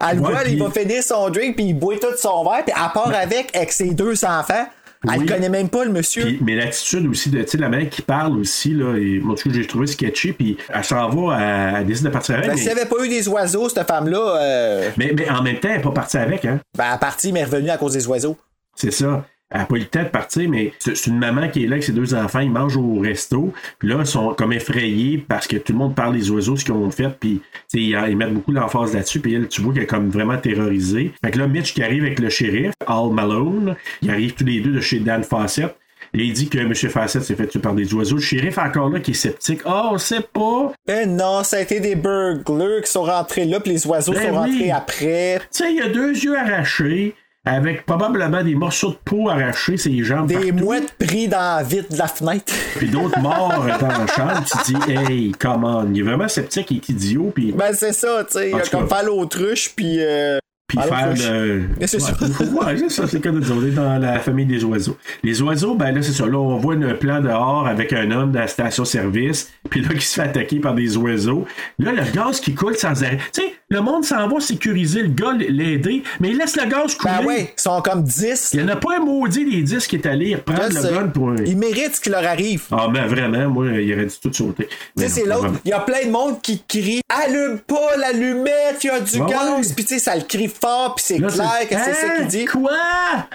[SPEAKER 3] Elle
[SPEAKER 4] Ouais,
[SPEAKER 3] voit,
[SPEAKER 4] puis-
[SPEAKER 3] il va finir son drink, puis il boit tout son verre, puis à part avec, avec ses deux enfants. Elle
[SPEAKER 4] Oui.
[SPEAKER 3] le connaît même pas, le monsieur.
[SPEAKER 4] Puis- mais l'attitude aussi de tu sais, la manière qui parle aussi, là, et moi, en tout cas, j'ai trouvé sketchy, puis elle s'en va, elle, elle décide de partir avec.
[SPEAKER 3] Ben, s'il n'y
[SPEAKER 4] mais,
[SPEAKER 3] avait pas eu des oiseaux, cette femme-là, euh,
[SPEAKER 4] mais, mais en même temps, elle n'est pas partie avec, hein.
[SPEAKER 3] ben, elle est partie, mais elle est revenue à cause des oiseaux.
[SPEAKER 4] C'est ça. Elle n'a pas eu le temps de partir, mais c'est c'est une maman qui est là avec ses deux enfants. Ils mangent au resto. Puis là, ils sont comme effrayés parce que tout le monde parle des oiseaux, ce qu'ils ont fait. Puis, tu sais, ils, ils mettent beaucoup l'emphase là-dessus. Puis elle, tu vois qu'elle est comme vraiment terrorisée. Fait que là, Mitch qui arrive avec le shérif, Al Malone, ils arrivent tous les deux de chez Dan Fawcett. Et il dit que M. Fawcett s'est fait tuer par des oiseaux. Le shérif encore là qui est sceptique. Ah, on sait pas.
[SPEAKER 3] Ben non, ça a été des burglars qui sont rentrés là, puis les oiseaux
[SPEAKER 4] Ben
[SPEAKER 3] sont rentrés
[SPEAKER 4] oui.
[SPEAKER 3] après.
[SPEAKER 4] Tu sais, il a deux yeux arrachés avec probablement des morceaux de peau arrachés, ses jambes.
[SPEAKER 3] Des
[SPEAKER 4] partout.
[SPEAKER 3] mouettes pris dans la vitre de la fenêtre.
[SPEAKER 4] puis d'autres morts dans la chambre, tu te dis, hey, come on, il est vraiment sceptique, il est idiot, oh, puis,
[SPEAKER 3] Ben c'est ça, tu sais. Il
[SPEAKER 4] En
[SPEAKER 3] a
[SPEAKER 4] tout
[SPEAKER 3] comme
[SPEAKER 4] cas.
[SPEAKER 3] faire l'autruche, puis euh,
[SPEAKER 4] puis
[SPEAKER 3] alors,
[SPEAKER 4] faire
[SPEAKER 3] faut-
[SPEAKER 4] le.
[SPEAKER 3] Mais c'est
[SPEAKER 4] Ouais,
[SPEAKER 3] ça.
[SPEAKER 4] faut voir, c'est ça, c'est comme nous on est dans la famille des oiseaux. Les oiseaux, ben là, c'est ça. Là, on voit un plan dehors avec un homme dans la station-service, puis là, qui se fait attaquer par des oiseaux. Là, le gaz qui coule sans arrêt. Tu sais, le monde s'en va sécuriser le gars, l'aider, mais il laisse le gaz couler.
[SPEAKER 3] ben ouais, ils sont comme 10.
[SPEAKER 4] Il n'y en a pas un maudit des 10 qui est allé reprendre
[SPEAKER 3] Je
[SPEAKER 4] le
[SPEAKER 3] sais.
[SPEAKER 4] gun pour un.
[SPEAKER 3] Ils méritent ce qui leur arrive.
[SPEAKER 4] Ah, ben vraiment, moi, il aurait dû tout sauter.
[SPEAKER 3] Tu
[SPEAKER 4] Mais
[SPEAKER 3] sais, c'est
[SPEAKER 4] Ben, non, pas
[SPEAKER 3] l'autre.
[SPEAKER 4] vraiment.
[SPEAKER 3] Il y a plein de monde qui crie Allume pas l'allumette, il y a du
[SPEAKER 4] Ouais,
[SPEAKER 3] gaz.
[SPEAKER 4] Ben ouais.
[SPEAKER 3] Puis tu sais, ça le crie fort, puis c'est
[SPEAKER 4] Là,
[SPEAKER 3] clair que c'est ça
[SPEAKER 4] Hein?
[SPEAKER 3] qu'il dit.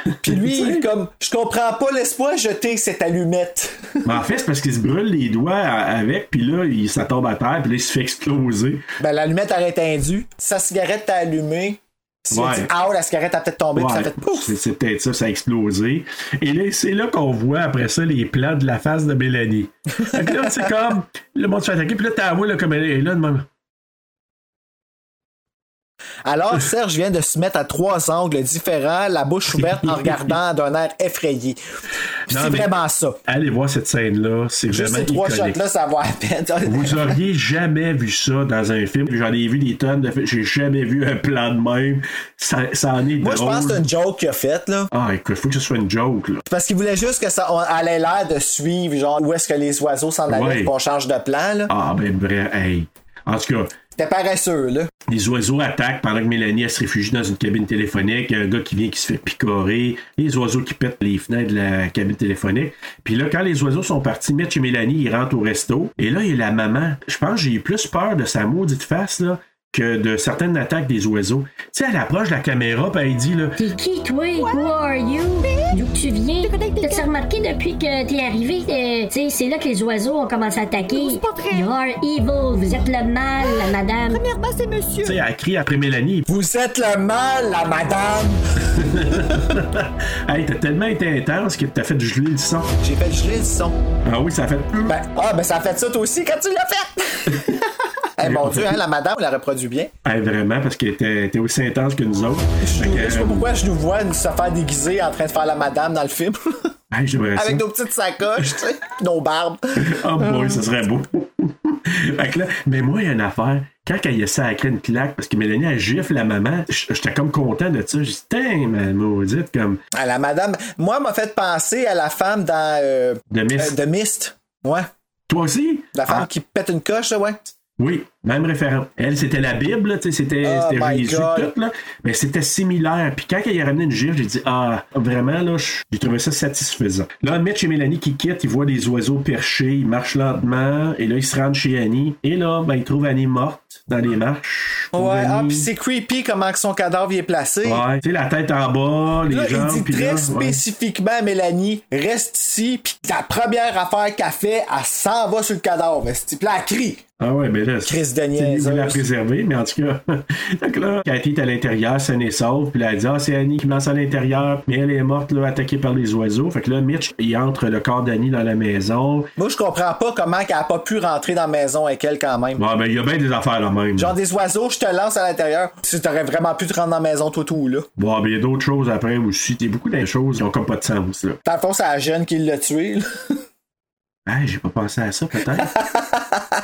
[SPEAKER 4] Quoi?
[SPEAKER 3] Puis lui,
[SPEAKER 4] Tu sais?
[SPEAKER 3] il est comme Je comprends pas, laisse-moi jeter cette allumette.
[SPEAKER 4] Mais en fait, c'est parce qu'il se brûle les doigts à- avec, puis là, il, ça tombe à terre, puis là, il se fait exploser.
[SPEAKER 3] ben l'allumette aurait étendu. Sa cigarette t'a allumée. Si
[SPEAKER 4] Ouais.
[SPEAKER 3] tu dis, ah, la cigarette a peut-être tombé, puis ça
[SPEAKER 4] Ouais,
[SPEAKER 3] fait pouf.
[SPEAKER 4] c'est c'est peut-être ça, ça a explosé. Et là, c'est là qu'on voit après ça les plans de la face de Mélanie. Fait que là, c'est comme, le monde se fait attaquer, puis là, t'as la voix, là, comme elle est là, de même.
[SPEAKER 3] Alors, Serge vient de se mettre à trois angles différents, la bouche ouverte en regardant d'un air effrayé. Puis
[SPEAKER 4] Non,
[SPEAKER 3] C'est
[SPEAKER 4] mais-
[SPEAKER 3] vraiment ça.
[SPEAKER 4] Allez voir cette scène-là, c'est
[SPEAKER 3] Juste
[SPEAKER 4] vraiment
[SPEAKER 3] ces trois
[SPEAKER 4] iconique.
[SPEAKER 3] shots-là, ça va à peine.
[SPEAKER 4] Vous auriez jamais vu ça dans un film. J'en ai vu des tonnes de films. J'ai jamais vu un plan de même. Ça, ça en est
[SPEAKER 3] Moi, je
[SPEAKER 4] drôle.
[SPEAKER 3] pense que c'est une joke qu'il a faite, là.
[SPEAKER 4] Ah, écoute, faut que ce soit une joke, là.
[SPEAKER 3] Parce qu'il voulait juste que ça on- allait l'air de suivre, genre, où est-ce que les oiseaux s'en allaient,
[SPEAKER 4] Ouais.
[SPEAKER 3] puis qu'on change de plan, là.
[SPEAKER 4] Ah, ben, bref, hey. En tout cas,
[SPEAKER 3] C'était paresseux, là.
[SPEAKER 4] les oiseaux attaquent pendant que Mélanie, elle se réfugie dans une cabine téléphonique. Il y a un gars qui vient qui se fait picorer. Les oiseaux qui pètent les fenêtres de la cabine téléphonique. Puis là, quand les oiseaux sont partis, Mitch et Mélanie, ils rentrent au resto. Et là, il y a la maman. Je pense que j'ai eu plus peur de sa maudite face, là, que de certaines attaques des oiseaux. Tu sais, elle approche de la caméra, puis elle dit, là,
[SPEAKER 6] T'es qui, toi? Who are you? D'où que tu viens? T'as-tu remarqué depuis que t'es arrivé? euh, tu sais, c'est là que les oiseaux ont commencé à attaquer.
[SPEAKER 5] c'est pas vrai.
[SPEAKER 6] You are evil. Vous êtes le mal, la madame.
[SPEAKER 5] Premièrement, c'est monsieur.
[SPEAKER 4] tu sais, elle crie après Mélanie.
[SPEAKER 3] Vous êtes le mal, la madame!
[SPEAKER 4] Hey, t'as tellement été intense que t'as fait geler le sang.
[SPEAKER 3] J'ai fait geler le son.
[SPEAKER 4] Ah oui, ça a fait.
[SPEAKER 3] Ben, ah, ben ça a fait ça toi aussi quand tu l'as fait! Eh mon Dieu, hein, la madame, on la reproduit bien.
[SPEAKER 4] Hey, vraiment, parce qu'elle était, était aussi intense que nous autres.
[SPEAKER 3] Je,
[SPEAKER 4] Fait que,
[SPEAKER 3] je sais pas pourquoi je nous vois nous, se faire déguiser en train de faire la madame dans le film.
[SPEAKER 4] Hey, j'aimerais ça.
[SPEAKER 3] Avec nos petites sacoches, tu sais, puis nos barbes.
[SPEAKER 4] Oh boy, ça serait beau. fait que là, mais moi, il y a une affaire. Quand elle essaie à créer une claque, parce que Mélanie, elle gifle la maman, j- j'étais comme content de ça. J'ai dit, tiens, ma maudite, comme.
[SPEAKER 3] Ah, la madame, moi, elle m'a fait penser à la femme dans euh,
[SPEAKER 4] De Mist.
[SPEAKER 3] euh, The Mist. Ouais.
[SPEAKER 4] Toi aussi?
[SPEAKER 3] La femme
[SPEAKER 4] Ah,
[SPEAKER 3] qui pète une coche, là, ouais.
[SPEAKER 4] Oui, même référent. Elle, c'était la Bible, là, tu sais, c'était
[SPEAKER 3] Oh
[SPEAKER 4] c'était
[SPEAKER 3] my
[SPEAKER 4] Jésus,
[SPEAKER 3] God.
[SPEAKER 4] tout, là. Mais c'était similaire. Puis quand il a ramené une gifle, j'ai dit, ah, vraiment, là, je- j'ai trouvé ça satisfaisant. Là, Mitch et Mélanie qui quittent, ils voient des oiseaux perchés, ils marchent lentement, et là, ils se rendent chez Annie. Et là, ben, ils trouvent Annie morte dans les marches. Ils trouvent
[SPEAKER 3] Ouais, ah,
[SPEAKER 4] Annie-
[SPEAKER 3] puis c'est creepy comment que son cadavre y est placé.
[SPEAKER 4] Ouais, tu sais, la tête en bas, les
[SPEAKER 3] Là, il
[SPEAKER 4] jambes,
[SPEAKER 3] dit
[SPEAKER 4] puis
[SPEAKER 3] très
[SPEAKER 4] là, ouais.
[SPEAKER 3] spécifiquement à Mélanie, reste ici, puis la première affaire qu'elle fait, elle s'en va sur le cadavre. esti. Puis là, elle crie.
[SPEAKER 4] Ah ouais, mais là,
[SPEAKER 3] Crise de
[SPEAKER 4] c'est- c'est- il veut la
[SPEAKER 3] niaiseuse.
[SPEAKER 4] préserver, mais en tout cas, donc là, Cathy est à l'intérieur, saine et sauve, puis là, elle dit, ah, c'est Annie qui me lance à l'intérieur, mais elle est morte, là, attaquée par les oiseaux. Fait que là, Mitch, il entre le corps d'Annie dans la maison.
[SPEAKER 3] Moi, je comprends pas comment qu'elle a pas pu rentrer dans la maison avec elle quand même.
[SPEAKER 4] Bon, ben, il y a bien des affaires là-même.
[SPEAKER 3] Genre des oiseaux, je te lance à l'intérieur. Si t'aurais vraiment pu te rendre dans la maison, toi, tout, là.
[SPEAKER 4] Bon, ben, il y a d'autres choses après aussi. Il y a beaucoup de choses qui ont comme pas de sens, là.
[SPEAKER 3] Dans le fond, c'est la jeune qui l'a tué, là.
[SPEAKER 4] Ah, j'ai pas pensé à ça, peut-être.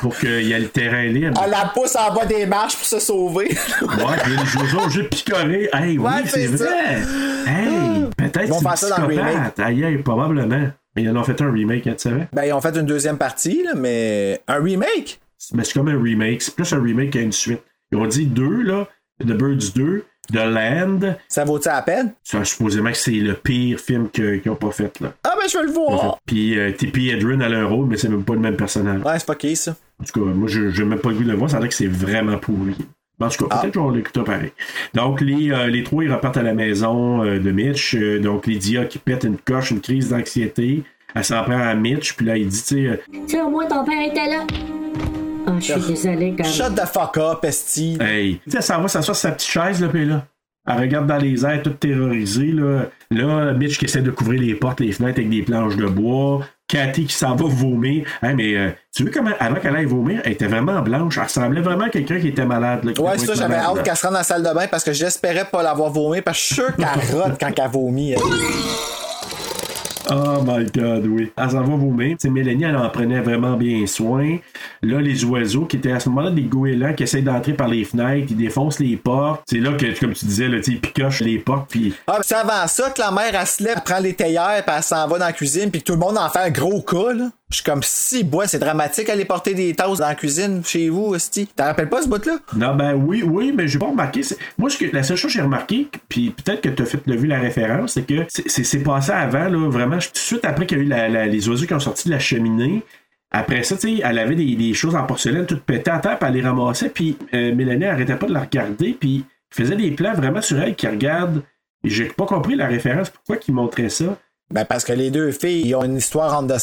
[SPEAKER 4] Pour qu'il y ait le terrain libre.
[SPEAKER 3] Elle la pousse en bas des marches pour se sauver.
[SPEAKER 4] Ouais, puis là, les oiseaux, j'ai picoré. Hey,
[SPEAKER 3] Ouais,
[SPEAKER 4] oui, c'est
[SPEAKER 3] c'est ça.
[SPEAKER 4] vrai. Hey, peut-être
[SPEAKER 3] Ils vont
[SPEAKER 4] c'est
[SPEAKER 3] faire ça dans le remake.
[SPEAKER 4] psychopathe. Aïe, aïe, probablement. Mais ils en ont fait un remake, hein, tu savais?
[SPEAKER 3] ben, ils ont fait une deuxième partie, là, mais. Un remake?
[SPEAKER 4] Mais c'est comme un remake. C'est plus un remake qu'une suite. Ils ont dit deux, là. The Birds 2, The Land.
[SPEAKER 3] Ça vaut-tu la peine?
[SPEAKER 4] Ça, supposément que c'est le pire film que- qu'ils n'ont pas fait, là.
[SPEAKER 3] Ah, ben, je veux le
[SPEAKER 4] Ils ont
[SPEAKER 3] voir!
[SPEAKER 4] fait- Puis euh, Tippi Hedren a leur rôle, mais c'est même pas le même personnage.
[SPEAKER 3] Ouais, c'est pas qui, ça.
[SPEAKER 4] En tout cas, moi, je n'ai même pas le goût de le voir. Ça a l'air que c'est vraiment pourri. En tout cas, peut-être qu'on l'écoute pareil. Donc, les, euh, les trois, ils repartent à la maison euh, de Mitch. Euh, donc, Lydia qui pète une coche, une crise d'anxiété. Elle s'en prend à Mitch. Puis là, il dit, tu sais, euh,
[SPEAKER 6] Tu sais, au moins, ton père était là. Ah, je suis désolée, quand
[SPEAKER 3] Shut the fuck up, Esti.
[SPEAKER 4] hey. Tu sais, elle s'en va s'asseoir sur sa petite chaise, là, puis là. Elle regarde dans les airs, toute terrorisée, là. Là, Mitch qui essaie de couvrir les portes, les fenêtres avec des planches de bois. Cathy qui s'en va vomir. Hey, mais euh, tu veux comment, avant qu'elle aille vomir, elle était vraiment blanche. Elle ressemblait vraiment à quelqu'un qui était malade. là, qui
[SPEAKER 3] Ouais,
[SPEAKER 4] devait
[SPEAKER 3] ça,
[SPEAKER 4] être
[SPEAKER 3] j'avais
[SPEAKER 4] malade,
[SPEAKER 3] hâte
[SPEAKER 4] là.
[SPEAKER 3] qu'elle se rende dans la salle de bain parce que j'espérais pas l'avoir vomi parce que je suis sûr qu'elle rote quand qu'elle vomit. elle.
[SPEAKER 4] Oh my god, oui. Elle s'en va vomir. C'est Mélanie, elle en prenait vraiment bien soin. Là, les oiseaux qui étaient à ce moment-là des goélands qui essayent d'entrer par les fenêtres, ils défoncent les portes. C'est là que, comme tu disais, là, tu sais, ils picochent les portes, puis
[SPEAKER 3] Ah, mais c'est avant ça que la mère, elle se lève, elle prend les théières, puis elle s'en va dans la cuisine, puis que tout le monde en fait un gros cas, là. Je suis comme, si, bois, c'est dramatique aller porter des tasses dans la cuisine chez vous, Esti. T'en rappelles pas ce bout-là?
[SPEAKER 4] Non, ben oui, oui, mais j'ai pas remarqué. c'est- Moi, ce que- la seule chose que j'ai remarqué, puis peut-être que tu as fait le vu la référence, c'est que c'est- c'est c'est passé avant, là, vraiment, je- tout de suite après qu'il y a eu la- la- les oiseaux qui ont sorti de la cheminée. Après ça, tu sais, elle avait des, des choses en porcelaine toutes pétées à terre, puis elle les ramassait, puis euh, Mélanie arrêtait pas de la regarder, puis faisait des plans vraiment sur elle qui regarde. Et J'ai pas compris la référence, pourquoi qu'ils montrait ça.
[SPEAKER 3] Ben, parce que les deux filles, ils ont une histoire en de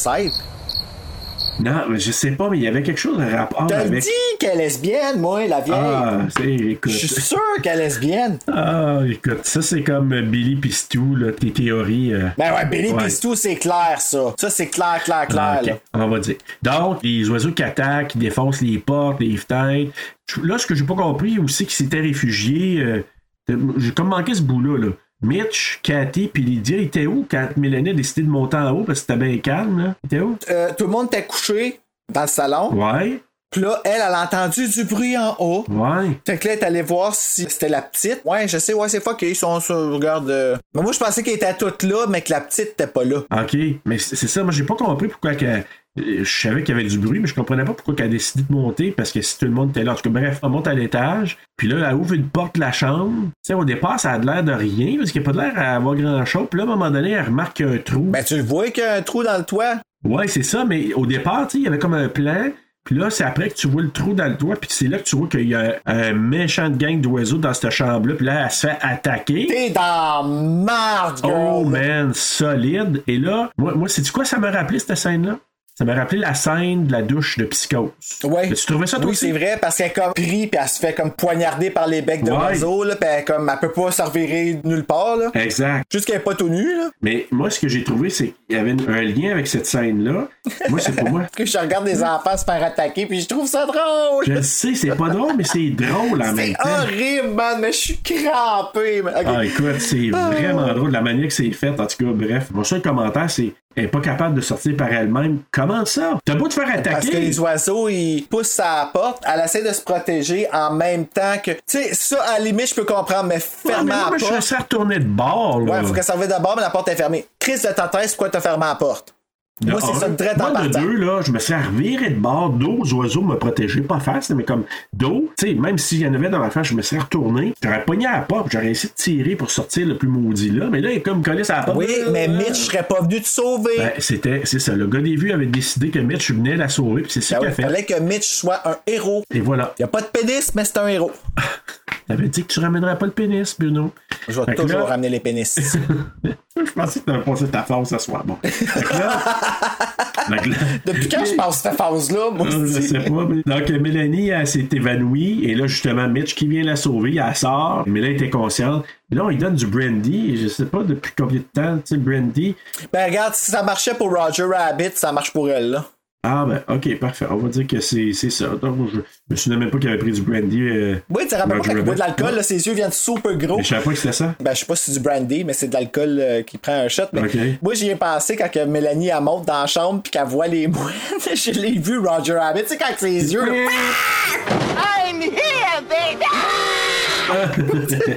[SPEAKER 4] Non, mais je sais pas, mais il y avait quelque chose de rapport
[SPEAKER 3] T'as
[SPEAKER 4] avec.
[SPEAKER 3] dit qu'elle est lesbienne, moi, la vieille.
[SPEAKER 4] Ah, c'est-
[SPEAKER 3] Je
[SPEAKER 4] écoute.
[SPEAKER 3] suis sûr qu'elle est lesbienne.
[SPEAKER 4] Ah, écoute, ça c'est comme euh, Billy Pistou, là, tes théories. euh,
[SPEAKER 3] Ben ouais, Billy
[SPEAKER 4] Ouais.
[SPEAKER 3] Pistou, c'est clair, ça. Ça, c'est clair, clair, clair.
[SPEAKER 4] Ah, ok,
[SPEAKER 3] là.
[SPEAKER 4] On va dire. Donc, les oiseaux qui attaquent, qui défoncent les portes, les fenêtres. Je- Là, ce que j'ai pas compris aussi, qu'ils s'étaient réfugiés. euh, de- j'ai comme manqué ce bout-là. là. Mitch, Cathy, puis Lydia, ils étaient où quand Mélanie a décidé de monter en haut parce que c'était bien calme? Là. Ils étaient où?
[SPEAKER 3] Euh, tout le monde était couché dans le salon.
[SPEAKER 4] Ouais,
[SPEAKER 3] Puis là, elle, elle a entendu du bruit en haut.
[SPEAKER 4] ouais.
[SPEAKER 3] Fait que là, elle est allée voir si c'était la petite. Ouais, je sais, ouais, c'est fucké, ils sont sur, regarde. euh. Mais moi, je pensais qu'elle était toutes là, mais que la petite était pas là.
[SPEAKER 4] OK. Mais c'est c'est ça, moi, j'ai pas compris pourquoi qu'elle- euh, Je savais qu'il y avait du bruit, mais je comprenais pas pourquoi qu'elle a décidé de monter parce que si tout le monde était là. En tout cas, bref, on monte à l'étage, puis là, elle ouvre une porte de la chambre. Tu sais, au départ, ça a de l'air de rien parce qu'il n'y a pas de l'air à avoir grand-chose. Puis là, à un moment donné, elle remarque qu'il y a un trou.
[SPEAKER 3] Ben, tu le vois qu'il y a un trou dans le toit.
[SPEAKER 4] Ouais, c'est ça, mais au départ, tu sais, il y avait comme un plan. Puis là, c'est après que tu vois le trou dans le toit, puis c'est là que tu vois qu'il y a un méchant de gang d'oiseaux dans cette chambre-là, puis là, elle se fait attaquer.
[SPEAKER 3] T'es dans marge,
[SPEAKER 4] Oh
[SPEAKER 3] girl.
[SPEAKER 4] man, solide. Et là, moi, moi c'est quoi ça m'a rappelé cette scène-là? Ça m'a rappelé la scène de la douche de psychose.
[SPEAKER 3] Ouais.
[SPEAKER 4] Tu trouvais ça toi
[SPEAKER 3] Oui,
[SPEAKER 4] aussi?
[SPEAKER 3] c'est vrai, parce qu'elle est comme pris, puis elle se fait comme poignarder par les becs de
[SPEAKER 4] Ouais.
[SPEAKER 3] l'oiseau, là, puis elle, est comme, elle peut pas se revirer nulle part, là.
[SPEAKER 4] Exact.
[SPEAKER 3] Juste qu'elle est pas tout nue, là.
[SPEAKER 4] Mais moi, ce que j'ai trouvé, c'est qu'il y avait un lien avec cette scène-là. Moi, c'est pour moi.
[SPEAKER 3] Que je regarde les enfants se faire attaquer, puis je trouve ça drôle.
[SPEAKER 4] Mm. Je le sais, c'est pas drôle, mais c'est drôle en même
[SPEAKER 3] C'est
[SPEAKER 4] temps.
[SPEAKER 3] horrible, man, mais je suis crampé. man. Ok.
[SPEAKER 4] Ah, écoute, c'est vraiment drôle la manière que c'est fait. En tout cas, bref. Mon seul commentaire, c'est elle est pas capable de sortir par elle-même. Comment ça? T'as beau te faire attaquer.
[SPEAKER 3] Parce que les oiseaux, ils poussent sa porte, elle essaie de se protéger en même temps que. Tu sais, ça, à la limite, je peux comprendre, mais
[SPEAKER 4] Ouais, mais
[SPEAKER 3] fermer
[SPEAKER 4] moi,
[SPEAKER 3] la
[SPEAKER 4] je
[SPEAKER 3] porte.
[SPEAKER 4] serais retourné de bord. là.
[SPEAKER 3] Ouais, faut qu'elle serve d'abord, mais la porte est fermée. Chris de ta tête, pourquoi t'as fermé la porte?
[SPEAKER 4] De
[SPEAKER 3] Moi, c'est
[SPEAKER 4] un.
[SPEAKER 3] ça de très en
[SPEAKER 4] Moi, de
[SPEAKER 3] partant.
[SPEAKER 4] deux, là, je me suis reviré de bord, dos aux oiseaux me protégeaient pas face, mais comme dos, tu sais, même s'il y en avait dans ma face, je me serais retourné, j'aurais pogné à la porte, j'aurais essayé de tirer pour sortir le plus maudit là, mais là, il est comme collé à la porte.
[SPEAKER 3] Oui,
[SPEAKER 4] Euh,
[SPEAKER 3] mais Mitch serait pas venu te sauver.
[SPEAKER 4] Ben, c'était, c'est ça, le gars des vues avait décidé que Mitch venait la sauver, puis c'est ça
[SPEAKER 3] Ben
[SPEAKER 4] qu'il
[SPEAKER 3] oui,
[SPEAKER 4] a fait.
[SPEAKER 3] fallait que Mitch soit un héros.
[SPEAKER 4] Et voilà.
[SPEAKER 3] Y a pas de pénis, mais c'est un héros.
[SPEAKER 4] T'avais dit que tu ramènerais pas le pénis, Bruno.
[SPEAKER 3] Je vais
[SPEAKER 4] Fait que
[SPEAKER 3] toujours
[SPEAKER 4] là-
[SPEAKER 3] ramener les pénis.
[SPEAKER 4] Je pensais que t'avais passé ta force ce soir. Bon. Fait que là- Fait que là-
[SPEAKER 3] Depuis quand je passe cette phase-là, moi
[SPEAKER 4] Non, je
[SPEAKER 3] aussi?
[SPEAKER 4] sais pas. mais- Donc, euh, Mélanie, elle s'est évanouie. Et là, justement, Mitch qui vient la sauver, elle sort. Mais là, elle était consciente. Là, on lui donne du brandy. Et je sais pas depuis combien de temps, tu sais, brandy.
[SPEAKER 3] Ben regarde, si ça marchait pour Roger Rabbit, ça marche pour elle, là.
[SPEAKER 4] Ah, ben, ok, parfait. On va dire que c'est c'est ça. Donc, je me souviens même pas qu'il avait pris du brandy. euh,
[SPEAKER 3] Oui, tu te rappelles pas
[SPEAKER 4] Roger
[SPEAKER 3] quand il boit de
[SPEAKER 4] Rabbit.
[SPEAKER 3] l'alcool, là, ses yeux viennent super gros.
[SPEAKER 4] Mais je savais pas que c'était ça.
[SPEAKER 3] Ben, je sais pas si c'est du brandy, mais c'est de l'alcool euh, qui prend un shot. Mais
[SPEAKER 4] Ok.
[SPEAKER 3] Moi, j'y ai pensé quand que Mélanie, elle monte dans la chambre puis qu'elle voit les moines. je l'ai vu, Roger Rabbit. Tu sais, quand ses yeux. là,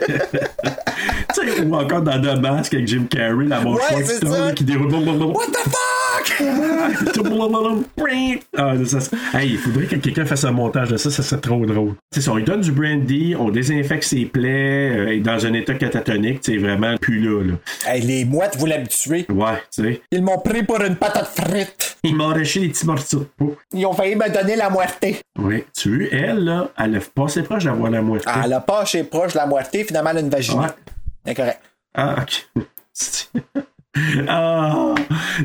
[SPEAKER 4] Tu sais, ou encore dans The Mask avec Jim Carrey, la mort
[SPEAKER 3] Ouais, c'est ça.
[SPEAKER 4] qui déroule.
[SPEAKER 3] What the fuck?
[SPEAKER 4] Ah, ça, ça- hey, il faudrait que quelqu'un fasse un montage de ça, ça serait trop drôle. C'est ça, on lui donne du brandy, on désinfecte ses plaies, euh, et dans un état catatonique, c'est vraiment plus là, là.
[SPEAKER 3] Hey, les mouettes vous l'habituez.
[SPEAKER 4] Ouais, tu sais.
[SPEAKER 3] Ils m'ont pris pour une patate frite.
[SPEAKER 4] Il m'a arraché les petits morceaux de peau.
[SPEAKER 3] Ils ont failli me donner la moitié.
[SPEAKER 4] Oui, tu veux, elle, là, elle a passé proche d'avoir la moitié.
[SPEAKER 3] Ah, elle a pas chez proche la moitié, finalement, elle a une vagine.
[SPEAKER 4] Ouais.
[SPEAKER 3] Incorrect.
[SPEAKER 4] Ah, ok. ah!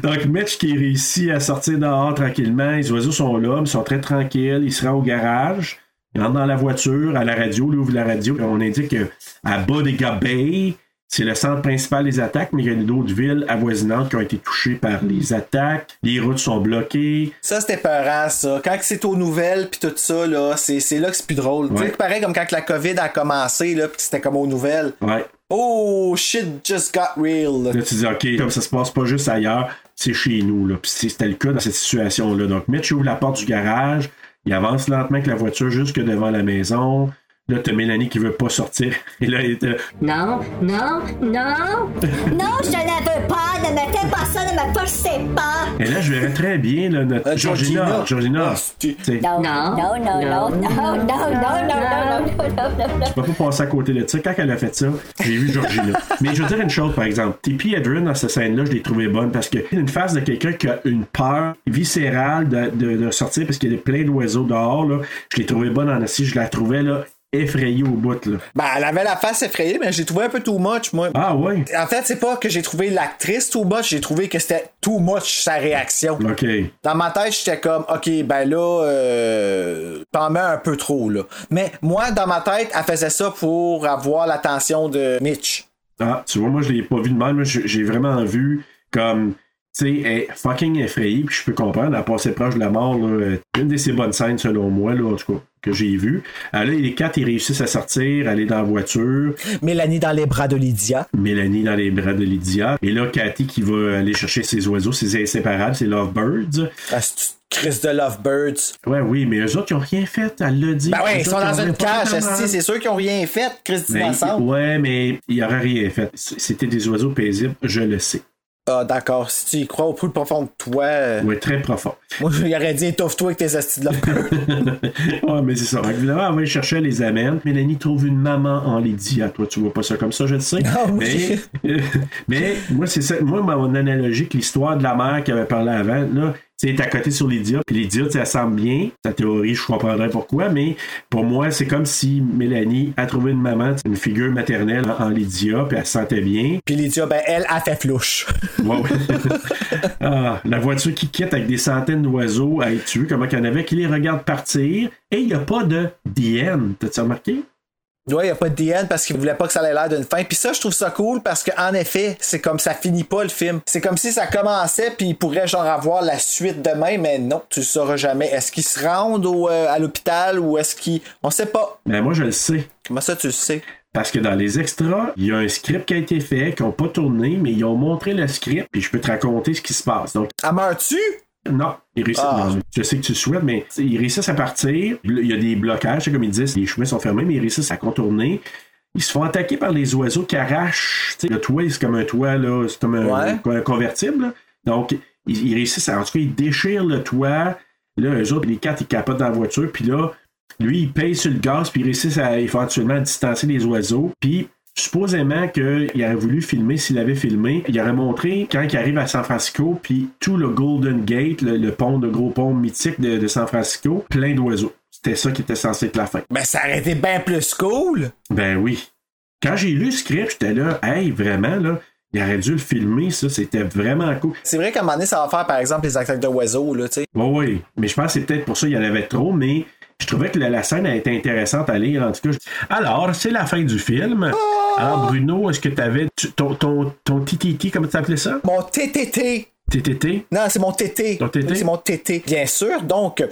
[SPEAKER 4] Donc, Mitch qui réussit à sortir dehors tranquillement. Les oiseaux sont là, mais ils sont très tranquilles. Il se rend au garage. Il rentre dans la voiture, à la radio, il ouvre la radio. On indique qu'à Bodega Bay, c'est le centre principal des attaques, mais il y a d'autres villes avoisinantes qui ont été touchées par les attaques. Les routes sont bloquées.
[SPEAKER 3] Ça, c'était peurant, ça. Quand c'est aux nouvelles, puis tout ça, là, c'est c'est là que c'est plus drôle. Tu
[SPEAKER 4] Ouais.
[SPEAKER 3] sais, pareil comme quand la COVID a commencé, là, puis c'était comme aux nouvelles.
[SPEAKER 4] Ouais.
[SPEAKER 3] Oh, shit just got real.
[SPEAKER 4] Là, tu dis, OK, comme ça se passe pas juste ailleurs, c'est chez nous. Là. Puis c'est- c'était le cas dans cette situation-là. Donc, Mitch ouvre la porte du garage, il avance lentement avec la voiture jusque devant la maison. Là, t'as Mélanie qui veut pas sortir. Et là, il était là,
[SPEAKER 6] Non, non, non.
[SPEAKER 2] Non, je ne la veux pas, ne me fais pas ça, ne me forcez pas.
[SPEAKER 4] Et là, je verrais très bien là, notre
[SPEAKER 3] Euh,
[SPEAKER 4] Georgina.
[SPEAKER 3] Georgina.
[SPEAKER 4] Georgina.
[SPEAKER 3] Ah, c'est-
[SPEAKER 4] T'sais,
[SPEAKER 2] Non, non,
[SPEAKER 6] Non.
[SPEAKER 2] non, non, non, non, non, non, non, non, non, non, non.
[SPEAKER 4] Je peux pas passer à côté de ça. Quand elle a fait ça, j'ai vu Georgina. Mais je veux dire une chose, par exemple. Tippy Edrin, dans cette scène-là, je l'ai trouvé bonne parce qu'il y a une face de quelqu'un qui a une peur viscérale de, de- de sortir parce qu'il y a plein d'oiseaux dehors. Là. Je l'ai trouvé bonne en assis. Je la trouvais là, effrayé au bout, là.
[SPEAKER 3] Ben, elle avait la face effrayée, mais j'ai trouvé un peu too much, moi.
[SPEAKER 4] Ah ouais?
[SPEAKER 3] En fait, c'est pas que j'ai trouvé l'actrice too much, j'ai trouvé que c'était too much sa réaction.
[SPEAKER 4] OK.
[SPEAKER 3] Dans ma tête, j'étais comme, OK, ben là, euh, t'en mets un peu trop, là. Mais moi, dans ma tête, elle faisait ça pour avoir l'attention de Mitch.
[SPEAKER 4] Ah, tu vois, moi, je l'ai pas vu de même. là. J'ai j'ai vraiment vu comme, tu sais, elle est fucking effrayée, puis je peux comprendre, elle passait proche de la mort. là. Euh, Une de ses bonnes scènes, selon moi, là, en tout cas, que j'ai vu. Ah, là, les quatre, ils réussissent à sortir, aller dans la voiture.
[SPEAKER 3] Mélanie dans les bras de Lydia.
[SPEAKER 4] Mélanie dans les bras de Lydia. Et là, Cathy qui va aller chercher ses oiseaux, ses inséparables, ses lovebirds.
[SPEAKER 3] Ah, c'est une crise de Lovebirds.
[SPEAKER 4] Ouais, oui, mais eux autres, ils ont rien fait, elle l'a dit.
[SPEAKER 3] Ben ouais,
[SPEAKER 4] Eux
[SPEAKER 3] ils sont
[SPEAKER 4] autres,
[SPEAKER 3] dans
[SPEAKER 4] ont
[SPEAKER 3] une
[SPEAKER 4] pas
[SPEAKER 3] cage,
[SPEAKER 4] fait mal.
[SPEAKER 3] esti, c'est sûr qu'ils ont rien fait, Chris
[SPEAKER 4] Mais-
[SPEAKER 3] d'ensemble.
[SPEAKER 4] ouais, mais il n'y aurait rien fait. C- C'était des oiseaux paisibles, je le sais.
[SPEAKER 3] Ah, d'accord, si tu y crois au plus profond de toi, euh,
[SPEAKER 4] Ouais, très profond.
[SPEAKER 3] moi, j'aurais dit étouffe-toi avec tes estis de Lovebirds.
[SPEAKER 4] ouais, mais c'est ça. Évidemment, elle va les chercher, elle les amène. Mélanie trouve une maman en Lydia. Toi, tu vois pas ça comme ça, je le sais.
[SPEAKER 3] Ah, oui.
[SPEAKER 4] mais, mais moi, c'est ça. Moi, mon analogie que l'histoire de la mère qui avait parlé avant, là, tu sais, elle est à côté sur Lydia, puis Lydia, tu sais, elle semble bien. Ta théorie, je comprendrais pourquoi, mais pour moi, c'est comme si Mélanie a trouvé une maman, une figure maternelle en en Lydia, puis elle se sentait bien.
[SPEAKER 3] Puis Lydia, ben elle a fait flouche.
[SPEAKER 4] Ouais, ouais. Ah, la voiture qui quitte avec des centaines d'oiseaux à être tués, comment qu'il y en avait, qui les regarde partir, et il n'y a pas de The End. T'as-tu remarqué?
[SPEAKER 3] Ouais, y a pas de DN parce qu'il voulait pas que ça ait l'air d'une fin. Puis ça, je trouve ça cool parce que en effet, c'est comme ça finit pas le film. C'est comme si ça commençait puis il pourrait genre avoir la suite demain, mais non, tu le sauras jamais. Est-ce qu'ils se rendent au, euh, à l'hôpital ou est-ce qu'ils, on sait pas.
[SPEAKER 4] Mais Ben, moi, je le sais.
[SPEAKER 3] Comment ça, tu le sais
[SPEAKER 4] Parce que dans les extras, il y a un script qui a été fait, qu'ils n'ont pas tourné, mais ils ont montré le script, puis je peux te raconter ce qui se passe. Donc,
[SPEAKER 3] Elle meurt-tu
[SPEAKER 4] non, ils réussissent.
[SPEAKER 3] Ah.
[SPEAKER 4] non, je sais que tu le souhaites, mais ils réussissent à partir. Il y a des blocages, c'est comme ils disent, les chemins sont fermés, mais ils réussissent à contourner. Ils se font attaquer par les oiseaux qui arrachent. tu sais, le toit, c'est comme un toit, là, c'est comme un, un convertible. là. Donc, ils, ils réussissent à. En tout cas, ils déchirent le toit. Là, eux autres, les quatre, ils capotent dans la voiture. Puis là, lui, il paye sur le gaz, puis il réussit à éventuellement distancer les oiseaux. Puis, supposément qu'il aurait voulu filmer, s'il avait filmé, il aurait montré quand il arrive à San Francisco, puis tout le Golden Gate, le, le pont, le gros pont mythique de, de San Francisco, plein d'oiseaux. C'était ça qui était censé être la fin.
[SPEAKER 3] Ben ça aurait été bien plus cool.
[SPEAKER 4] Ben oui. Quand j'ai lu le script, j'étais là, hey, vraiment, là, il aurait dû le filmer, ça, c'était vraiment cool.
[SPEAKER 3] C'est vrai qu'à un moment donné, ça va faire par exemple les attaques de oiseaux là, tu sais.
[SPEAKER 4] Oui, oui. Mais je pense que c'est peut-être pour ça qu'il y en avait trop, mais je trouvais que la, la scène a été intéressante à lire. En tout cas, Je- alors, c'est la fin du film. Alors, Bruno, est-ce que t'avais tu- ton, ton, ton TTT, comment tu appelais ça?
[SPEAKER 3] Mon TTT.
[SPEAKER 4] TTT?
[SPEAKER 3] Non, c'est mon tété.
[SPEAKER 4] Ton tété?
[SPEAKER 3] Oui, C'est mon tété, bien sûr. Donc,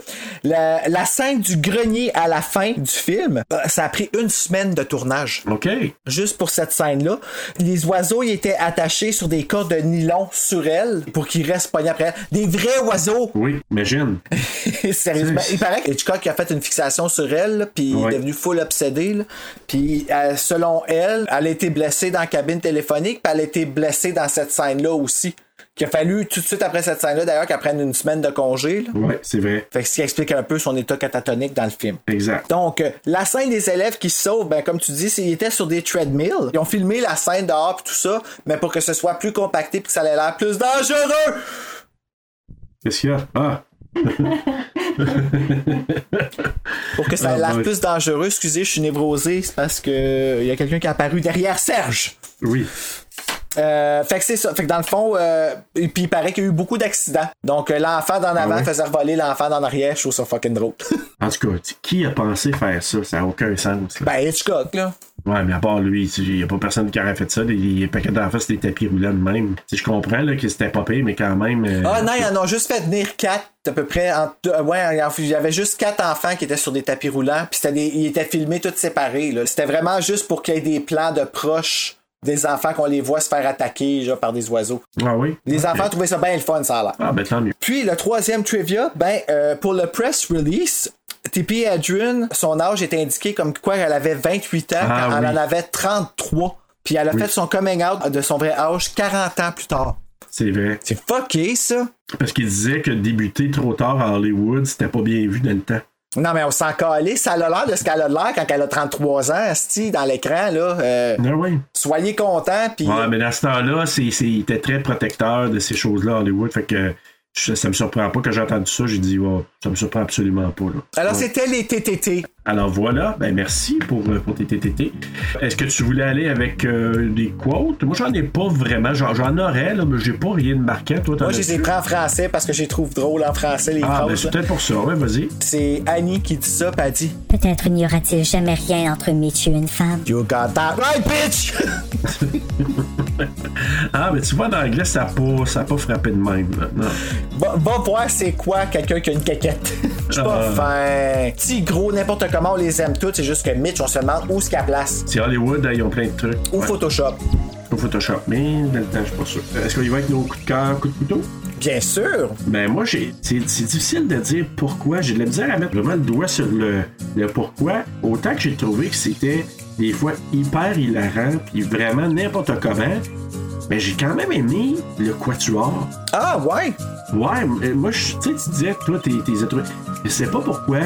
[SPEAKER 3] la, la scène du grenier à la fin du film, euh, ça a pris une semaine de tournage,
[SPEAKER 4] OK.
[SPEAKER 3] juste pour cette scène-là. Les oiseaux, ils étaient attachés sur des cordes de nylon sur elle pour qu'ils restent pognés après elle. Des vrais oiseaux!
[SPEAKER 4] Oui, imagine.
[SPEAKER 3] Sérieusement,
[SPEAKER 4] C'est-
[SPEAKER 3] il paraît que Hitchcock a fait une fixation sur elle, là, puis il
[SPEAKER 4] Ouais.
[SPEAKER 3] est devenu full obsédé. là. Puis euh, selon elle, elle a été blessée dans la cabine téléphonique, puis elle a été blessée dans cette scène-là aussi. Qu'il a fallu tout de suite après cette scène-là, d'ailleurs, qu'elle prenne une semaine de congé. là.
[SPEAKER 4] Oui, c'est vrai.
[SPEAKER 3] Fait que ce qui explique un peu son état catatonique dans le film.
[SPEAKER 4] Exact.
[SPEAKER 3] Donc, euh, la scène des élèves qui se sauvent, ben, comme tu dis, c'est- ils étaient sur des treadmills. Ils ont filmé la scène dehors pis tout ça, mais pour que ce soit plus compacté puis que ça ait l'air plus dangereux.
[SPEAKER 4] Qu'est-ce qu'il y a? Ah,
[SPEAKER 3] Pour que ça ait
[SPEAKER 4] Ah,
[SPEAKER 3] l'air
[SPEAKER 4] bah oui.
[SPEAKER 3] plus dangereux, excusez, je suis névrosé, c'est parce que euh, il y a quelqu'un qui est apparu derrière Serge.
[SPEAKER 4] oui.
[SPEAKER 3] Euh, fait que c'est ça. Fait que dans le fond, euh, et puis il paraît qu'il y a eu beaucoup d'accidents. Donc, euh, l'enfant d'en avant
[SPEAKER 4] Ah ouais?
[SPEAKER 3] faisait voler l'enfant d'en arrière, je trouve ça fucking drôle.
[SPEAKER 4] En tout cas, tu- qui a pensé faire ça? Ça n'a aucun sens. là.
[SPEAKER 3] ben, Hitchcock, là.
[SPEAKER 4] Ouais, mais à part lui, tu- il n'y a pas personne qui aurait fait ça. Les, les paquets d'enfants, c'était des tapis roulants de même. Tu sais, je comprends là, que c'était pas pire, mais quand même. euh,
[SPEAKER 3] Ah non, ils en ont juste fait venir quatre, à peu près. En, euh, ouais, il y avait juste quatre enfants qui étaient sur des tapis roulants, puis c'était des- ils étaient filmés tous séparés. là. C'était vraiment juste pour qu'il y ait des plans de proches des enfants qu'on les voit se faire attaquer genre, par des oiseaux.
[SPEAKER 4] Ah oui?
[SPEAKER 3] Les
[SPEAKER 4] Ok.
[SPEAKER 3] enfants trouvaient ça bien le fun, ça a l'air.
[SPEAKER 4] Ah, ben tant mieux.
[SPEAKER 3] Puis le troisième trivia, ben euh, pour le press release, Tippi Adrien, son âge est indiqué comme quoi elle avait 28 ans
[SPEAKER 4] Ah,
[SPEAKER 3] quand elle
[SPEAKER 4] oui.
[SPEAKER 3] en avait 33. Puis elle a fait son coming out de son vrai âge 40 ans plus tard.
[SPEAKER 4] C'est vrai.
[SPEAKER 3] C'est fucké ça.
[SPEAKER 4] Parce qu'il disait que débuter trop tard à Hollywood, c'était pas bien vu dans le temps.
[SPEAKER 3] Non, mais on s'en calait. Ça a l'air de ce qu'elle a l'air quand elle a 33 ans, asti, dans l'écran, là. Euh,
[SPEAKER 4] Ah oui.
[SPEAKER 3] soyez contents, puis...
[SPEAKER 4] Ouais, mais dans ce temps-là, c'est, c'est- il était très protecteur de ces choses-là à Hollywood. Fait que je- ça me surprend pas que j'ai entendu ça. J'ai dit, oh, Ça me surprend absolument pas. Là.
[SPEAKER 3] euh, Alors, c'était les TTT.
[SPEAKER 4] Alors voilà, ben merci pour, euh, pour tes TTT. Est-ce que tu voulais aller avec euh, des quotes? Moi, j'en ai pas vraiment. J'en, j'en aurais, là, mais j'ai pas rien de marquant. Toi, t'en
[SPEAKER 3] Moi, je les ai
[SPEAKER 4] as-tu?
[SPEAKER 3] pris en français parce que je les trouve drôles en français, les
[SPEAKER 4] Ah, ben
[SPEAKER 3] phrases.
[SPEAKER 4] c'est peut-être pour ça. Ouais, vas-y.
[SPEAKER 3] C'est Annie qui dit ça, puis elle dit
[SPEAKER 2] Peut-être n'y aura-t-il jamais rien entre un métier et une femme.
[SPEAKER 3] You got that right, bitch!
[SPEAKER 4] Ah, mais tu vois, dans l'anglais, ça n'a pas, ça a pas frappé de même. là. Non.
[SPEAKER 3] Va, va voir c'est quoi quelqu'un qui a une caquette. Je suis pas
[SPEAKER 4] Ah.
[SPEAKER 3] fin. Petit, gros, n'importe comment, on les aime tous. C'est juste que Mitch, on se demande où est-ce qu'elle place.
[SPEAKER 4] C'est Hollywood, hein, ils ont plein de trucs.
[SPEAKER 3] Ou
[SPEAKER 4] Ouais,
[SPEAKER 3] Photoshop.
[SPEAKER 4] pas Photoshop, mais dans le temps, je suis pas sûr. Est-ce qu'on y va avec nos coups de cœur, coups de couteau?
[SPEAKER 3] Bien sûr!
[SPEAKER 4] Ben moi, j'ai, c'est, c'est difficile de dire pourquoi. J'ai de la misère à mettre vraiment le doigt sur le, le pourquoi. Autant que j'ai trouvé que c'était des fois hyper hilarant, puis vraiment n'importe comment. Mais j'ai quand même aimé le quatuor.
[SPEAKER 3] Ah, ouais!
[SPEAKER 4] Ouais, m- moi, je- tu sais, tu disais, toi, t'es t'es étoiles. Je sais pas pourquoi.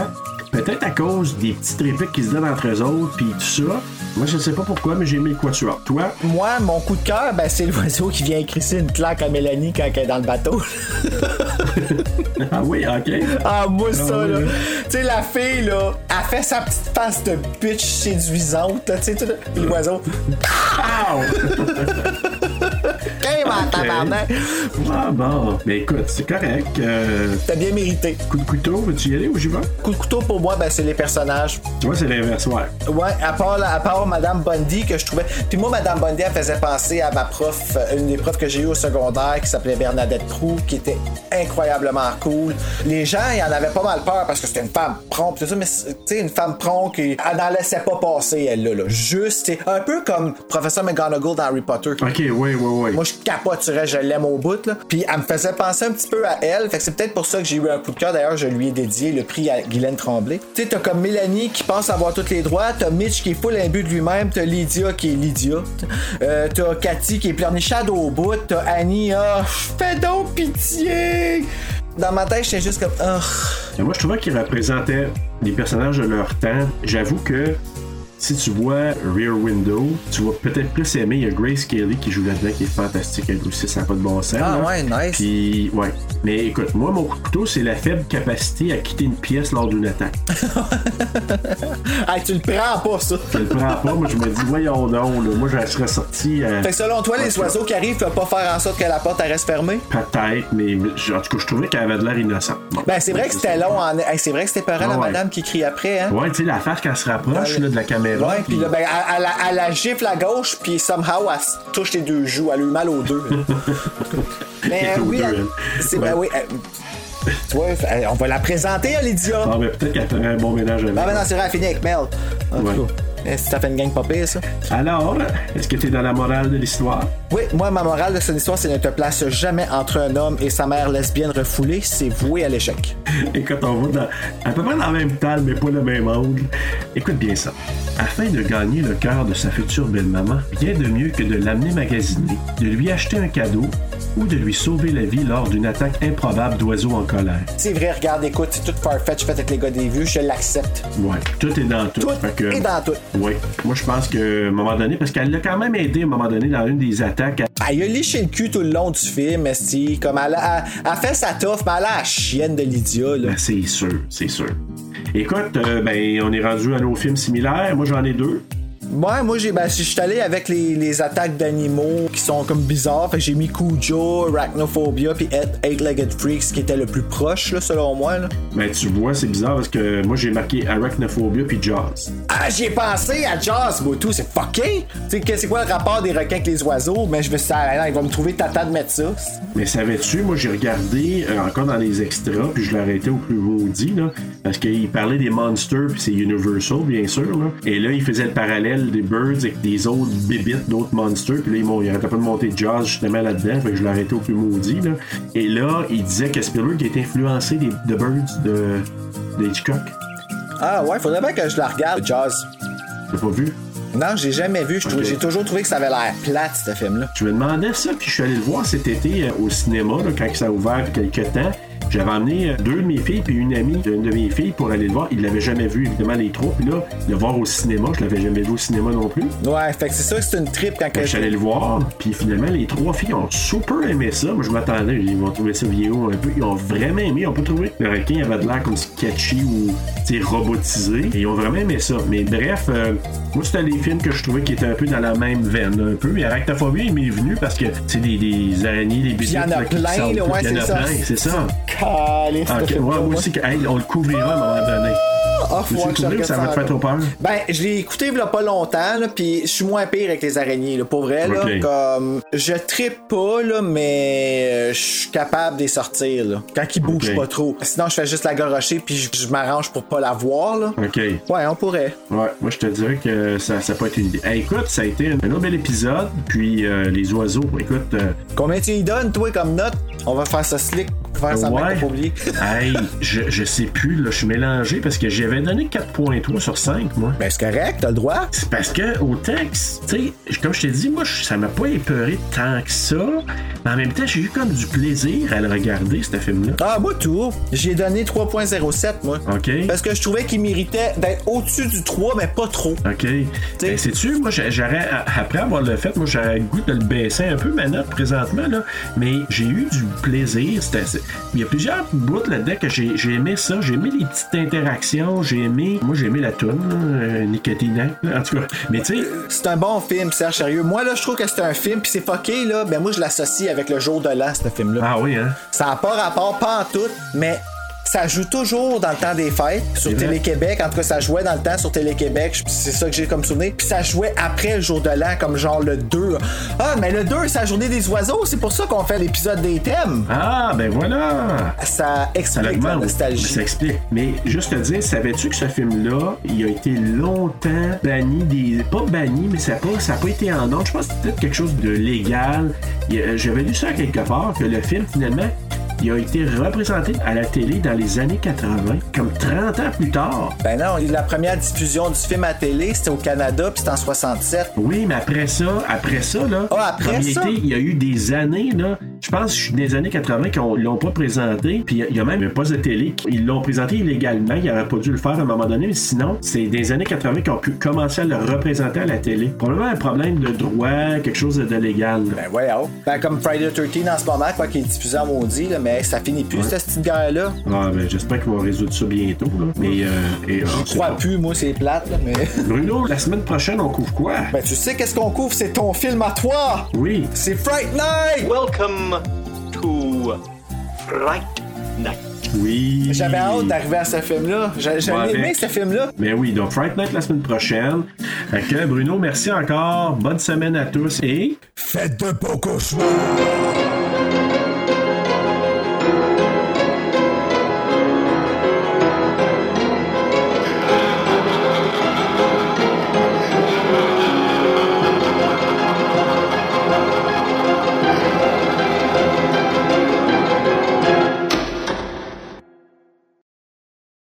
[SPEAKER 4] Peut-être à cause des petites répliques qui se donnent entre eux autres, puis tout ça. Moi, je sais pas pourquoi, mais j'ai aimé le quatuor. Toi,
[SPEAKER 3] Moi, mon coup de cœur, ben, c'est l'oiseau qui vient crisser une claque à Mélanie quand elle est dans le bateau.
[SPEAKER 4] ah oui, ok.
[SPEAKER 3] Ah, moi,
[SPEAKER 4] Ah,
[SPEAKER 3] ça,
[SPEAKER 4] ouais,
[SPEAKER 3] là.
[SPEAKER 4] ouais.
[SPEAKER 3] Tu sais, la fille, là, elle fait sa petite face de bitch séduisante, là, tu sais, tout le- Puis l'oiseau. Hey, Eh, ma tabarnak!
[SPEAKER 4] Ah bon, mais écoute, c'est correct. Euh,
[SPEAKER 3] T'as bien mérité.
[SPEAKER 4] coup de couteau, veux-tu y aller ou j'y vais?
[SPEAKER 3] Coup de couteau pour moi, ben, c'est les personnages.
[SPEAKER 4] Tu vois, c'est l'inverse, ouais.
[SPEAKER 3] Ouais, à part, la- à part Madame Bundy que je trouvais. Puis moi, Madame Bundy, elle faisait penser à ma prof, euh, une des profs que j'ai eu au secondaire qui s'appelait Bernadette Prou, qui était incroyablement cool. Les gens, ils en avaient pas mal peur parce que c'était une femme prompte, tout ça, mais c'est- tu sais, une femme prompte qui. Elle n'en laissait pas passer, elle, là. là. Juste, tu sais, un peu comme Professeur McGonagall dans Harry Potter.
[SPEAKER 4] Ok, oui, oui, oui.
[SPEAKER 3] Moi, je capoterais, je l'aime au bout, là. Puis elle me faisait penser un petit peu à elle. Fait que c'est peut-être pour ça que j'ai eu un coup de cœur. D'ailleurs, je lui ai dédié le prix à Guylaine Tremblay. Tu sais, t'as comme Mélanie qui pense avoir tous les droits. T'as Mitch qui est full imbu de lui-même. T'as Lydia qui est Lydia. Euh, t'as Cathy qui est pleurnichade au bout. T'as Annie, ah, fais donc pitié! Dans ma tête, j'étais juste comme, ah.
[SPEAKER 4] Et Moi, je trouvais qu'ils représentaient des personnages de leur temps. J'avoue que si tu vois Rear Window, tu vas peut-être plus aimer. Il y a Grace Kelly qui joue là-dedans, qui est fantastique. Elle aussi, ça n'a pas de bon sens.
[SPEAKER 3] Ah
[SPEAKER 4] là.
[SPEAKER 3] ouais, nice.
[SPEAKER 4] Puis, ouais. Mais écoute, moi, mon coup de couteau, c'est la faible capacité à quitter une pièce lors d'une attaque.
[SPEAKER 3] Hey, tu le prends pas, ça.
[SPEAKER 4] Je le prends pas, moi, je me dis, voyons donc, là, moi, je serais sorti. euh,
[SPEAKER 3] Fait que selon toi, les
[SPEAKER 4] Ouais.
[SPEAKER 3] oiseaux qui arrivent peuvent pas faire en sorte que la porte elle reste fermée?
[SPEAKER 4] Peut-être, mais en tout cas, je trouvais qu'elle avait de l'air innocente. Bon.
[SPEAKER 3] Ben, c'est vrai que c'était long. En... Hey, c'est vrai que c'était peurant,
[SPEAKER 4] Ah
[SPEAKER 3] la
[SPEAKER 4] ouais.
[SPEAKER 3] madame qui crie après, hein?
[SPEAKER 4] Ouais, tu sais, la face qu'elle se rapproche là, de la caméra.
[SPEAKER 3] Ouais, puis
[SPEAKER 4] puis-
[SPEAKER 3] là, ben, elle, elle, elle- elle la gifle à gauche, puis somehow, elle se touche les deux joues. Elle a eu mal aux deux.
[SPEAKER 4] Elle
[SPEAKER 3] Mais
[SPEAKER 4] est
[SPEAKER 3] euh,
[SPEAKER 4] aux
[SPEAKER 3] oui,
[SPEAKER 4] deux,
[SPEAKER 3] elle-
[SPEAKER 4] elle.
[SPEAKER 3] c'est
[SPEAKER 4] Ouais.
[SPEAKER 3] ben oui. elle- tu vois, elle- on va la présenter, hein, Lydia.
[SPEAKER 4] Ah, ben, peut-être qu'elle ferait un bon ménage avec.
[SPEAKER 3] Ah, ben non, c'est vrai, elle finit avec Mel. En
[SPEAKER 4] Ouais.
[SPEAKER 3] tout cas, eh, si t'as fait une gang pas pire, ça.
[SPEAKER 4] Alors, est-ce que tu es dans la morale de l'histoire?
[SPEAKER 3] Oui, moi, ma morale de cette histoire, c'est ne te place jamais entre un homme et sa mère lesbienne refoulée. C'est voué à l'échec.
[SPEAKER 4] Écoute, on va dans, à peu près dans le même tal, mais pas le même angle. Écoute bien ça. Afin de gagner le cœur de sa future belle-maman, rien de mieux que de l'amener magasiner, de lui acheter un cadeau ou de lui sauver la vie lors d'une attaque improbable d'oiseaux en colère.
[SPEAKER 3] C'est vrai, regarde, écoute, c'est tout farfetch fait avec les gars des vues, je l'accepte.
[SPEAKER 4] Ouais, tout est dans tout.
[SPEAKER 3] Tout
[SPEAKER 4] Fait que-
[SPEAKER 3] est dans tout.
[SPEAKER 4] Ouais. Moi, je pense que, à un moment donné, parce qu'elle l'a quand même aidé à un moment donné dans une des attaques. à-
[SPEAKER 3] Elle Ah, a liché le cul tout le long du film, esti. Comme elle a, elle- elle fait sa toffe, mais elle a la chienne de Lydia, là.
[SPEAKER 4] Ben, c'est sûr, c'est sûr. Écoute, euh, ben, on est rendu à nos films similaires. Moi, j'en ai deux.
[SPEAKER 3] Moi, moi, j'ai, ben, je suis allé avec les, les attaques d'animaux qui sont comme bizarres. Fait que j'ai mis Cujo, Arachnophobia, puis Eight- Eight-Legged Freaks, qui était le plus proche, là, selon moi, là.
[SPEAKER 4] Ben, tu vois, c'est bizarre parce que moi, j'ai marqué Arachnophobia puis Jaws.
[SPEAKER 3] Ah, j'y ai pensé à Jaws, Boutou, c'est fucké! Tu sais, que- c'est quoi le rapport des requins avec les oiseaux? Mais je vais ça, là, ils vont me trouver tata de mettre ça.
[SPEAKER 4] Mais savais-tu, moi, j'ai regardé euh, encore dans les extras puis je l'ai arrêté au plus maudit, là, parce qu'il parlait des monsters puis c'est Universal, bien sûr, là. Et là, il faisait le parallèle des birds avec des autres bébites d'autres monsters puis là, ils m'ont- il arrêtait pas de monter Jaws justement là-dedans, fait que je l'ai arrêté au plus maudit, là. Et là, il disait que Spielberg est influencé des, de Birds de, de Hitchcock.
[SPEAKER 3] Ah, ouais, faudrait bien que je la regarde, Jaws.
[SPEAKER 4] T'as pas vu?
[SPEAKER 3] Non, j'ai jamais vu. Je trouve-
[SPEAKER 4] Ok.
[SPEAKER 3] J'ai toujours trouvé que ça avait l'air plate, ce film-là.
[SPEAKER 4] Je me demandais ça, puis je suis allé le voir cet été euh, au cinéma, là, quand ça a ouvert il y a quelques temps. J'avais emmené deux de mes filles puis une amie d'une de mes filles pour aller le voir. Ils l'avaient jamais vu, évidemment, les trois. Puis là, le voir au cinéma, je l'avais jamais vu au cinéma non plus.
[SPEAKER 3] Ouais, fait que c'est sûr que c'est une trip quand
[SPEAKER 4] Fait que
[SPEAKER 3] que-
[SPEAKER 4] je suis allé le voir, puis finalement, les trois filles ont super aimé ça. Moi, je m'attendais, ils vont trouver ça vieillot un peu. Ils ont vraiment aimé, ils ont pas trouvé. Le requin avait de l'air comme sketchy ou, tu sais, robotisé. Et ils ont vraiment aimé ça. Mais bref, euh, moi, c'était des films que je trouvais qui étaient un peu dans la même veine, un peu. Et Arachnophobie, il m'est venu parce que, c'est des, des araignées, des
[SPEAKER 3] il y
[SPEAKER 4] bisous.
[SPEAKER 3] en a plein, là, ouais,
[SPEAKER 4] Il y en a
[SPEAKER 3] c'est ça.
[SPEAKER 4] plein, c'est ça.
[SPEAKER 3] Caliste,
[SPEAKER 4] Ah, ok.
[SPEAKER 3] je sais
[SPEAKER 4] Ouais,
[SPEAKER 3] pas,
[SPEAKER 4] moi
[SPEAKER 3] moi.
[SPEAKER 4] aussi, que- hey, on le couvrira à un moment donné.
[SPEAKER 3] Ah, faut
[SPEAKER 4] Veux-tu
[SPEAKER 3] voir
[SPEAKER 4] le
[SPEAKER 3] que je
[SPEAKER 4] couvrir ou
[SPEAKER 3] regarde
[SPEAKER 4] ça va te faire trop peur?
[SPEAKER 3] Ben, je l'ai écouté il y a pas longtemps, là, puis je suis moins pire avec les araignées, là, pour vrai. Là,
[SPEAKER 4] Ok.
[SPEAKER 3] comme, je trippe pas, là, mais euh, je suis capable de les sortir là, quand ils bougent
[SPEAKER 4] Ok.
[SPEAKER 3] pas trop. Sinon, je fais juste la gorocher, puis je- je m'arrange pour pas la voir. Là.
[SPEAKER 4] Ok.
[SPEAKER 3] Ouais, on pourrait.
[SPEAKER 4] Ouais, moi je te dirais que ça, ça peut être une idée. Hey, écoute, ça a été un autre bel épisode, puis euh, les oiseaux, écoute, euh,
[SPEAKER 3] Combien tu y donnes, toi, comme note On va faire ça slick pour faire Ah, ça
[SPEAKER 4] ouais.
[SPEAKER 3] pas oublier.
[SPEAKER 4] hey, je, je sais plus, là, je suis mélangé parce que j'avais donné 4.3 sur 5, moi.
[SPEAKER 3] ben, c'est correct, t'as le droit.
[SPEAKER 4] C'est parce que au texte, tu sais, comme je t'ai dit, moi je- ça m'a pas épeuré tant que ça, mais en même temps, j'ai eu comme du plaisir à le regarder, ce film-là.
[SPEAKER 3] Ah, moi, tout. J'ai donné 3.07, moi.
[SPEAKER 4] Ok?
[SPEAKER 3] Parce que je trouvais qu'il méritait d'être au-dessus du 3, mais pas trop.
[SPEAKER 4] OK. Ben, sais-tu, moi, j'a- j'aurais, a- après avoir le fait, moi, j'aurais le goût de le baisser un peu, ma note, présentement, là. Mais j'ai eu du plaisir. C'était- c'est- Il y a plusieurs bouts là-dedans que j'ai, j'ai aimé ça. J'ai aimé les petites interactions. J'ai aimé... Moi, j'ai aimé la toune, là, euh, Nicotina, là, en tout cas. Mais tu sais...
[SPEAKER 3] C'est un bon film, Serge, sérieux. Moi, là, je trouve que c'est un film, puis c'est fucké, là. Ben, moi, je l'associe avec le jour de l'an, ce film-là.
[SPEAKER 4] Ah oui, hein?
[SPEAKER 3] Ça n'a pas rapport, pas en tout, mais ça joue toujours dans le temps des fêtes, sur
[SPEAKER 4] C'est vrai.
[SPEAKER 3] Télé-Québec. En tout cas, ça jouait dans le temps sur Télé-Québec. Je- C'est ça que j'ai comme souvenir. Puis ça jouait après le jour de l'an, comme genre le 2. Ah, mais le 2, c'est la journée des oiseaux. C'est pour ça qu'on fait l'épisode des thèmes.
[SPEAKER 4] Ah, ben voilà!
[SPEAKER 3] Ça
[SPEAKER 4] Ça
[SPEAKER 3] explique la
[SPEAKER 4] l'augmente.
[SPEAKER 3] nostalgie.
[SPEAKER 4] Ça explique. Mais juste te dire, savais-tu que ce film-là, il a été longtemps banni des. Pas banni, mais ça n'a pas, ça a pas été en ordre. Je pense que c'est peut-être quelque chose de légal. Il y a- J'avais lu ça quelque part, que le film, finalement, il a été représenté à la télé dans les années 80, comme 30 ans plus tard.
[SPEAKER 3] Ben non, la première diffusion du film à télé, c'était au Canada, puis c'était en 67.
[SPEAKER 4] Oui, mais après ça, après ça, là,
[SPEAKER 3] Ah, après
[SPEAKER 4] comme il
[SPEAKER 3] ça?
[SPEAKER 4] était, il y a eu des années, là, je pense que je suis des années 80 qu'on l'ont pas présenté, puis il y a- il y, a même un poste de télé, qui- ils l'ont présenté illégalement, ils n'auraient pas dû le faire à un moment donné, mais sinon, c'est des années 80 qu'on ont pu commencer à le représenter à la télé. Probablement un problème de droit, quelque chose de légal. là.
[SPEAKER 3] Ben voyons. Ben comme Friday 13 en ce moment, quoi qu'il est diffusé en maudit, là, mais ça finit plus cette petite guerre-là.
[SPEAKER 4] Ah, ben, j'espère qu'ils vont résoudre ça bientôt, là. Mais, euh, et, on
[SPEAKER 3] Je
[SPEAKER 4] sait
[SPEAKER 3] crois
[SPEAKER 4] pas.
[SPEAKER 3] plus, moi c'est plate, là, mais.
[SPEAKER 4] Bruno, la semaine prochaine, on couvre quoi?
[SPEAKER 3] Ben tu sais qu'est-ce qu'on couvre, c'est ton film à toi!
[SPEAKER 4] Oui.
[SPEAKER 3] C'est Fright Night!
[SPEAKER 9] Welcome to Fright Night.
[SPEAKER 4] Oui.
[SPEAKER 3] J'avais hâte d'arriver à ce film-là. J'a- J'avais
[SPEAKER 4] Ouais,
[SPEAKER 3] aimé
[SPEAKER 4] avec.
[SPEAKER 3] ce film-là.
[SPEAKER 4] Mais Ben oui, donc Fright Night la semaine prochaine. Fait que Bruno, merci encore. Bonne semaine à tous et
[SPEAKER 3] Faites de beaux cauchemars!